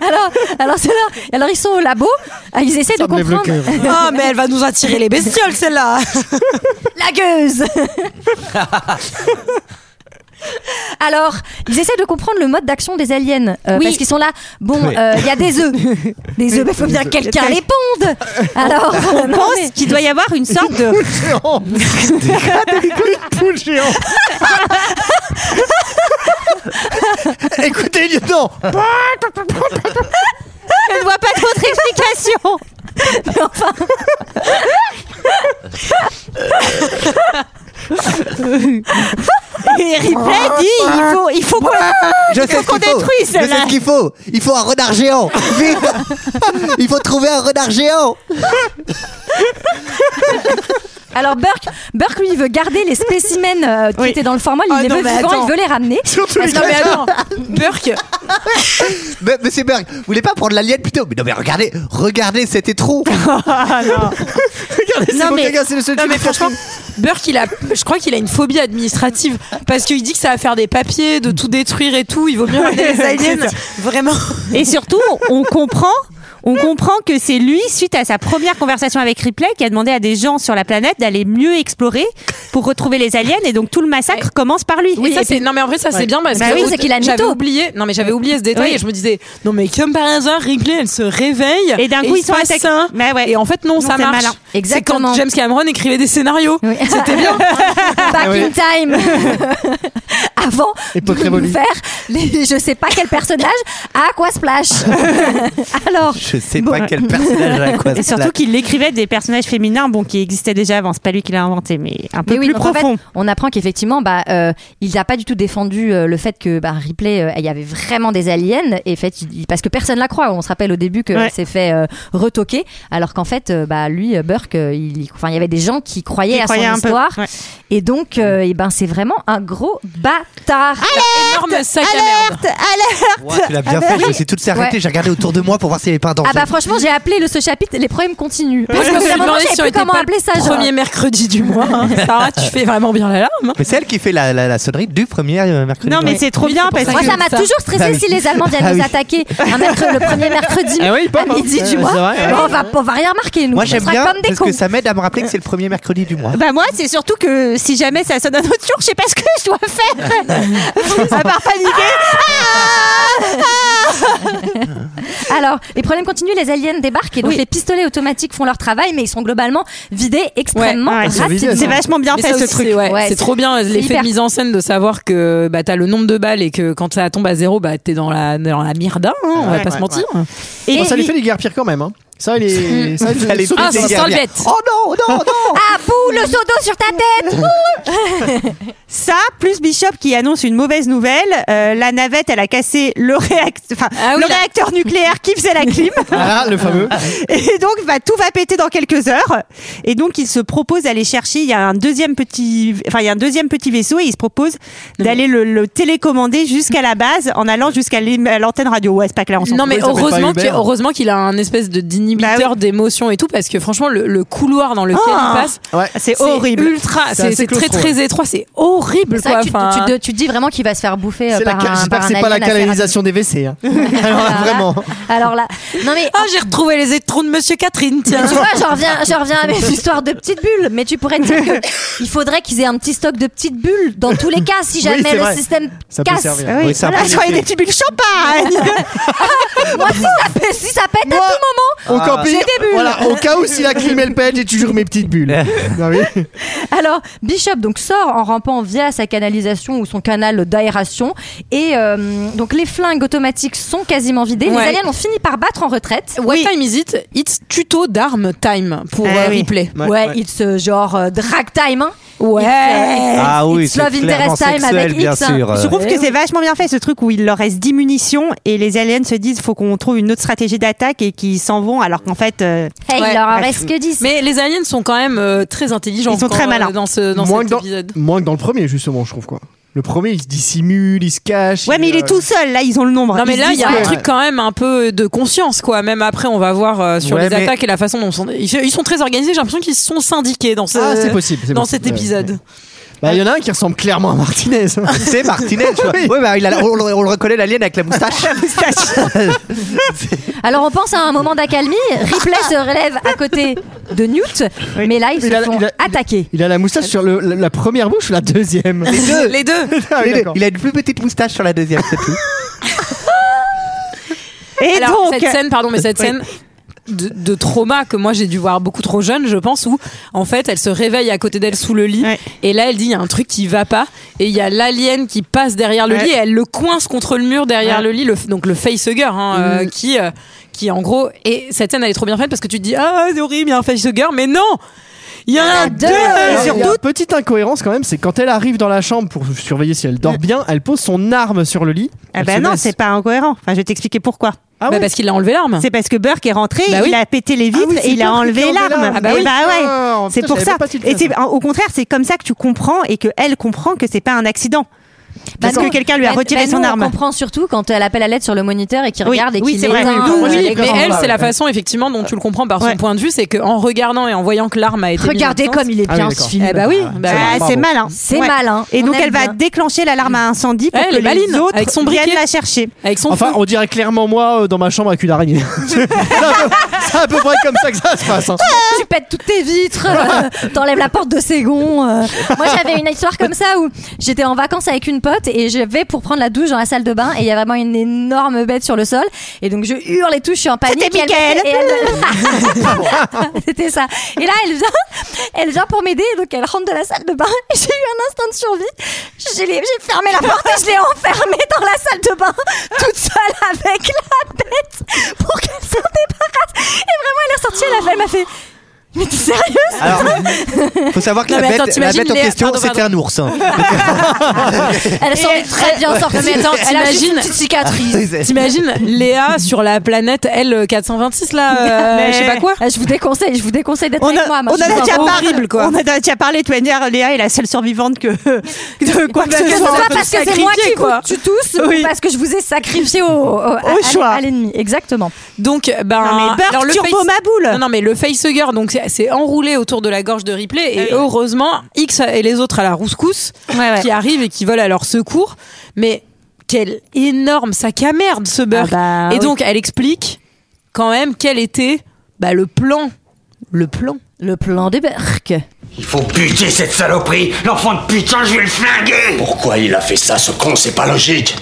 [SPEAKER 1] Alors, alors c'est là. Alors ils sont au labo. Ah, Ils essayent de
[SPEAKER 6] me lève le
[SPEAKER 1] comprendre.
[SPEAKER 7] Ah, mais elle va nous attirer les bestioles, celle-là.
[SPEAKER 1] La gueuse. Alors, ils essayent de comprendre le mode d'action des aliens euh,
[SPEAKER 7] Oui.
[SPEAKER 1] parce qu'ils sont là. Bon, euh,
[SPEAKER 9] Oui.
[SPEAKER 1] il y a des œufs, des œufs, mais faut bien que quelqu'un les ponde. Alors, euh,
[SPEAKER 8] On pense qu'il doit y avoir une sorte de.
[SPEAKER 6] géant. Des poules géantes. Écoutez, lieutenant,
[SPEAKER 8] Je ne vois pas d'autre explication. Et Ripley dit il faut, il faut qu'on-
[SPEAKER 9] Je sais ce
[SPEAKER 8] qu'on
[SPEAKER 9] qu'il faut.
[SPEAKER 8] détruise,
[SPEAKER 9] Je sais
[SPEAKER 8] là.
[SPEAKER 9] ce qu'il faut. Il faut un renard géant. Vite. Il faut trouver un renard géant.
[SPEAKER 1] alors Burke, Burke lui il veut garder les spécimens euh, qui
[SPEAKER 7] Oui.
[SPEAKER 1] étaient dans le formol. Il
[SPEAKER 7] Ah
[SPEAKER 1] les
[SPEAKER 7] non,
[SPEAKER 1] veut
[SPEAKER 7] mais
[SPEAKER 1] vivants,
[SPEAKER 7] attends.
[SPEAKER 1] il veut les ramener.
[SPEAKER 6] surtout les
[SPEAKER 7] Non, mais
[SPEAKER 6] gamins.
[SPEAKER 7] attends, Burke,
[SPEAKER 9] Mais- Monsieur Berg, vous voulez pas prendre l'alien plutôt Mais non, mais regardez, regardez cet étron.
[SPEAKER 6] Regardez, c'est
[SPEAKER 7] Non,
[SPEAKER 6] mon
[SPEAKER 7] mais-
[SPEAKER 6] gaga, c'est le seul
[SPEAKER 7] Non,
[SPEAKER 6] qui
[SPEAKER 7] mais
[SPEAKER 6] me fait
[SPEAKER 7] franchement, Burke, il a, je crois qu'il a une phobie administrative parce qu'il dit que ça va faire des papiers, de tout détruire et tout. Il vaut mieux ramener les aliens. Vraiment.
[SPEAKER 8] Et surtout, on comprend. On comprend que c'est lui, suite à sa première conversation avec Ripley, qui a demandé à des gens sur la planète d'aller mieux explorer pour retrouver les aliens. Et donc tout le massacre commence par lui.
[SPEAKER 7] Oui,
[SPEAKER 8] Et
[SPEAKER 7] ça
[SPEAKER 8] ça,
[SPEAKER 7] c'est non mais en vrai ça c'est bien parce
[SPEAKER 1] Bah
[SPEAKER 7] que
[SPEAKER 1] oui, c'est qu'il a le
[SPEAKER 7] j'avais
[SPEAKER 1] mytho.
[SPEAKER 7] oublié non mais j'avais oublié ce détail
[SPEAKER 8] Oui.
[SPEAKER 7] et je me disais non mais comme par hasard Ripley elle se réveille
[SPEAKER 8] Et d'un coup,
[SPEAKER 7] il
[SPEAKER 8] ils sont
[SPEAKER 7] se passe
[SPEAKER 8] attaqués.
[SPEAKER 7] ça.
[SPEAKER 8] Mais ouais.
[SPEAKER 7] et en fait non,
[SPEAKER 8] Non,
[SPEAKER 7] ça
[SPEAKER 8] c'est
[SPEAKER 7] marche
[SPEAKER 8] malin.
[SPEAKER 1] Exactement.
[SPEAKER 7] c'est quand James Cameron écrivait des scénarios
[SPEAKER 1] C'était bien. Back in time. avant
[SPEAKER 6] Époque
[SPEAKER 1] de nous
[SPEAKER 6] révolue.
[SPEAKER 1] faire les, je sais pas quel personnage à quoi splash. Alors,
[SPEAKER 9] Je sais
[SPEAKER 8] Bon.
[SPEAKER 9] pas quel personnage a quoi
[SPEAKER 8] Et surtout qu'il écrivait des personnages féminins bon, qui existaient déjà avant. C'est pas lui qui l'a inventé, mais un peu
[SPEAKER 1] Mais oui,
[SPEAKER 8] plus
[SPEAKER 1] donc en fait,
[SPEAKER 8] profond.
[SPEAKER 1] on apprend qu'effectivement, bah, euh, il n'a pas du tout défendu euh, le fait que bah, Ripley, euh, il y avait vraiment des aliens. Et fait, il- il- parce que personne la croit. On se rappelle au début qu'elle
[SPEAKER 8] Ouais.
[SPEAKER 1] s'est fait euh, retoquer, alors qu'en fait, euh, bah, lui, euh, Burke, euh, il, y- enfin, il y avait des gens qui croyaient
[SPEAKER 8] Qui
[SPEAKER 1] à son
[SPEAKER 8] croyaient un peu,
[SPEAKER 1] histoire.
[SPEAKER 8] ouais.
[SPEAKER 1] Et donc, euh, eh ben, c'est vraiment un gros bâtard.
[SPEAKER 7] Énorme sac à merde.
[SPEAKER 8] Alerte, alerte.
[SPEAKER 9] tu l'as bien
[SPEAKER 8] Ah bah
[SPEAKER 9] fait,
[SPEAKER 8] oui.
[SPEAKER 9] je me suis toutes arrêtée,
[SPEAKER 1] Ouais.
[SPEAKER 9] j'ai regardé autour de moi pour voir s'il n'y avait pas un danger.
[SPEAKER 1] Ah bah franchement, j'ai appelé le, ce chapitre, les problèmes continuent.
[SPEAKER 7] Moi, je me
[SPEAKER 1] Parce qu'à
[SPEAKER 7] suis
[SPEAKER 1] un moment,
[SPEAKER 7] demandé
[SPEAKER 1] je savais
[SPEAKER 7] si on
[SPEAKER 1] plus
[SPEAKER 7] était
[SPEAKER 1] comment
[SPEAKER 7] pas
[SPEAKER 1] appeler ça.
[SPEAKER 7] le
[SPEAKER 1] genre.
[SPEAKER 7] premier mercredi du mois. hein. Sarah, tu fais vraiment bien la larme.
[SPEAKER 9] Mais c'est elle qui fait la, la, la sonnerie du premier euh, mercredi.
[SPEAKER 8] Non, mais
[SPEAKER 9] Ouais.
[SPEAKER 8] c'est trop
[SPEAKER 7] Oui,
[SPEAKER 8] bien
[SPEAKER 7] c'est pour
[SPEAKER 8] parce
[SPEAKER 1] Moi,
[SPEAKER 8] que.
[SPEAKER 1] ça m'a
[SPEAKER 7] Ça.
[SPEAKER 1] toujours stressé
[SPEAKER 9] Ah oui.
[SPEAKER 1] si les Allemands viennent
[SPEAKER 9] Ah
[SPEAKER 1] nous
[SPEAKER 9] oui.
[SPEAKER 1] attaquer un mercredi- le premier mercredi
[SPEAKER 6] Eh oui, ils peuvent,
[SPEAKER 1] à
[SPEAKER 6] hein.
[SPEAKER 1] midi,
[SPEAKER 6] Euh,
[SPEAKER 1] tu vois.
[SPEAKER 6] c'est vrai,
[SPEAKER 1] Bon, on va, on va rien marquer, nous.
[SPEAKER 9] Moi
[SPEAKER 1] On
[SPEAKER 9] j'aime
[SPEAKER 1] sera
[SPEAKER 9] bien
[SPEAKER 1] comme des
[SPEAKER 9] parce
[SPEAKER 1] cons.
[SPEAKER 9] que ça m'aide à me rappeler que c'est le premier mercredi du mois.
[SPEAKER 8] Bah moi c'est surtout que si jamais ça sonne un autre jour, je sais pas ce que je dois faire. à part paniquer.
[SPEAKER 1] Alors, les problèmes continuent, les aliens débarquent et donc les pistolets automatiques font leur travail, mais ils sont globalement vidés extrêmement
[SPEAKER 8] Ouais,
[SPEAKER 1] rapidement.
[SPEAKER 6] vidés,
[SPEAKER 8] C'est vachement bien
[SPEAKER 7] Mais
[SPEAKER 8] fait
[SPEAKER 7] ça
[SPEAKER 8] ce
[SPEAKER 7] aussi,
[SPEAKER 8] truc.
[SPEAKER 7] c'est- ouais,
[SPEAKER 1] Ouais,
[SPEAKER 7] c'est
[SPEAKER 1] c'est-
[SPEAKER 7] trop bien
[SPEAKER 1] c'est
[SPEAKER 7] l'effet
[SPEAKER 1] hyper-
[SPEAKER 7] de mise en scène de savoir que bah, t'as le nombre de balles et que quand ça tombe à zéro, bah, t'es dans la, dans la myrda, hein, on va
[SPEAKER 8] Ouais,
[SPEAKER 7] pas se
[SPEAKER 8] ouais,
[SPEAKER 7] mentir.
[SPEAKER 8] Et
[SPEAKER 6] Bon, ça lui
[SPEAKER 8] il-
[SPEAKER 6] fait des guerres pires quand même. Hein. Ça, il est. ça, il est-
[SPEAKER 9] Mmh. Ça les
[SPEAKER 6] sous-
[SPEAKER 7] Ah,
[SPEAKER 9] fait
[SPEAKER 7] ça
[SPEAKER 9] des
[SPEAKER 7] sent
[SPEAKER 9] guerres
[SPEAKER 7] le
[SPEAKER 9] bien.
[SPEAKER 7] bête.
[SPEAKER 9] Oh non, non, non
[SPEAKER 1] Ah, bouh, le seau d'eau sur ta tête
[SPEAKER 8] Ça, plus Bishop qui annonce une mauvaise nouvelle, euh, la navette, elle a cassé le, réact- enfin,
[SPEAKER 7] Ah oui,
[SPEAKER 8] le
[SPEAKER 7] la-
[SPEAKER 8] réacteur nucléaire qui faisait la clim.
[SPEAKER 6] Ah, le fameux.
[SPEAKER 8] Et donc, bah, tout va péter dans quelques heures. Et donc, il se propose d'aller chercher. Il y a un deuxième petit, enfin, il y a un deuxième petit vaisseau et il se propose d'aller le, le télécommander jusqu'à la base en allant jusqu'à l'im- à l'antenne radio. Ouais, c'est pas clair. on s'en
[SPEAKER 7] Non
[SPEAKER 8] fout.
[SPEAKER 7] mais
[SPEAKER 6] ils appellent
[SPEAKER 7] heureusement
[SPEAKER 6] pas
[SPEAKER 7] qu'il
[SPEAKER 6] Uber.
[SPEAKER 7] heureusement qu'il a un espèce de d'inhibiteur
[SPEAKER 8] Bah
[SPEAKER 7] d'émotion et tout parce que franchement le, le couloir dans lequel
[SPEAKER 8] Ah.
[SPEAKER 7] il passe
[SPEAKER 6] Ouais.
[SPEAKER 8] c'est horrible.
[SPEAKER 7] ultra
[SPEAKER 6] C'est
[SPEAKER 7] c'est
[SPEAKER 6] assez
[SPEAKER 7] c'est très
[SPEAKER 6] claustro,
[SPEAKER 7] très étroit c'est horrible
[SPEAKER 1] C'est vrai
[SPEAKER 7] quoi
[SPEAKER 1] que tu,
[SPEAKER 7] enfin,
[SPEAKER 1] tu- tu- tu te dis vraiment qu'il va se faire bouffer euh,
[SPEAKER 6] C'est la
[SPEAKER 1] par
[SPEAKER 6] ca-
[SPEAKER 1] un
[SPEAKER 6] J'espère
[SPEAKER 1] par
[SPEAKER 6] que
[SPEAKER 1] un
[SPEAKER 6] c'est pas la
[SPEAKER 1] alien assez
[SPEAKER 6] canalisation des WC. hein. Alors là,
[SPEAKER 1] rapide.
[SPEAKER 6] vraiment.
[SPEAKER 1] Alors là, non mais
[SPEAKER 7] ah j'ai retrouvé les étrons de Monsieur Catherine tiens
[SPEAKER 1] tu vois, je reviens, je reviens à mes histoires de petites bulles, mais tu pourrais dire que il faudrait qu'ils aient un petit stock de petites bulles dans tous les cas si jamais
[SPEAKER 6] c'est
[SPEAKER 1] le
[SPEAKER 6] vrai.
[SPEAKER 1] système
[SPEAKER 6] Ça peut
[SPEAKER 1] casse.
[SPEAKER 6] servir.
[SPEAKER 8] Ah oui,
[SPEAKER 9] Oui, c'est un
[SPEAKER 8] voilà,
[SPEAKER 9] peu
[SPEAKER 8] j'aurais des petites bulles champagne.
[SPEAKER 1] Moi, si ça, pète- si ça pète à
[SPEAKER 6] Moi,
[SPEAKER 1] tout moment,
[SPEAKER 6] Encore pire.
[SPEAKER 1] j'ai des bulles.
[SPEAKER 6] Voilà, au cas où si la clim elle pète, j'ai toujours mes petites bulles. Ah oui.
[SPEAKER 1] Alors, Bishop donc sort en rampant via sa canalisation ou son canal d'aération. Et euh, donc, les flingues automatiques sont quasiment vidées.
[SPEAKER 7] Ouais.
[SPEAKER 1] Les aliens ont fini par battre en retraite.
[SPEAKER 7] What time is it It's tuto d'armes time pour
[SPEAKER 8] Eh
[SPEAKER 1] Ah
[SPEAKER 7] euh,
[SPEAKER 8] oui.
[SPEAKER 7] replay
[SPEAKER 1] Ouais, ils se genre euh, drag time. Hein. euh,
[SPEAKER 7] ouais
[SPEAKER 9] Ah oui,
[SPEAKER 1] It's
[SPEAKER 9] c'est
[SPEAKER 1] Love Interest
[SPEAKER 9] clairement
[SPEAKER 1] Time
[SPEAKER 9] sexuel,
[SPEAKER 1] avec
[SPEAKER 9] bien
[SPEAKER 1] X, hein.
[SPEAKER 9] sûr.
[SPEAKER 8] Je trouve
[SPEAKER 1] Ouais,
[SPEAKER 8] que
[SPEAKER 1] ouais.
[SPEAKER 8] c'est vachement bien fait ce truc où il leur reste 10 munitions et les aliens se disent faut qu'on trouve une autre stratégie d'attaque et qu'ils s'en vont alors qu'en fait euh,
[SPEAKER 1] Hey,
[SPEAKER 7] Ouais.
[SPEAKER 1] il leur en
[SPEAKER 8] Ouais.
[SPEAKER 1] reste que 10.
[SPEAKER 7] mais les aliens sont quand même euh, très intelligents
[SPEAKER 8] Ils sont
[SPEAKER 7] quand-
[SPEAKER 8] très malins.
[SPEAKER 7] dans ce dans
[SPEAKER 6] Moins
[SPEAKER 7] cet
[SPEAKER 6] que dans-
[SPEAKER 7] épisode
[SPEAKER 6] Moins que dans le premier, justement, je trouve quoi. Le premier, il se dissimule, il euh, se cache.
[SPEAKER 8] ouais mais il est tout seul là ils ont le nombre.
[SPEAKER 7] non mais
[SPEAKER 8] Ils
[SPEAKER 7] là
[SPEAKER 8] se
[SPEAKER 7] il y a
[SPEAKER 8] disent
[SPEAKER 7] un
[SPEAKER 6] que-
[SPEAKER 7] truc quand même un peu de conscience quoi même après on va voir euh, sur
[SPEAKER 9] Ouais,
[SPEAKER 7] les
[SPEAKER 9] mais-
[SPEAKER 7] attaques et la façon dont sont... ils ils sont très organisés j'ai l'impression qu'ils se sont syndiqués dans ce
[SPEAKER 8] euh,
[SPEAKER 6] Ah, c'est possible. c'est
[SPEAKER 7] dans
[SPEAKER 6] possible.
[SPEAKER 7] cet épisode
[SPEAKER 6] Bah, il y en a un qui ressemble clairement à Martinez. hein.
[SPEAKER 9] C'est Martinez, tu vois.
[SPEAKER 6] Oui.
[SPEAKER 9] Ouais, bah, il a la- on, le- on le reconnaît l'alien avec la moustache.
[SPEAKER 1] Alors, on pense à un moment d'accalmie. Ripley se relève à côté de Newt. Mais là, ils se
[SPEAKER 6] Il a-
[SPEAKER 1] font
[SPEAKER 6] il a-
[SPEAKER 1] attaquer.
[SPEAKER 6] Il a la moustache sur le- la, la première bouche ou la deuxième
[SPEAKER 9] Les deux.
[SPEAKER 7] Les deux.
[SPEAKER 6] Ah oui,
[SPEAKER 9] Il a-
[SPEAKER 6] d'accord.
[SPEAKER 9] il a une plus petite moustache sur la deuxième, c'est tout.
[SPEAKER 8] Et
[SPEAKER 7] Alors,
[SPEAKER 8] donc
[SPEAKER 7] cette scène, pardon, mais cette scène. De, de trauma que moi j'ai dû voir beaucoup trop jeune je pense où en fait elle se réveille à côté d'elle sous le lit
[SPEAKER 8] Ouais.
[SPEAKER 7] et là elle dit il y a un truc qui va pas et il y a l'alien qui passe derrière le
[SPEAKER 8] Ouais.
[SPEAKER 7] lit et elle le coince contre le mur derrière
[SPEAKER 8] Ouais.
[SPEAKER 7] le lit le, donc le facehugger hein, euh, qui euh, qui en gros et cette scène elle est trop bien faite parce que tu te dis ah c'est horrible il y a un facehugger mais non il y en a deux
[SPEAKER 6] Alors, il y a
[SPEAKER 7] surtout
[SPEAKER 6] une petite incohérence quand même, c'est quand elle arrive dans la chambre pour surveiller si elle dort bien, elle pose son arme sur le lit.
[SPEAKER 8] ah
[SPEAKER 6] Elle
[SPEAKER 8] bah
[SPEAKER 6] se
[SPEAKER 8] non
[SPEAKER 6] laisse.
[SPEAKER 8] c'est pas incohérent. Enfin je vais t'expliquer pourquoi.
[SPEAKER 6] Ah
[SPEAKER 7] Bah,
[SPEAKER 6] ouais.
[SPEAKER 7] parce qu'il a enlevé l'arme
[SPEAKER 8] C'est parce que Burke est rentré,
[SPEAKER 7] Bah oui.
[SPEAKER 8] il a pété les vitres
[SPEAKER 6] Ah oui, c'est
[SPEAKER 8] et il a
[SPEAKER 6] Burke qui a
[SPEAKER 8] enlevé
[SPEAKER 6] enlevé
[SPEAKER 8] l'arme.
[SPEAKER 6] l'arme.
[SPEAKER 7] Ah bah
[SPEAKER 8] Eh
[SPEAKER 7] oui.
[SPEAKER 6] Ah,
[SPEAKER 8] ouais.
[SPEAKER 6] putain,
[SPEAKER 8] C'est
[SPEAKER 6] je
[SPEAKER 8] pour
[SPEAKER 6] savais
[SPEAKER 8] ça.
[SPEAKER 6] pas qu'il
[SPEAKER 8] Et
[SPEAKER 6] faisait
[SPEAKER 8] c'est au contraire c'est comme ça que tu comprends et que elle comprend que c'est pas un accident.
[SPEAKER 1] Bah
[SPEAKER 8] Parce que
[SPEAKER 1] non.
[SPEAKER 8] quelqu'un lui a
[SPEAKER 1] Bah-
[SPEAKER 8] retiré
[SPEAKER 1] bah
[SPEAKER 8] son
[SPEAKER 1] nous,
[SPEAKER 8] arme.
[SPEAKER 1] On comprend surtout quand elle appelle à l'aide sur le moniteur et qu'il
[SPEAKER 8] Oui,
[SPEAKER 1] regarde et
[SPEAKER 8] oui,
[SPEAKER 1] qu'il
[SPEAKER 8] c'est
[SPEAKER 1] est
[SPEAKER 8] vrai.
[SPEAKER 1] éteint.
[SPEAKER 8] Oui,
[SPEAKER 6] oui,
[SPEAKER 7] mais
[SPEAKER 6] oui, clairement,
[SPEAKER 7] elle
[SPEAKER 6] ouais,
[SPEAKER 7] c'est la
[SPEAKER 6] ouais.
[SPEAKER 7] façon effectivement dont tu le comprends par
[SPEAKER 8] Ouais.
[SPEAKER 7] son point de vue c'est qu'en regardant et en voyant que l'arme a été mise en
[SPEAKER 1] Regardez
[SPEAKER 7] attente-
[SPEAKER 1] comme il est
[SPEAKER 6] Ah oui,
[SPEAKER 1] bien ce
[SPEAKER 6] d'accord.
[SPEAKER 1] film.
[SPEAKER 7] eh bah oui bah oui.
[SPEAKER 8] Ah, c'est
[SPEAKER 6] Bravo.
[SPEAKER 8] malin.
[SPEAKER 1] C'est
[SPEAKER 8] Ouais.
[SPEAKER 1] malin.
[SPEAKER 8] Et
[SPEAKER 1] On
[SPEAKER 8] donc
[SPEAKER 1] aime
[SPEAKER 8] elle va
[SPEAKER 1] bien.
[SPEAKER 8] déclencher l'alarme à incendie pour
[SPEAKER 7] Elle
[SPEAKER 8] que
[SPEAKER 7] est
[SPEAKER 8] les
[SPEAKER 7] maline,
[SPEAKER 8] autres
[SPEAKER 7] avec son briquet.
[SPEAKER 8] viennent la chercher.
[SPEAKER 7] avec son
[SPEAKER 6] Enfin,
[SPEAKER 7] fou.
[SPEAKER 6] on dirait clairement moi euh, dans ma chambre à cul d'araignée. c'est à, peu- c'est à peu près comme ça que ça se passe. hein.
[SPEAKER 1] tu pètes toutes tes vitres, euh, t'enlèves la porte de Ségon. euh. Moi, j'avais une histoire comme ça où j'étais en vacances avec une pote porte et je vais pour prendre la douche dans la salle de bain et il y a vraiment une énorme bête sur le sol et donc je hurle et tout, je suis en panique.
[SPEAKER 8] C'était
[SPEAKER 1] et elle-
[SPEAKER 8] Mickaël.
[SPEAKER 1] et elle- C'était ça. Et là elle vient, elle vient pour m'aider donc elle rentre de la salle de bain et j'ai eu un instant de survie. J'ai les- j'ai fermé la porte et je l'ai enfermée dans la salle de bain toute seule avec la bête pour qu'elle s'en débarrasse. Et vraiment elle est sortie, elle a fait- elle m'a fait. Mais t'es sérieuse
[SPEAKER 9] Alors, faut savoir que
[SPEAKER 7] Non,
[SPEAKER 9] la
[SPEAKER 7] mais attends,
[SPEAKER 9] bête, la
[SPEAKER 7] t'imagines
[SPEAKER 9] bête en
[SPEAKER 7] les-
[SPEAKER 9] question,
[SPEAKER 7] pardon,
[SPEAKER 9] c'était un ours. hein.
[SPEAKER 1] Elle s'en est très bien sortie.
[SPEAKER 7] mais attends,
[SPEAKER 1] elle a juste
[SPEAKER 7] t'imagines-
[SPEAKER 1] une petite cicatrice.
[SPEAKER 7] T'imagines Léa sur la planète L426 là, euh,
[SPEAKER 8] Mais-
[SPEAKER 7] je sais pas quoi
[SPEAKER 1] Ah, Je vous déconseille, je vous déconseille d'être
[SPEAKER 8] On
[SPEAKER 1] avec
[SPEAKER 8] a,
[SPEAKER 1] moi. moi,
[SPEAKER 8] on
[SPEAKER 1] je
[SPEAKER 8] en a
[SPEAKER 1] vous
[SPEAKER 8] déjà
[SPEAKER 1] en-
[SPEAKER 8] parlé,
[SPEAKER 7] horrible, quoi.
[SPEAKER 8] on en a déjà parlé, de toute manière, Léa est la seule survivante que, de quoi
[SPEAKER 1] Que ce
[SPEAKER 8] que-
[SPEAKER 1] soit
[SPEAKER 7] un peu
[SPEAKER 1] parce que c'est moi
[SPEAKER 7] sacrifié,
[SPEAKER 1] qui
[SPEAKER 7] quoi.
[SPEAKER 1] vous tue tous
[SPEAKER 7] Oui.
[SPEAKER 1] ou parce que je vous ai sacrifié au, au- à- à-
[SPEAKER 8] choix.
[SPEAKER 1] à l'ennemi. Exactement.
[SPEAKER 7] Donc, ben,
[SPEAKER 8] Non, mais Burke,
[SPEAKER 7] le
[SPEAKER 8] turbo
[SPEAKER 7] face-
[SPEAKER 8] ma boule.
[SPEAKER 7] Non, non, mais le facehugger, donc c'est- c'est enroulé autour de la gorge de
[SPEAKER 8] Ah
[SPEAKER 7] Ripley, et heureusement, X et les autres à la rouscousse
[SPEAKER 1] ouais.
[SPEAKER 7] qui arrivent et qui volent à leur secours. Mais quel énorme sac à merde ce Burke.
[SPEAKER 8] Ah bah,
[SPEAKER 7] et
[SPEAKER 8] oui.
[SPEAKER 7] donc, elle explique quand même quel était bah, le plan. Le plan.
[SPEAKER 1] Le plan des berques.
[SPEAKER 3] Il faut buter cette saloperie L'enfant de putain, je vais le flinguer
[SPEAKER 10] Pourquoi il a fait ça, ce con C'est pas logique.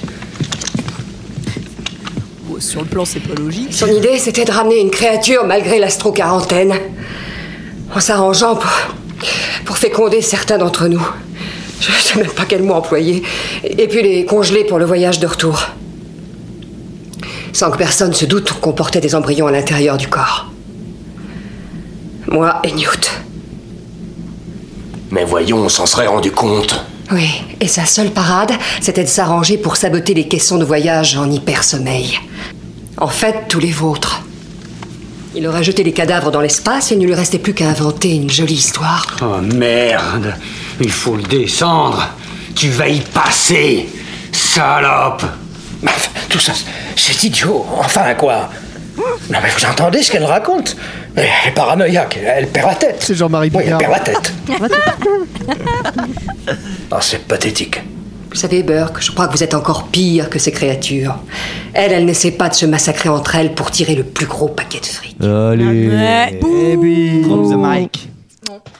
[SPEAKER 7] Sur le plan, c'est pas logique.
[SPEAKER 11] Son idée, c'était de ramener une créature malgré l'astro-quarantaine, en s'arrangeant pour, pour féconder certains d'entre nous. Je sais même pas quel mot employer. Et puis les congeler pour le voyage de retour. Sans que personne se doute qu'on portait des embryons à l'intérieur du corps. Moi et Newt.
[SPEAKER 10] Mais voyons, on s'en serait rendu compte.
[SPEAKER 11] Oui, et sa seule parade, c'était de s'arranger pour saboter les caissons de voyage en hypersommeil. En fait, tous les vôtres. Il aurait jeté les cadavres dans l'espace et il ne lui restait plus qu'à inventer une jolie histoire.
[SPEAKER 3] Oh merde Il faut le descendre Tu vas y passer Salope
[SPEAKER 10] Bref, tout ça, c'est idiot. Enfin, quoi. Non, mais vous entendez ce qu'elle raconte Elle est paranoïaque, elle perd la tête.
[SPEAKER 6] C'est Jean-Marie
[SPEAKER 10] Oui, elle
[SPEAKER 6] Bigard.
[SPEAKER 10] perd la tête. Ah, c'est pathétique.
[SPEAKER 11] Vous savez, Burke, je crois Oh, que vous êtes encore pire que ces créatures. Elle, elle n'essaie pas de se massacrer entre elles pour tirer le plus gros paquet de fric.
[SPEAKER 9] Allez.
[SPEAKER 7] Ouais.
[SPEAKER 9] Eh Drop the mic.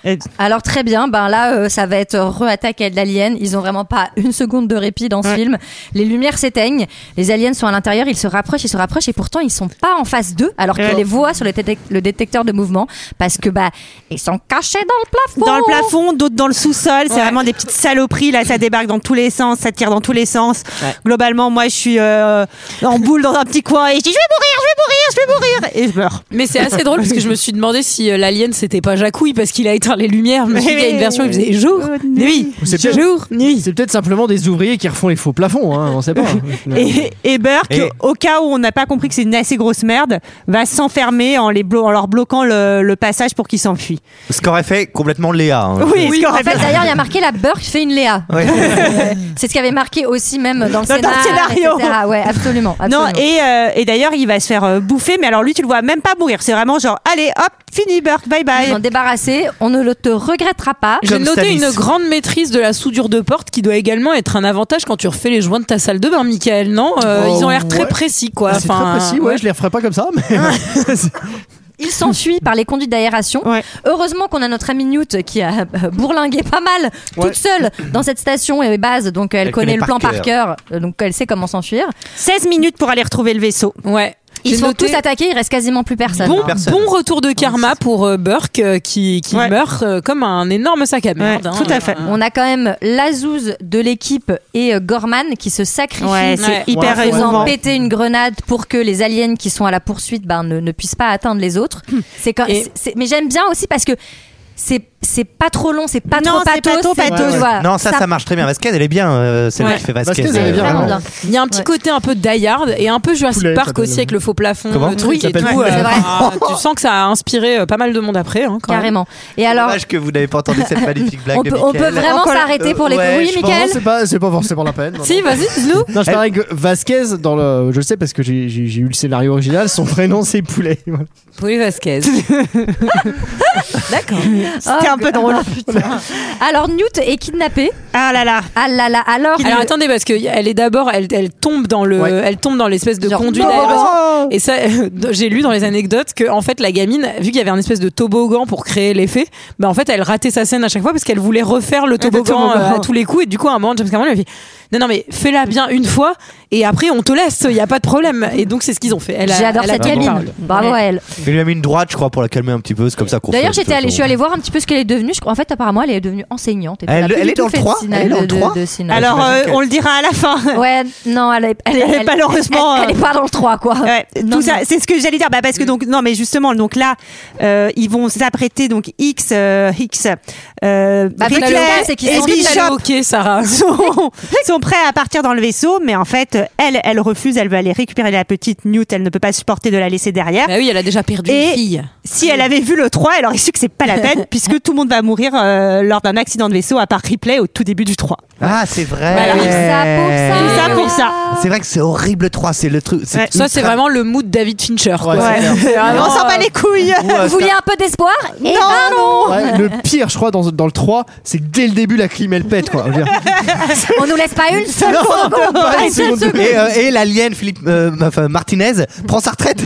[SPEAKER 8] Euh,
[SPEAKER 1] Alors très bien, ben là euh, ça va être re-attaque à de l'alien. Ils ont vraiment pas une seconde de répit dans ce film. Les lumières s'éteignent, les aliens sont à l'intérieur, ils se rapprochent, ils se rapprochent et pourtant ils sont pas en face d'eux alors qu'on les voit sur le, détec- le détecteur de mouvement parce que bah ils sont cachés dans le plafond.
[SPEAKER 8] dans le plafond, d'autres dans le sous-sol. C'est vraiment des petites saloperies. Là, ça débarque dans tous les sens, ça tire dans tous les sens. Globalement, moi, je suis euh, en boule dans un petit coin et je dis je vais mourir, je vais mourir, je vais mourir. Et je meurs.
[SPEAKER 7] Mais c'est assez drôle parce que je me suis demandé si euh, l'alien c'était pas Jacouille parce qu'il a éteint les lumières. Je me suis dit, il y a une version où il faisait jour,
[SPEAKER 8] Oh,
[SPEAKER 7] nuit,
[SPEAKER 6] C'est bien.
[SPEAKER 7] jour, nuit.
[SPEAKER 6] C'est peut-être simplement des ouvriers qui refont les faux plafonds, hein, on sait pas.
[SPEAKER 8] Et, et Burke,
[SPEAKER 9] Et-
[SPEAKER 8] au cas où on n'a pas compris que c'est une assez grosse merde, va s'enfermer en, les blo- en leur bloquant le, le passage pour qu'ils s'enfuient.
[SPEAKER 9] Ce qu'aurait fait complètement Léa. hein.
[SPEAKER 8] Oui, ce
[SPEAKER 1] En
[SPEAKER 8] qu'aurait
[SPEAKER 1] fait,
[SPEAKER 8] fait-
[SPEAKER 1] d'ailleurs, il y a marqué la Burke fait une Léa.
[SPEAKER 9] Ouais.
[SPEAKER 1] C'est ce qui avait marqué aussi même dans le,
[SPEAKER 8] Dans le
[SPEAKER 1] scénar,
[SPEAKER 8] scénario.
[SPEAKER 1] etc. Ouais, absolument.
[SPEAKER 8] Non,
[SPEAKER 1] absolument.
[SPEAKER 8] et, euh, et d'ailleurs, il va se faire euh, bouffer, mais alors lui, tu le vois même pas mourir. C'est vraiment genre, allez, hop, fini Burke, bye
[SPEAKER 1] Ils
[SPEAKER 8] bye.
[SPEAKER 1] m'en débarrasser, on ne le te regrettera pas.
[SPEAKER 7] J'ai
[SPEAKER 9] Comme
[SPEAKER 7] noté
[SPEAKER 9] Stanis.
[SPEAKER 7] une grande maîtrise de la soudure de porte qui doit également être un avantage quand tu refais les joints de ta salle de bain, Michael, non Euh,
[SPEAKER 6] Oh,
[SPEAKER 7] Ils ont l'air très
[SPEAKER 6] ouais.
[SPEAKER 7] précis, quoi.
[SPEAKER 6] Ah, c'est
[SPEAKER 7] Enfin,
[SPEAKER 6] très précis, ouais, je les referai pas comme ça, mais
[SPEAKER 1] Il s'enfuit par les conduites d'aération.
[SPEAKER 8] Ouais.
[SPEAKER 1] Heureusement qu'on a notre amie Newt qui a euh, bourlingué pas mal toute seule dans cette station et base, donc elle,
[SPEAKER 9] Elle
[SPEAKER 1] connaît,
[SPEAKER 9] connaît
[SPEAKER 1] le
[SPEAKER 9] par
[SPEAKER 1] plan par
[SPEAKER 9] cœur.
[SPEAKER 1] cœur, euh, donc elle sait comment s'enfuir.
[SPEAKER 8] 16 minutes pour aller retrouver le vaisseau.
[SPEAKER 7] Ouais.
[SPEAKER 1] Ils
[SPEAKER 7] J'ai
[SPEAKER 1] sont
[SPEAKER 7] noté
[SPEAKER 1] tous attaqués, il reste quasiment plus personne.
[SPEAKER 7] Bon,
[SPEAKER 1] hein.
[SPEAKER 9] Personne.
[SPEAKER 7] bon retour de karma pour euh, Burke euh, qui, qui
[SPEAKER 8] Ouais.
[SPEAKER 7] meurt euh, comme un énorme sac à merde.
[SPEAKER 8] Ouais,
[SPEAKER 7] hein.
[SPEAKER 8] tout à fait.
[SPEAKER 1] On a quand même Lazouz de l'équipe et euh, Gorman qui se sacrifient.
[SPEAKER 8] Ouais, c'est
[SPEAKER 7] Ouais.
[SPEAKER 8] hyper
[SPEAKER 1] en faisant
[SPEAKER 8] émouvant.
[SPEAKER 1] péter une grenade pour que les aliens qui sont à la poursuite ben, ne, ne puissent pas atteindre les autres. C'est quand,
[SPEAKER 7] Et-
[SPEAKER 1] c'est- mais j'aime bien aussi parce que c'est c'est pas trop long, c'est pas
[SPEAKER 8] Non,
[SPEAKER 1] trop
[SPEAKER 8] c'est pas
[SPEAKER 1] pathos.
[SPEAKER 8] trop
[SPEAKER 1] c'est-
[SPEAKER 8] pathos. Ouais,
[SPEAKER 1] voilà.
[SPEAKER 9] Non, ça, ça, marche très bien. Vasquez, elle est bien, euh, celle
[SPEAKER 7] Ouais.
[SPEAKER 9] qui fait Vasquez.
[SPEAKER 6] Vasquez, elle est bien,
[SPEAKER 9] euh,
[SPEAKER 1] vraiment
[SPEAKER 6] vraiment.
[SPEAKER 1] bien.
[SPEAKER 7] Il y a un petit côté un peu Die Hard et un peu Jurassic
[SPEAKER 6] Poulet,
[SPEAKER 7] Park
[SPEAKER 6] t'appelles.
[SPEAKER 7] aussi avec le faux plafond,
[SPEAKER 9] Comment
[SPEAKER 7] le truc
[SPEAKER 6] Oui,
[SPEAKER 7] et tout.
[SPEAKER 6] t'appelles
[SPEAKER 1] poulet,
[SPEAKER 7] euh,
[SPEAKER 1] c'est vrai.
[SPEAKER 7] ah, tu sens que ça a inspiré euh, pas mal de monde après. hein, quand même.
[SPEAKER 1] Carrément. Et alors,
[SPEAKER 9] Dommage que vous n'avez pas entendu cette magnifique blague.
[SPEAKER 1] on
[SPEAKER 9] de
[SPEAKER 1] peut, on peut
[SPEAKER 9] Mickaël.
[SPEAKER 1] vraiment
[SPEAKER 9] Encore-
[SPEAKER 1] s'arrêter pour les
[SPEAKER 9] Ouais,
[SPEAKER 1] Oui,
[SPEAKER 9] je pense.
[SPEAKER 1] Michael
[SPEAKER 6] c'est pas, c'est pas forcément la peine. non,
[SPEAKER 7] Si,
[SPEAKER 6] non.
[SPEAKER 7] vas-y, dis-nous.
[SPEAKER 6] Non, je parlais que Vasquez, dans le, je sais parce que j'ai j'ai- j'ai eu le scénario original, son prénom c'est Poulet. Voilà.
[SPEAKER 7] Poulet Vasquez. D'accord.
[SPEAKER 8] C'était un peu drôle.
[SPEAKER 1] Alors Newt est kidnappé.
[SPEAKER 8] Ah là là.
[SPEAKER 1] Ah là là. Alors,
[SPEAKER 7] Alors attendez parce que y- elle est d'abord elle, elle tombe dans le
[SPEAKER 6] Ouais.
[SPEAKER 7] elle tombe dans l'espèce de
[SPEAKER 1] Genre,
[SPEAKER 7] conduite
[SPEAKER 1] non,
[SPEAKER 7] d'aération.
[SPEAKER 1] Oh.
[SPEAKER 7] et ça j'ai lu dans les anecdotes que en fait la gamine vu qu'il y avait un espèce de toboggan pour créer l'effet bah en fait elle ratait sa scène à chaque fois parce qu'elle voulait refaire le toboggan,
[SPEAKER 8] toboggan.
[SPEAKER 7] euh, à tous les coups et du coup à un moment James Cameron lui a dit non, non, mais fais-la bien une fois et après on te laisse, il n'y a pas de problème. Et donc c'est ce qu'ils ont fait. Elle a-
[SPEAKER 1] J'adore
[SPEAKER 7] elle a
[SPEAKER 1] cette
[SPEAKER 7] tenu
[SPEAKER 1] gamine.
[SPEAKER 7] parole.
[SPEAKER 1] Bravo à elle.
[SPEAKER 9] Il lui a mis une droite, je crois, pour la calmer un petit peu. C'est comme ça qu'on
[SPEAKER 1] D'ailleurs,
[SPEAKER 9] fait, de
[SPEAKER 1] j'étais
[SPEAKER 9] toute
[SPEAKER 1] allée, je
[SPEAKER 9] façon.
[SPEAKER 1] suis allée voir un petit peu ce qu'elle est devenue. Je crois- En fait, apparemment, elle est devenue enseignante. Et puis
[SPEAKER 9] Elle-
[SPEAKER 1] a plus
[SPEAKER 9] elle
[SPEAKER 1] du
[SPEAKER 9] est
[SPEAKER 1] tout
[SPEAKER 9] dans le
[SPEAKER 1] fait de
[SPEAKER 9] 3?
[SPEAKER 1] cinéma-
[SPEAKER 9] Elle est dans le
[SPEAKER 1] de- de-
[SPEAKER 9] 3?
[SPEAKER 1] de cinéma.
[SPEAKER 8] Alors, euh, on le dira à la fin.
[SPEAKER 1] Ouais, non, elle est, elle, est-
[SPEAKER 8] Elle est
[SPEAKER 1] elle-
[SPEAKER 8] malheureusement,
[SPEAKER 1] elle, elle est pas dans le 3, quoi.
[SPEAKER 8] Ouais,
[SPEAKER 1] Non, Mm.
[SPEAKER 8] tout ça,
[SPEAKER 1] non.
[SPEAKER 8] c'est ce que j'allais dire. Bah, parce que donc non, mais justement, donc là, euh, ils vont s'apprêter donc X, euh, X, euh,
[SPEAKER 1] Bah,
[SPEAKER 8] Ripley
[SPEAKER 1] Ripley, c'est qu'ils
[SPEAKER 8] et
[SPEAKER 1] sont tous
[SPEAKER 8] Bishop
[SPEAKER 7] Ok, Sarah.
[SPEAKER 8] sont, sont prêts à partir dans le vaisseau, mais en fait, elle, elle refuse. Elle veut aller récupérer la petite Newt. Elle ne peut pas supporter de la laisser derrière.
[SPEAKER 7] Bah oui, elle a déjà perdu
[SPEAKER 8] Et-
[SPEAKER 7] une fille.
[SPEAKER 8] Si elle avait vu le 3, elle aurait su que c'est pas la peine, puisque tout le monde va mourir euh, lors d'un accident de vaisseau, à part Ripley au tout début du 3.
[SPEAKER 9] Ah, c'est vrai.
[SPEAKER 1] Voilà. Pour ça, pour ça.
[SPEAKER 8] Tout ça pour ça.
[SPEAKER 9] C'est vrai que c'est horrible 3, c'est le truc.
[SPEAKER 8] Ouais,
[SPEAKER 7] Ça, c'est vraiment le mood David Fincher. quoi.
[SPEAKER 6] Ouais, c'est
[SPEAKER 7] C'est vraiment,
[SPEAKER 8] on s'en bat les couilles
[SPEAKER 1] Vous vouliez un peu d'espoir Eh ben non
[SPEAKER 6] Ouais, le pire, je crois, dans, dans le 3, c'est que dès le début, la clim elle pète quoi. Je veux dire,
[SPEAKER 1] On nous laisse pas une seule
[SPEAKER 6] Non,
[SPEAKER 1] seconde
[SPEAKER 6] non, pas
[SPEAKER 1] Pas
[SPEAKER 6] une
[SPEAKER 1] une seule
[SPEAKER 6] seconde de-
[SPEAKER 1] seconde
[SPEAKER 9] Et, euh, et l'alien Philippe euh, enfin, Martinez prend sa retraite.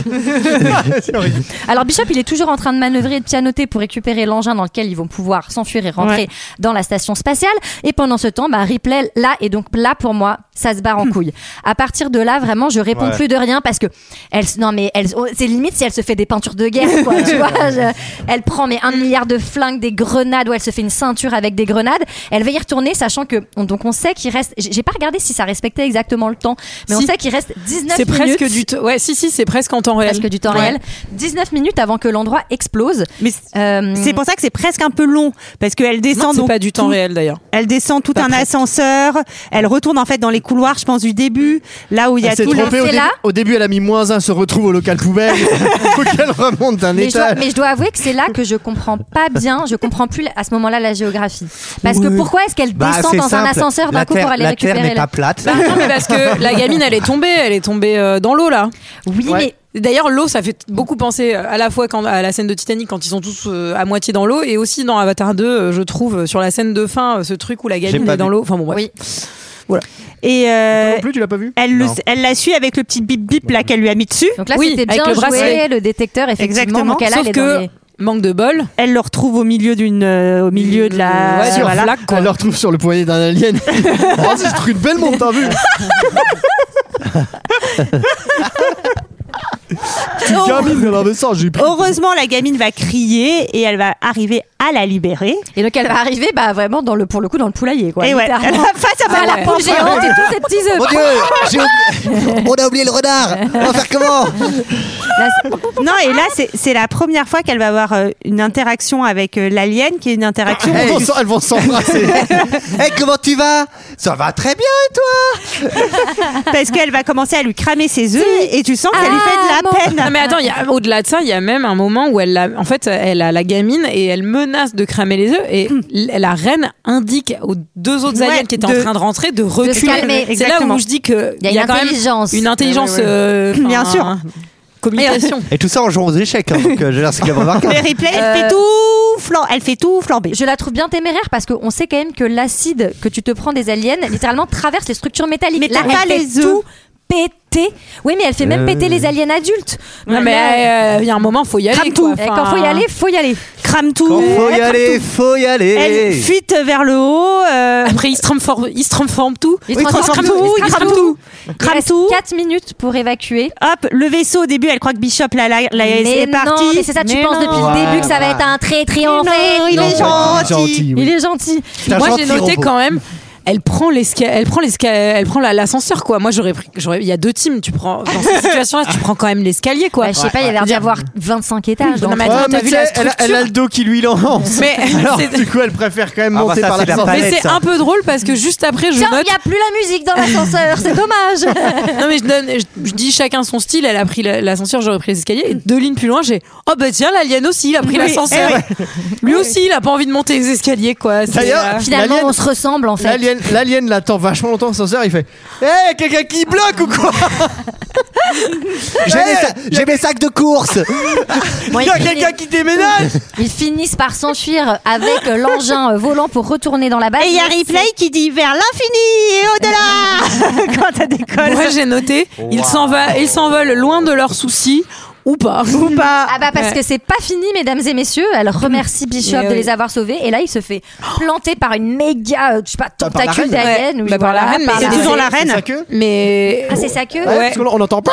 [SPEAKER 1] Alors Bishop, il est toujours en train de manœuvrer et de pianoter pour récupérer l'engin dans lequel ils vont pouvoir s'enfuir et rentrer
[SPEAKER 8] Ouais.
[SPEAKER 1] dans la station spatiale. Et pendant ce temps, bah, Ripley, là, et donc là, pour moi, ça se barre en couille. À partir de là, vraiment, je réponds
[SPEAKER 9] Ouais.
[SPEAKER 1] plus de rien parce que elle, se- non, mais elle, oh, c'est limite si elle se fait des peintures de guerre, quoi, tu vois. je- elle prend, mais un milliard de flingues, des grenades, ou elle se fait une ceinture avec des grenades. Elle va y retourner, sachant que, donc on sait qu'il reste, j'ai j'ai pas regardé si ça respectait exactement le temps, mais
[SPEAKER 7] Si.
[SPEAKER 1] on sait qu'il reste 19
[SPEAKER 7] C'est
[SPEAKER 1] minutes.
[SPEAKER 7] presque du. t- Ouais, si, si, c'est presque en temps réel.
[SPEAKER 1] Presque du temps
[SPEAKER 7] Ouais.
[SPEAKER 1] réel. 19 minutes avant que l'endroit explose.
[SPEAKER 8] Mais c-
[SPEAKER 1] Euh,
[SPEAKER 8] c'est pour ça que c'est presque un peu long, parce qu'elle
[SPEAKER 7] Non,
[SPEAKER 8] descend
[SPEAKER 7] c'est
[SPEAKER 8] donc
[SPEAKER 7] pas du temps
[SPEAKER 8] tout-
[SPEAKER 7] réel d'ailleurs.
[SPEAKER 8] Elle descend tout
[SPEAKER 7] Pas
[SPEAKER 8] un
[SPEAKER 7] près.
[SPEAKER 8] ascenseur, elle retourne en fait dans les couloirs, je pense, du début, là où il y a
[SPEAKER 6] Elle s'est
[SPEAKER 8] tout le...
[SPEAKER 6] trompée au,
[SPEAKER 1] C'est
[SPEAKER 6] début,
[SPEAKER 1] là
[SPEAKER 6] au début, elle a mis moins 1, se retrouve au local poubelle. Faut qu'elle remonte d'un
[SPEAKER 1] mais, je dois,
[SPEAKER 6] étage.
[SPEAKER 1] mais je dois avouer que c'est là que je comprends pas bien, je comprends plus à ce moment-là la géographie. Parce que
[SPEAKER 6] Ouais.
[SPEAKER 1] pourquoi est-ce qu'elle
[SPEAKER 9] Bah,
[SPEAKER 1] descend
[SPEAKER 9] c'est
[SPEAKER 1] dans
[SPEAKER 9] simple.
[SPEAKER 1] un ascenseur d'un
[SPEAKER 9] La
[SPEAKER 1] coup
[SPEAKER 9] Terre-
[SPEAKER 1] pour aller
[SPEAKER 9] La
[SPEAKER 1] récupérer
[SPEAKER 9] Terre n'est
[SPEAKER 1] le-
[SPEAKER 9] pas plate.
[SPEAKER 6] Ah
[SPEAKER 7] Bah, non, mais parce que la gamine, elle est tombée, elle est tombée euh, dans l'eau là.
[SPEAKER 1] Oui,
[SPEAKER 6] Ouais.
[SPEAKER 7] Et D'ailleurs, l'eau, ça fait beaucoup penser euh, à la fois quand, à la scène de Titanic quand ils sont tous euh, à moitié dans l'eau et aussi dans Avatar 2, euh, je trouve, euh, sur la scène de fin, euh, ce truc où la
[SPEAKER 9] J'ai
[SPEAKER 7] gamine
[SPEAKER 9] pas
[SPEAKER 7] est dans
[SPEAKER 9] vu.
[SPEAKER 7] l'eau. Enfin bon, bref.
[SPEAKER 1] Oui.
[SPEAKER 8] Et euh,
[SPEAKER 6] non plus, tu l'as pas vu
[SPEAKER 8] elle, le-
[SPEAKER 9] Non.
[SPEAKER 8] elle la suit avec le petit bip bip là qu'elle lui a mis dessus.
[SPEAKER 1] mais donc là
[SPEAKER 7] Oui,
[SPEAKER 1] c'était
[SPEAKER 7] avec
[SPEAKER 1] bien
[SPEAKER 7] le
[SPEAKER 1] joué,
[SPEAKER 7] bracelet.
[SPEAKER 1] le détecteur effectivement.
[SPEAKER 8] Exactement.
[SPEAKER 1] Donc elle,
[SPEAKER 7] Sauf
[SPEAKER 1] elle est
[SPEAKER 7] que
[SPEAKER 1] dans les-
[SPEAKER 7] manque de bol.
[SPEAKER 8] Elle le retrouve au milieu d'une, euh, au milieu de la.
[SPEAKER 7] Ouais, sur
[SPEAKER 8] voilà.
[SPEAKER 7] flaque, quoi.
[SPEAKER 6] Elle le retrouve sur le poignet d'un alien. oh, c'est ce truc de Belmont, t'as vu
[SPEAKER 8] Oh.
[SPEAKER 6] Gamine, elle avait ça, j'ai pris.
[SPEAKER 8] Heureusement, la gamine va crier et elle va arriver à la libérer.
[SPEAKER 1] Et donc elle va arriver bah, vraiment dans le, pour le coup dans le poulailler. Quoi,
[SPEAKER 7] Eh
[SPEAKER 8] et ouais, elle
[SPEAKER 1] littéralement.
[SPEAKER 8] va face à
[SPEAKER 1] Ah, la
[SPEAKER 8] la
[SPEAKER 1] poule géante et tous ces petits œufs.
[SPEAKER 9] Oh, Mon Dieu, j'ai oublié- on a oublié le renard. On va faire comment
[SPEAKER 1] Là, c'est-
[SPEAKER 8] Non, et là, c'est- c'est la première fois qu'elle va avoir euh, une interaction avec euh, l'alien, qui est une interaction.
[SPEAKER 1] Ah
[SPEAKER 6] Elles vont s'en- Elles vont s'embrasser.
[SPEAKER 9] Eh, comment tu vas Ça va très bien et toi
[SPEAKER 8] parce qu'elle va commencer à lui cramer ses œufs et tu sens qu'elle lui
[SPEAKER 1] Ah, mon-
[SPEAKER 8] fait de la
[SPEAKER 7] Non
[SPEAKER 8] peine.
[SPEAKER 7] mais attends, il y a- au-delà de ça, il y a même un moment où elle, a, en fait, elle a la gamine et elle menace de cramer les œufs et l- la reine indique aux deux autres
[SPEAKER 8] Ouais,
[SPEAKER 7] aliens qui étaient
[SPEAKER 8] de-
[SPEAKER 7] en train de rentrer de reculer.
[SPEAKER 1] calmer,
[SPEAKER 7] C'est là
[SPEAKER 8] exactement.
[SPEAKER 7] où je dis que
[SPEAKER 1] Il y a une
[SPEAKER 7] quand même
[SPEAKER 1] intelligence.
[SPEAKER 7] une intelligence,
[SPEAKER 6] Ouais, ouais, ouais.
[SPEAKER 7] euh, enfin,
[SPEAKER 1] Ah.
[SPEAKER 8] Bien sûr.
[SPEAKER 7] un- communication.
[SPEAKER 9] Et tout ça en jouant aux échecs. hein, donc, euh, j'ai l'air c'est quand même remarquable.
[SPEAKER 8] Mais Ripley, elle
[SPEAKER 1] Euh.
[SPEAKER 8] fait tout flan- elle fait tout flamber.
[SPEAKER 1] Je la trouve bien téméraire parce qu'on sait quand même que l'acide que tu te prends des aliens littéralement traverse les structures métalliques.
[SPEAKER 8] Mais
[SPEAKER 1] Là,
[SPEAKER 8] t'as
[SPEAKER 1] elle
[SPEAKER 8] pas
[SPEAKER 1] fait
[SPEAKER 8] les œufs.
[SPEAKER 1] tout péter. Oui, mais elle fait
[SPEAKER 9] Euh.
[SPEAKER 1] même péter les aliens adultes.
[SPEAKER 7] Non mais euh, il y a un moment, faut y aller.
[SPEAKER 8] Crame
[SPEAKER 7] quoi.
[SPEAKER 8] tout.
[SPEAKER 1] Et
[SPEAKER 7] Enfin,
[SPEAKER 1] quand faut y aller, faut y aller.
[SPEAKER 8] Crame tout.
[SPEAKER 9] Quand faut
[SPEAKER 8] elle
[SPEAKER 9] y
[SPEAKER 8] crame
[SPEAKER 9] aller,
[SPEAKER 8] tout.
[SPEAKER 9] faut y
[SPEAKER 8] Elle
[SPEAKER 9] aller.
[SPEAKER 8] fuite vers le haut. euh,
[SPEAKER 7] Après, il se transforme, il se transforme tout.
[SPEAKER 1] Il
[SPEAKER 8] Oui, transforme tout, il crame tout. Crame tout.
[SPEAKER 1] 4 minutes pour évacuer.
[SPEAKER 8] Hop, le vaisseau au début, elle croit que Bishop l'a la, la-
[SPEAKER 1] mais
[SPEAKER 8] c'est
[SPEAKER 1] non,
[SPEAKER 8] parti.
[SPEAKER 1] mais c'est ça, tu
[SPEAKER 7] Mais
[SPEAKER 1] penses
[SPEAKER 7] non.
[SPEAKER 1] depuis
[SPEAKER 9] Ouais,
[SPEAKER 1] le début que ça va
[SPEAKER 9] ouais.
[SPEAKER 1] être un très
[SPEAKER 8] Non,
[SPEAKER 1] triomphé.
[SPEAKER 8] il est
[SPEAKER 6] oui.
[SPEAKER 8] gentil.
[SPEAKER 1] Il est gentil.
[SPEAKER 9] C'est un
[SPEAKER 7] Moi, j'ai
[SPEAKER 9] gentil
[SPEAKER 7] noté
[SPEAKER 9] robot.
[SPEAKER 7] quand même. Elle prend l'esca- elle prend l'esca- elle prend la- l'ascenseur quoi. Moi j'aurais pris, j'aurais, il y a deux teams. Tu prends dans cette situation-là, tu prends quand même l'escalier quoi.
[SPEAKER 1] Bah, je sais pas, il y a l'air d'y avoir 25 étages.
[SPEAKER 7] Non,
[SPEAKER 1] donc.
[SPEAKER 7] mais
[SPEAKER 6] Ouais,
[SPEAKER 7] attends,
[SPEAKER 6] mais
[SPEAKER 7] t'as vu
[SPEAKER 6] tu
[SPEAKER 7] la
[SPEAKER 6] sais, elle, a-
[SPEAKER 7] structure
[SPEAKER 6] elle a le dos qui lui lance.
[SPEAKER 7] Mais
[SPEAKER 6] Alors,
[SPEAKER 7] c'est-
[SPEAKER 6] du coup, elle préfère quand même
[SPEAKER 9] Ah bah,
[SPEAKER 6] monter
[SPEAKER 9] ça,
[SPEAKER 6] par
[SPEAKER 9] c'est de la
[SPEAKER 6] l'ascenseur.
[SPEAKER 9] palette.
[SPEAKER 7] mais c'est
[SPEAKER 9] ça.
[SPEAKER 7] un peu drôle parce que juste après je
[SPEAKER 1] Tiens, il
[SPEAKER 7] note.
[SPEAKER 1] n'y a plus la musique dans l'ascenseur, c'est dommage.
[SPEAKER 7] Non mais je donne, je, je dis chacun son style. Elle a pris la- l'ascenseur, j'aurais pris les escaliers. Et deux lignes plus loin, j'ai oh bah tiens l'alien aussi, il a pris
[SPEAKER 8] Oui,
[SPEAKER 7] l'ascenseur. Lui aussi, il a pas envie de monter les escaliers quoi. C'est,
[SPEAKER 6] D'ailleurs,
[SPEAKER 7] euh,
[SPEAKER 1] Finalement,
[SPEAKER 6] L'alien-
[SPEAKER 1] on se ressemble en fait.
[SPEAKER 6] L'alien, l'alien l'attend vachement longtemps, l'ascenseur, il fait Hé, quelqu'un qui bloque ou quoi
[SPEAKER 9] J'ai mes sa- j'ai mes sacs de course.
[SPEAKER 1] Bon,
[SPEAKER 6] Il y a quelqu'un qui déménage
[SPEAKER 1] Ils finissent par s'enfuir avec euh, l'engin euh, volant pour retourner dans la base.
[SPEAKER 8] Et il y a
[SPEAKER 1] Mais
[SPEAKER 8] Ripley qui dit vers l'infini et au-delà quand elle décolle.
[SPEAKER 7] Moi j'ai noté, ils s'en va, ils s'envolent loin de leurs soucis Ou pas.
[SPEAKER 8] Ou pas.
[SPEAKER 1] Ah bah parce
[SPEAKER 7] Ouais.
[SPEAKER 1] que c'est pas fini, mesdames et messieurs. Elle remercie Bishop
[SPEAKER 7] Mais
[SPEAKER 1] de
[SPEAKER 7] oui.
[SPEAKER 1] les avoir sauvés et là il se fait planter par une méga, euh, je sais pas,
[SPEAKER 6] par la
[SPEAKER 1] tentacule
[SPEAKER 6] reine.
[SPEAKER 1] d'alien.
[SPEAKER 7] Ouais.
[SPEAKER 1] oui,
[SPEAKER 7] Bah, par la
[SPEAKER 1] voilà,
[SPEAKER 7] reine, mais
[SPEAKER 1] la-
[SPEAKER 8] C'est toujours la
[SPEAKER 6] C'est
[SPEAKER 8] reine.
[SPEAKER 6] sa queue
[SPEAKER 7] Mais
[SPEAKER 1] Ah c'est sa queue.
[SPEAKER 6] Ouais, parce que là, on entend pas.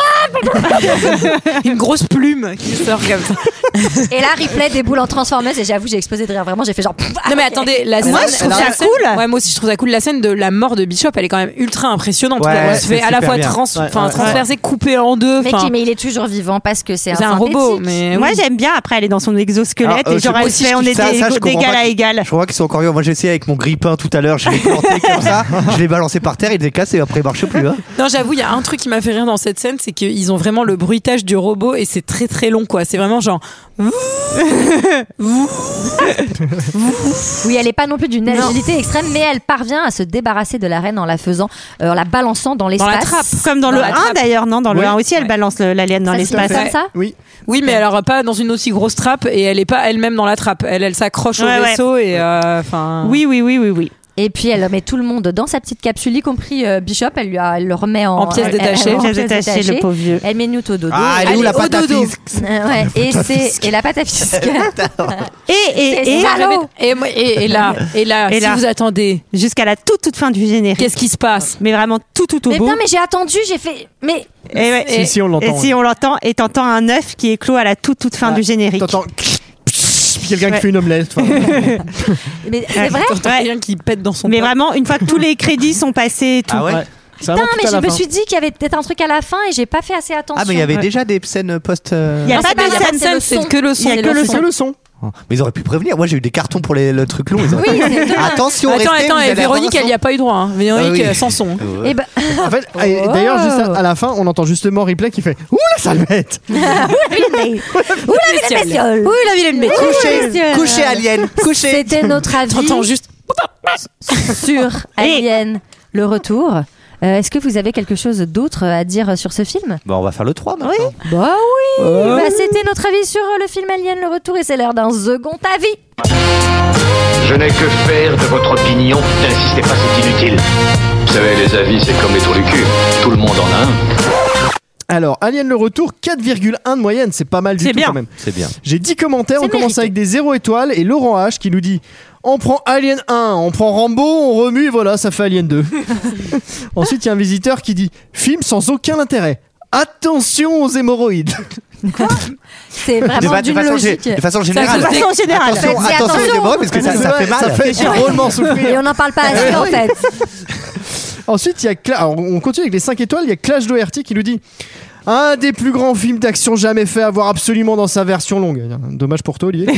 [SPEAKER 7] une grosse plume qui sort comme ça.
[SPEAKER 1] Et là replay des boules en transformeuse et j'avoue j'ai explosé de rire. Vraiment j'ai fait genre. pff,
[SPEAKER 7] Non mais
[SPEAKER 1] ah,
[SPEAKER 7] attendez, la scène,
[SPEAKER 8] Moi, je trouve
[SPEAKER 7] la
[SPEAKER 8] ça
[SPEAKER 7] scène-
[SPEAKER 8] cool.
[SPEAKER 7] Ouais, moi aussi je trouve ça cool. La scène de la mort de Bishop, elle est quand même ultra impressionnante.
[SPEAKER 9] Ouais,
[SPEAKER 7] Elle se
[SPEAKER 9] c'est
[SPEAKER 7] fait à la
[SPEAKER 9] super
[SPEAKER 7] fois
[SPEAKER 9] bien.
[SPEAKER 7] trans,
[SPEAKER 6] Ouais,
[SPEAKER 7] enfin
[SPEAKER 6] ouais,
[SPEAKER 7] transversée, coupée en deux.
[SPEAKER 1] Mais,
[SPEAKER 7] enfin,
[SPEAKER 1] qui- mais il est toujours vivant parce que c'est un,
[SPEAKER 7] c'est un robot.
[SPEAKER 1] synthétique.
[SPEAKER 7] Mais
[SPEAKER 8] Moi,
[SPEAKER 7] oui.
[SPEAKER 8] j'aime bien. Après, elle est dans son exosquelette
[SPEAKER 9] Alors, euh,
[SPEAKER 8] et genre,
[SPEAKER 9] c'est
[SPEAKER 8] elle
[SPEAKER 9] possible.
[SPEAKER 8] fait, on est
[SPEAKER 9] Ça-
[SPEAKER 8] des-
[SPEAKER 9] ça, je comprends
[SPEAKER 8] d'égal
[SPEAKER 9] pas
[SPEAKER 8] à égal.
[SPEAKER 9] Je crois qu'ils sont encore vieux. Moi, j'ai essayé avec mon grippin tout à l'heure. Je l'ai planté comme ça. Je l'ai balancé par terre. Il les casse et après, il marche plus. hein.
[SPEAKER 7] Non, j'avoue, il y a un truc qui m'a fait rire dans cette scène, c'est qu'ils ont vraiment le bruitage du robot et c'est très très long quoi. C'est vraiment genre
[SPEAKER 1] Oui, elle est pas non plus d'une agilité extrême, mais elle parvient à se débarrasser de la reine en la faisant, euh, en la balançant dans l'espace.
[SPEAKER 7] la trappe.
[SPEAKER 8] Comme dans
[SPEAKER 7] Dans
[SPEAKER 8] le
[SPEAKER 7] la
[SPEAKER 8] 1
[SPEAKER 7] trappe.
[SPEAKER 8] d'ailleurs, non Dans le
[SPEAKER 6] Ouais.
[SPEAKER 8] 1 aussi, elle
[SPEAKER 7] Ouais.
[SPEAKER 8] balance le- l'alien dans
[SPEAKER 1] Ça se
[SPEAKER 8] l'espace.
[SPEAKER 1] fait comme ça
[SPEAKER 6] Oui.
[SPEAKER 7] oui, mais alors pas dans une aussi grosse trappe et elle est pas elle-même dans la trappe. Elle elle s'accroche
[SPEAKER 8] Ouais,
[SPEAKER 7] au
[SPEAKER 8] ouais.
[SPEAKER 7] vaisseau et euh, enfin
[SPEAKER 8] Oui, oui, oui, oui, oui.
[SPEAKER 1] Et puis elle met tout le monde dans sa petite capsule, y compris euh, Bishop. Elle lui a, elle le remet en,
[SPEAKER 7] En pièces
[SPEAKER 1] elle- elle-
[SPEAKER 7] détachées.
[SPEAKER 1] elle- en
[SPEAKER 8] J'ai
[SPEAKER 1] pièces
[SPEAKER 8] détaché le
[SPEAKER 1] détachées.
[SPEAKER 8] pauvre vieux.
[SPEAKER 1] Elle met Newt au dodo.
[SPEAKER 9] Ah, elle est où la
[SPEAKER 7] au
[SPEAKER 9] pâte à
[SPEAKER 7] dodo.
[SPEAKER 9] fisc
[SPEAKER 1] Euh, ouais, et c'est et la pâte à fisc.
[SPEAKER 8] Et, et,
[SPEAKER 1] Et
[SPEAKER 8] et,
[SPEAKER 1] ça, Allô
[SPEAKER 7] et, moi- et- et là et là
[SPEAKER 8] Et
[SPEAKER 7] si
[SPEAKER 8] là.
[SPEAKER 7] vous attendez,
[SPEAKER 8] jusqu'à la toute, toute fin du générique.
[SPEAKER 7] qu'est-ce qui se passe
[SPEAKER 8] Mais vraiment tout, tout au
[SPEAKER 1] mais
[SPEAKER 8] bout.
[SPEAKER 1] bien, mais j'ai attendu, j'ai fait. Mais
[SPEAKER 8] Et, ouais.
[SPEAKER 6] Si, si, on l'entend.
[SPEAKER 8] Et si on l'entend, et t'entends un œuf qui éclot à la toute, toute fin
[SPEAKER 6] Ouais.
[SPEAKER 8] du générique.
[SPEAKER 6] T'entends. Puis quelqu'un
[SPEAKER 8] Ouais.
[SPEAKER 6] qui fait une omelette. enfin.
[SPEAKER 1] mais c'est vrai.
[SPEAKER 7] T'entends
[SPEAKER 8] Ouais.
[SPEAKER 7] quelqu'un qui pète dans son
[SPEAKER 8] Mais
[SPEAKER 7] plat.
[SPEAKER 8] vraiment, une fois que tous les crédits sont passés, et tout.
[SPEAKER 9] ouais.
[SPEAKER 6] C'est
[SPEAKER 1] Putain,
[SPEAKER 6] vraiment tout
[SPEAKER 1] mais
[SPEAKER 6] à
[SPEAKER 1] je
[SPEAKER 6] la
[SPEAKER 1] me
[SPEAKER 6] fin.
[SPEAKER 1] suis dit qu'il y avait peut-être un truc à la fin et j'ai pas fait assez attention.
[SPEAKER 9] Ah, mais il y avait
[SPEAKER 8] Ouais.
[SPEAKER 9] déjà des scènes post. euh, Oh,
[SPEAKER 8] Il y a
[SPEAKER 7] Non,
[SPEAKER 8] pas
[SPEAKER 7] c'est
[SPEAKER 8] de
[SPEAKER 7] pas- il y a pas de scène,
[SPEAKER 8] scène.
[SPEAKER 7] c'est que le son.
[SPEAKER 8] Il y a que le son.
[SPEAKER 6] Que le son.
[SPEAKER 9] Mais ils auraient pu prévenir. Moi, j'ai eu des cartons pour les- le truc long. Ils auraient- Attention,
[SPEAKER 7] Attends,
[SPEAKER 9] restez,
[SPEAKER 7] attends,
[SPEAKER 9] vous
[SPEAKER 7] et
[SPEAKER 9] allez avoir
[SPEAKER 7] Véronique,
[SPEAKER 9] un
[SPEAKER 7] elle n'y a pas eu droit. hein. Véronique,
[SPEAKER 9] Ah oui.
[SPEAKER 7] euh, sans son.
[SPEAKER 9] son.
[SPEAKER 1] Et ben,
[SPEAKER 6] En fait, et- et d'ailleurs, juste à, à la fin, on entend justement Ripley qui fait Ouh la salvette
[SPEAKER 1] la bestiole.
[SPEAKER 7] la vilaine bête.
[SPEAKER 9] Couché, couché alien. Couché.
[SPEAKER 1] C'était notre
[SPEAKER 7] T'entends
[SPEAKER 1] avis
[SPEAKER 7] juste.
[SPEAKER 1] sur Alien le retour. Euh, Est-ce que vous avez quelque chose d'autre à dire sur ce film
[SPEAKER 9] Bon, on va faire le 3 maintenant.
[SPEAKER 1] Bah oui Bah, C'était notre avis sur euh, le film Alien le retour et c'est l'heure d'un second avis.
[SPEAKER 5] Je n'ai que faire de votre opinion. N'insistez pas, c'est inutile. Vous savez, les avis, c'est comme les trous du cul. Tout le monde en a un.
[SPEAKER 6] Alors, Alien le retour, 4,1 de moyenne, c'est pas mal du
[SPEAKER 8] C'est
[SPEAKER 6] tout
[SPEAKER 8] bien.
[SPEAKER 6] quand même.
[SPEAKER 9] C'est bien.
[SPEAKER 6] J'ai 10 commentaires, on
[SPEAKER 1] C'est
[SPEAKER 6] commence
[SPEAKER 1] mérité.
[SPEAKER 6] avec des 0 étoiles et Laurent H qui nous dit On prend Alien 1, on prend Rambo, on remue et voilà, ça fait Alien 2. Ensuite, il y a un visiteur qui dit Film sans aucun intérêt. Attention aux hémorroïdes.
[SPEAKER 1] C'est
[SPEAKER 9] De,
[SPEAKER 1] vraiment
[SPEAKER 9] fa- de
[SPEAKER 1] d'une
[SPEAKER 9] façon, gé-
[SPEAKER 1] logique.
[SPEAKER 9] de façon
[SPEAKER 8] De
[SPEAKER 9] générale.
[SPEAKER 8] façon générale.
[SPEAKER 9] Attention,
[SPEAKER 1] Faites-y
[SPEAKER 9] attention,
[SPEAKER 1] attention.
[SPEAKER 9] les hémorroïdes, parce que ça, ça fait mal.
[SPEAKER 6] Ça fait drôlement souffrir.
[SPEAKER 1] Et on n'en parle pas assez en fait.
[SPEAKER 6] Ensuite, il y a Cla- alors, on continue avec les 5 étoiles, il y a Clash d'ORT qui nous dit un des plus grands films d'action jamais fait à voir absolument dans sa version longue. Eh Dommage pour toi, Olivier.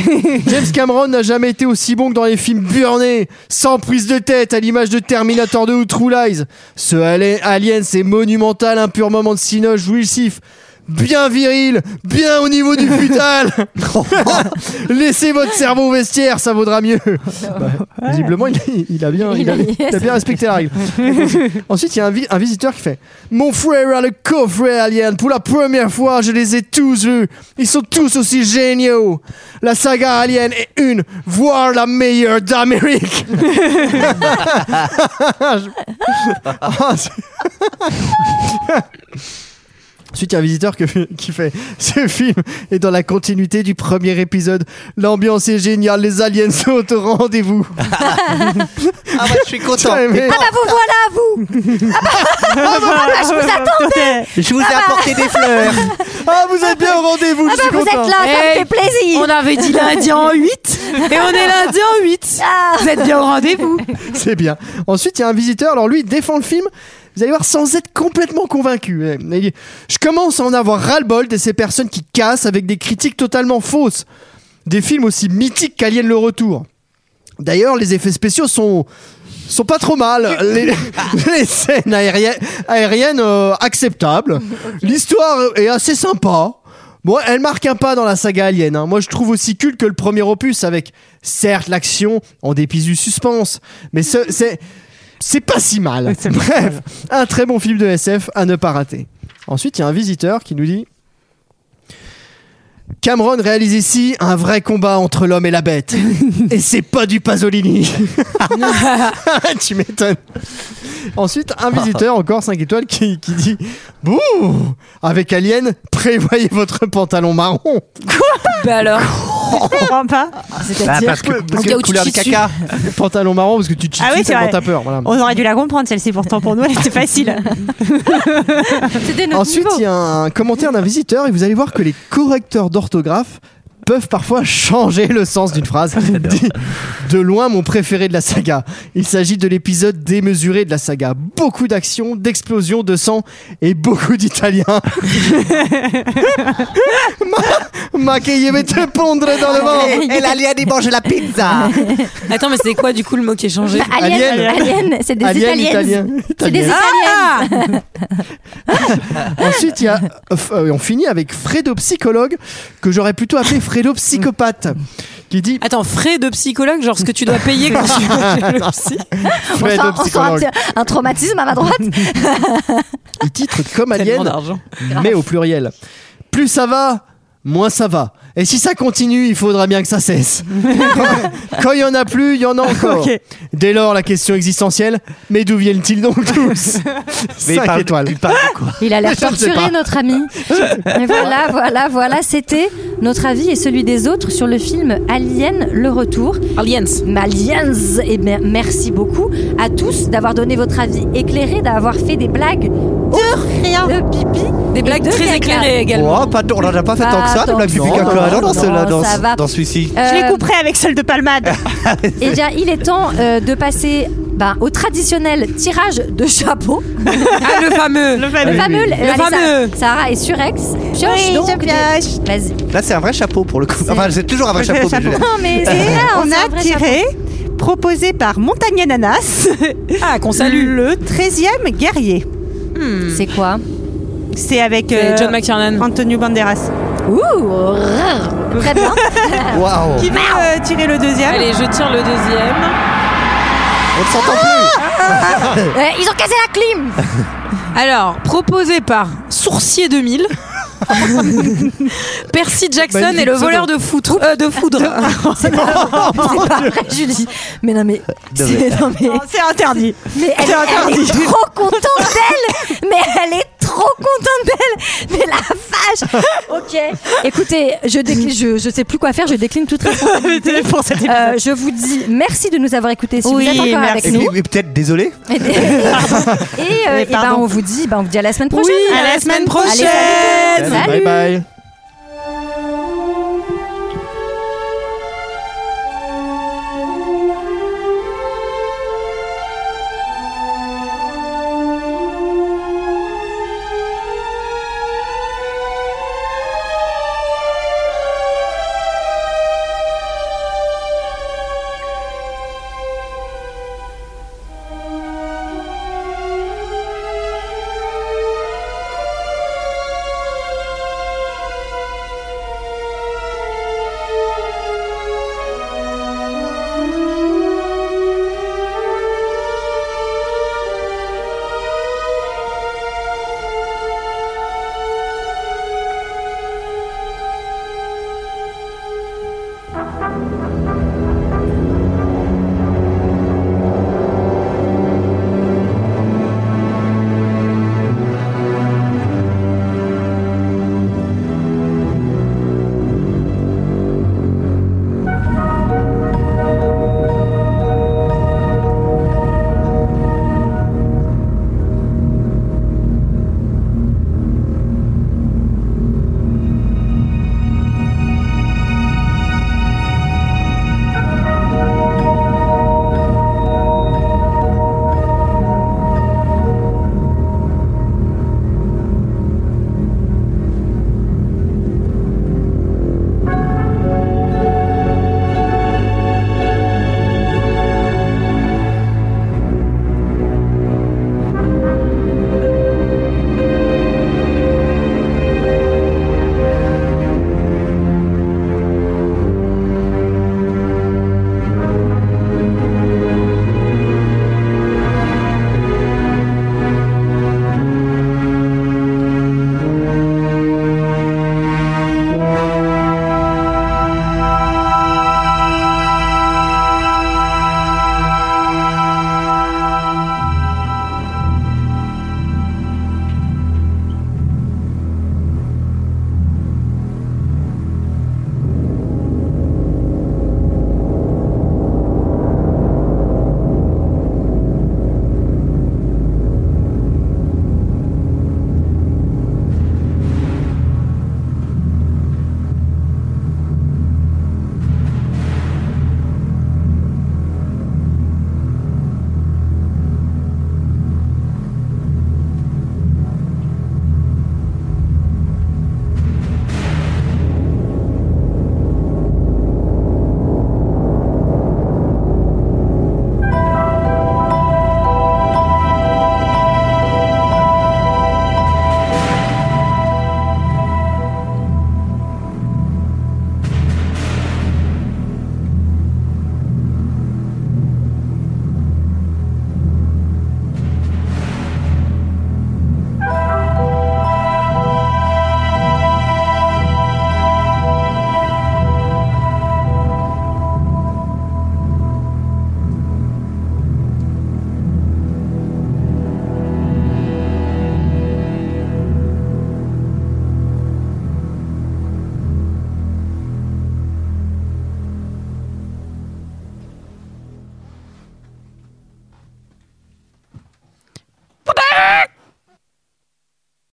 [SPEAKER 6] James Cameron n'a jamais été aussi bon que dans les films burnés, sans prise de tête, à l'image de Terminator 2 ou True Lies. Ce Ali- Alien, c'est monumental, un pur moment de cinoche jouissif. Bien viril, bien au niveau du futal. Laissez votre cerveau au vestiaire, ça vaudra mieux. Bah, visiblement, il, il a bien, il a- il a bien respecté la règle. Ensuite, il y a un, vi- un visiteur qui fait Mon frère a le coffret Alien. Pour la première fois, je les ai tous vus. Ils sont tous aussi géniaux. La saga Alien est une, voire la meilleure d'Amérique. Je- Ah, c'est- Ensuite, il y a un visiteur que- qui fait Ce film est dans la continuité du premier épisode. L'ambiance est géniale, les aliens sont au rendez-vous.
[SPEAKER 9] Ah ouais, je suis content.
[SPEAKER 6] Putain, mais-
[SPEAKER 1] Ah bah vous voilà vous Ah bah, ah bah, je vous attends
[SPEAKER 9] Je vous ai apporté des fleurs.
[SPEAKER 6] Ah, vous êtes bien au rendez-vous,
[SPEAKER 1] Ah
[SPEAKER 6] je suis
[SPEAKER 1] bah vous
[SPEAKER 6] content.
[SPEAKER 1] êtes là, ça me
[SPEAKER 7] Hey.
[SPEAKER 1] fait plaisir
[SPEAKER 7] On avait dit lundi en 8 et on est lundi en 8.
[SPEAKER 1] Ah.
[SPEAKER 7] Vous êtes bien au rendez-vous.
[SPEAKER 6] C'est bien. Ensuite, il y a un visiteur. Alors lui, il défend le film. Vous allez voir, sans être complètement convaincu. Eh, il dit, Je commence à en avoir ras-le-bol de ces personnes qui cassent avec des critiques totalement fausses. Des films aussi mythiques qu'Alien le Retour. D'ailleurs, les effets spéciaux sont sont pas trop mal. Les, les scènes aériennes, aériennes, euh, acceptables. L'histoire est assez sympa. Bon, elle marque un pas dans la saga Alien. hein. Moi, je trouve aussi culte que le premier opus, avec certes l'action en dépit du suspense, mais ce- c'est c'est pas si mal. Bref, un très bon film de SF à ne pas rater. Ensuite, il y a un visiteur qui nous dit Cameron réalise ici un vrai combat entre l'homme et la bête. et c'est pas du Pasolini. Bah tu m'étonnes. Ensuite, un visiteur, encore 5 étoiles, qui, qui dit Bouh Avec Alien, prévoyez votre pantalon marron.
[SPEAKER 7] Bah alors,
[SPEAKER 8] Je comprends pas.
[SPEAKER 9] Bah,
[SPEAKER 7] c'est-à-dire
[SPEAKER 9] parce que, parce
[SPEAKER 7] En
[SPEAKER 9] que
[SPEAKER 7] caoutchouc
[SPEAKER 9] couleur du
[SPEAKER 7] tissu.
[SPEAKER 9] caca.
[SPEAKER 6] pantalon marron, parce que tu te
[SPEAKER 8] Ah oui, c'est
[SPEAKER 6] tellement
[SPEAKER 8] vrai.
[SPEAKER 6] t'as peur. Voilà.
[SPEAKER 8] On aurait dû la comprendre celle-ci pourtant pour nous, elle était facile.
[SPEAKER 1] C'était notre
[SPEAKER 6] Ensuite,
[SPEAKER 1] niveau.
[SPEAKER 6] il y a un commentaire d'un visiteur et vous allez voir que les correcteurs d'orthographe peuvent parfois changer le sens d'une phrase. Dit, de loin mon préféré de la saga. Il s'agit de l'épisode démesuré de la saga. Beaucoup d'action, d'explosions, de sang et beaucoup d'Italiens. ma, ma che gli mette pondre dans le ventre.
[SPEAKER 9] Et l'alien, il mange la pizza.
[SPEAKER 7] attends, mais c'est quoi du coup le mot qui est changé
[SPEAKER 1] Bah, Alien,
[SPEAKER 6] Alien.
[SPEAKER 1] Alien, c'est des
[SPEAKER 6] Alien,
[SPEAKER 1] Italiennes.
[SPEAKER 6] Italien.
[SPEAKER 1] C'est des
[SPEAKER 6] Italien.
[SPEAKER 7] Ah
[SPEAKER 1] Italiennes.
[SPEAKER 6] Ensuite, il y a, euh, on finit avec Fredo psychologue que j'aurais plutôt appelé Fredo psychopathe, qui dit
[SPEAKER 7] Attends, frais de psychologue, genre ce que tu dois payer quand tu vas chez le psy.
[SPEAKER 1] On sent, on
[SPEAKER 6] Fredo
[SPEAKER 1] sent un,
[SPEAKER 6] psychologue.
[SPEAKER 1] petit- un traumatisme à ma droite.
[SPEAKER 6] Il titre comme
[SPEAKER 7] Tellement
[SPEAKER 6] Alien,
[SPEAKER 7] d'argent.
[SPEAKER 6] mais au pluriel. Plus ça va, moins ça va. Et si ça continue, il faudra bien que ça cesse. Quand- Quand il y en a plus, il y en a encore.
[SPEAKER 7] Ok.
[SPEAKER 6] Dès lors, la question existentielle, mais d'où viennent-ils donc tous
[SPEAKER 9] Mais il
[SPEAKER 6] 5
[SPEAKER 9] parle-
[SPEAKER 6] étoiles.
[SPEAKER 9] il parle de quoi
[SPEAKER 1] Il a l'air
[SPEAKER 6] Je ne sais
[SPEAKER 1] torturé,
[SPEAKER 6] pas.
[SPEAKER 1] notre ami. Mais voilà, voilà, voilà, c'était notre avis et celui des autres sur le film Alien, le retour.
[SPEAKER 7] Aliens.
[SPEAKER 1] Maliens, et mer- merci beaucoup à tous d'avoir donné votre avis éclairé, d'avoir fait des blagues de rien, de pipi,
[SPEAKER 7] Des blagues
[SPEAKER 1] de
[SPEAKER 7] très
[SPEAKER 1] caca.
[SPEAKER 7] éclairées également.
[SPEAKER 9] Oh, pas tant- on n'en a pas fait
[SPEAKER 1] Pas
[SPEAKER 9] tant que ça,
[SPEAKER 1] tant
[SPEAKER 9] de blagues
[SPEAKER 1] que
[SPEAKER 9] du
[SPEAKER 1] ça.
[SPEAKER 9] caca.
[SPEAKER 1] Non,
[SPEAKER 9] Non, dans celle-là,
[SPEAKER 1] non, ça va.
[SPEAKER 9] dans- dans celui-ci.
[SPEAKER 1] Euh,
[SPEAKER 8] Je les couperai avec celle de Palmade.
[SPEAKER 1] Eh bien, il est temps euh, de passer ben, au traditionnel tirage de chapeau.
[SPEAKER 7] Ah, le fameux.
[SPEAKER 8] Le
[SPEAKER 1] Le
[SPEAKER 8] fameux.
[SPEAKER 1] fameux, allez, Sa-
[SPEAKER 7] fameux.
[SPEAKER 1] Sarah et Surex. Pioche
[SPEAKER 8] Oui,
[SPEAKER 1] donc
[SPEAKER 8] je
[SPEAKER 1] des-
[SPEAKER 8] pioche.
[SPEAKER 1] Vas-y.
[SPEAKER 9] Là, c'est un vrai chapeau pour le coup. Enfin, c'est toujours un vrai
[SPEAKER 8] C'est un
[SPEAKER 9] chapeau. mais
[SPEAKER 8] chapeau.
[SPEAKER 9] je-
[SPEAKER 1] Non, mais
[SPEAKER 8] Et
[SPEAKER 1] c'est là,
[SPEAKER 8] on
[SPEAKER 1] c'est un
[SPEAKER 8] a
[SPEAKER 1] vrai
[SPEAKER 8] tiré, proposé par Montagne Ananas,
[SPEAKER 7] Ah, qu'on salue.
[SPEAKER 8] le 13e guerrier.
[SPEAKER 1] chapeau. C'est quoi
[SPEAKER 8] C'est avec
[SPEAKER 7] C'est
[SPEAKER 8] euh,
[SPEAKER 7] John McTiernan.
[SPEAKER 8] Antonio Banderas.
[SPEAKER 1] Ouh rrr. Très bien.
[SPEAKER 9] Waouh.
[SPEAKER 8] Qui veut euh, tirer le deuxième
[SPEAKER 7] Allez, je tire le deuxième.
[SPEAKER 9] On ne s'entend plus.
[SPEAKER 1] Euh, ils ont cassé la clim
[SPEAKER 7] Alors, proposé par Sourcier 2000. Percy Jackson
[SPEAKER 6] Magnifique
[SPEAKER 7] et le
[SPEAKER 6] pseudo.
[SPEAKER 7] voleur de, foutre- euh, de foudre.
[SPEAKER 1] C'est pas, c'est pas vrai, Julie. Mais non, mais. c'est- non, mais,
[SPEAKER 8] Non, C'est interdit.
[SPEAKER 1] mais elle, elle est trop contente d'elle Mais elle est trop contente d'elle Mais la vache Ok. Écoutez, je, décline- je, je sais plus quoi faire, je décline toute responsabilité. Euh, je vous dis merci de nous avoir écoutés si
[SPEAKER 8] Oui,
[SPEAKER 1] vous êtes encore
[SPEAKER 8] merci.
[SPEAKER 1] avec
[SPEAKER 9] Et
[SPEAKER 1] nous.
[SPEAKER 9] puis, mais peut-être, désolé.
[SPEAKER 1] Et, et- et, euh,
[SPEAKER 8] Mais
[SPEAKER 1] et ben,
[SPEAKER 8] pardon.
[SPEAKER 1] on vous dit, ben, on vous dit à la semaine prochaine.
[SPEAKER 7] à la semaine
[SPEAKER 1] Allez,
[SPEAKER 7] prochaine.
[SPEAKER 1] salut. Salut.
[SPEAKER 6] Bye bye.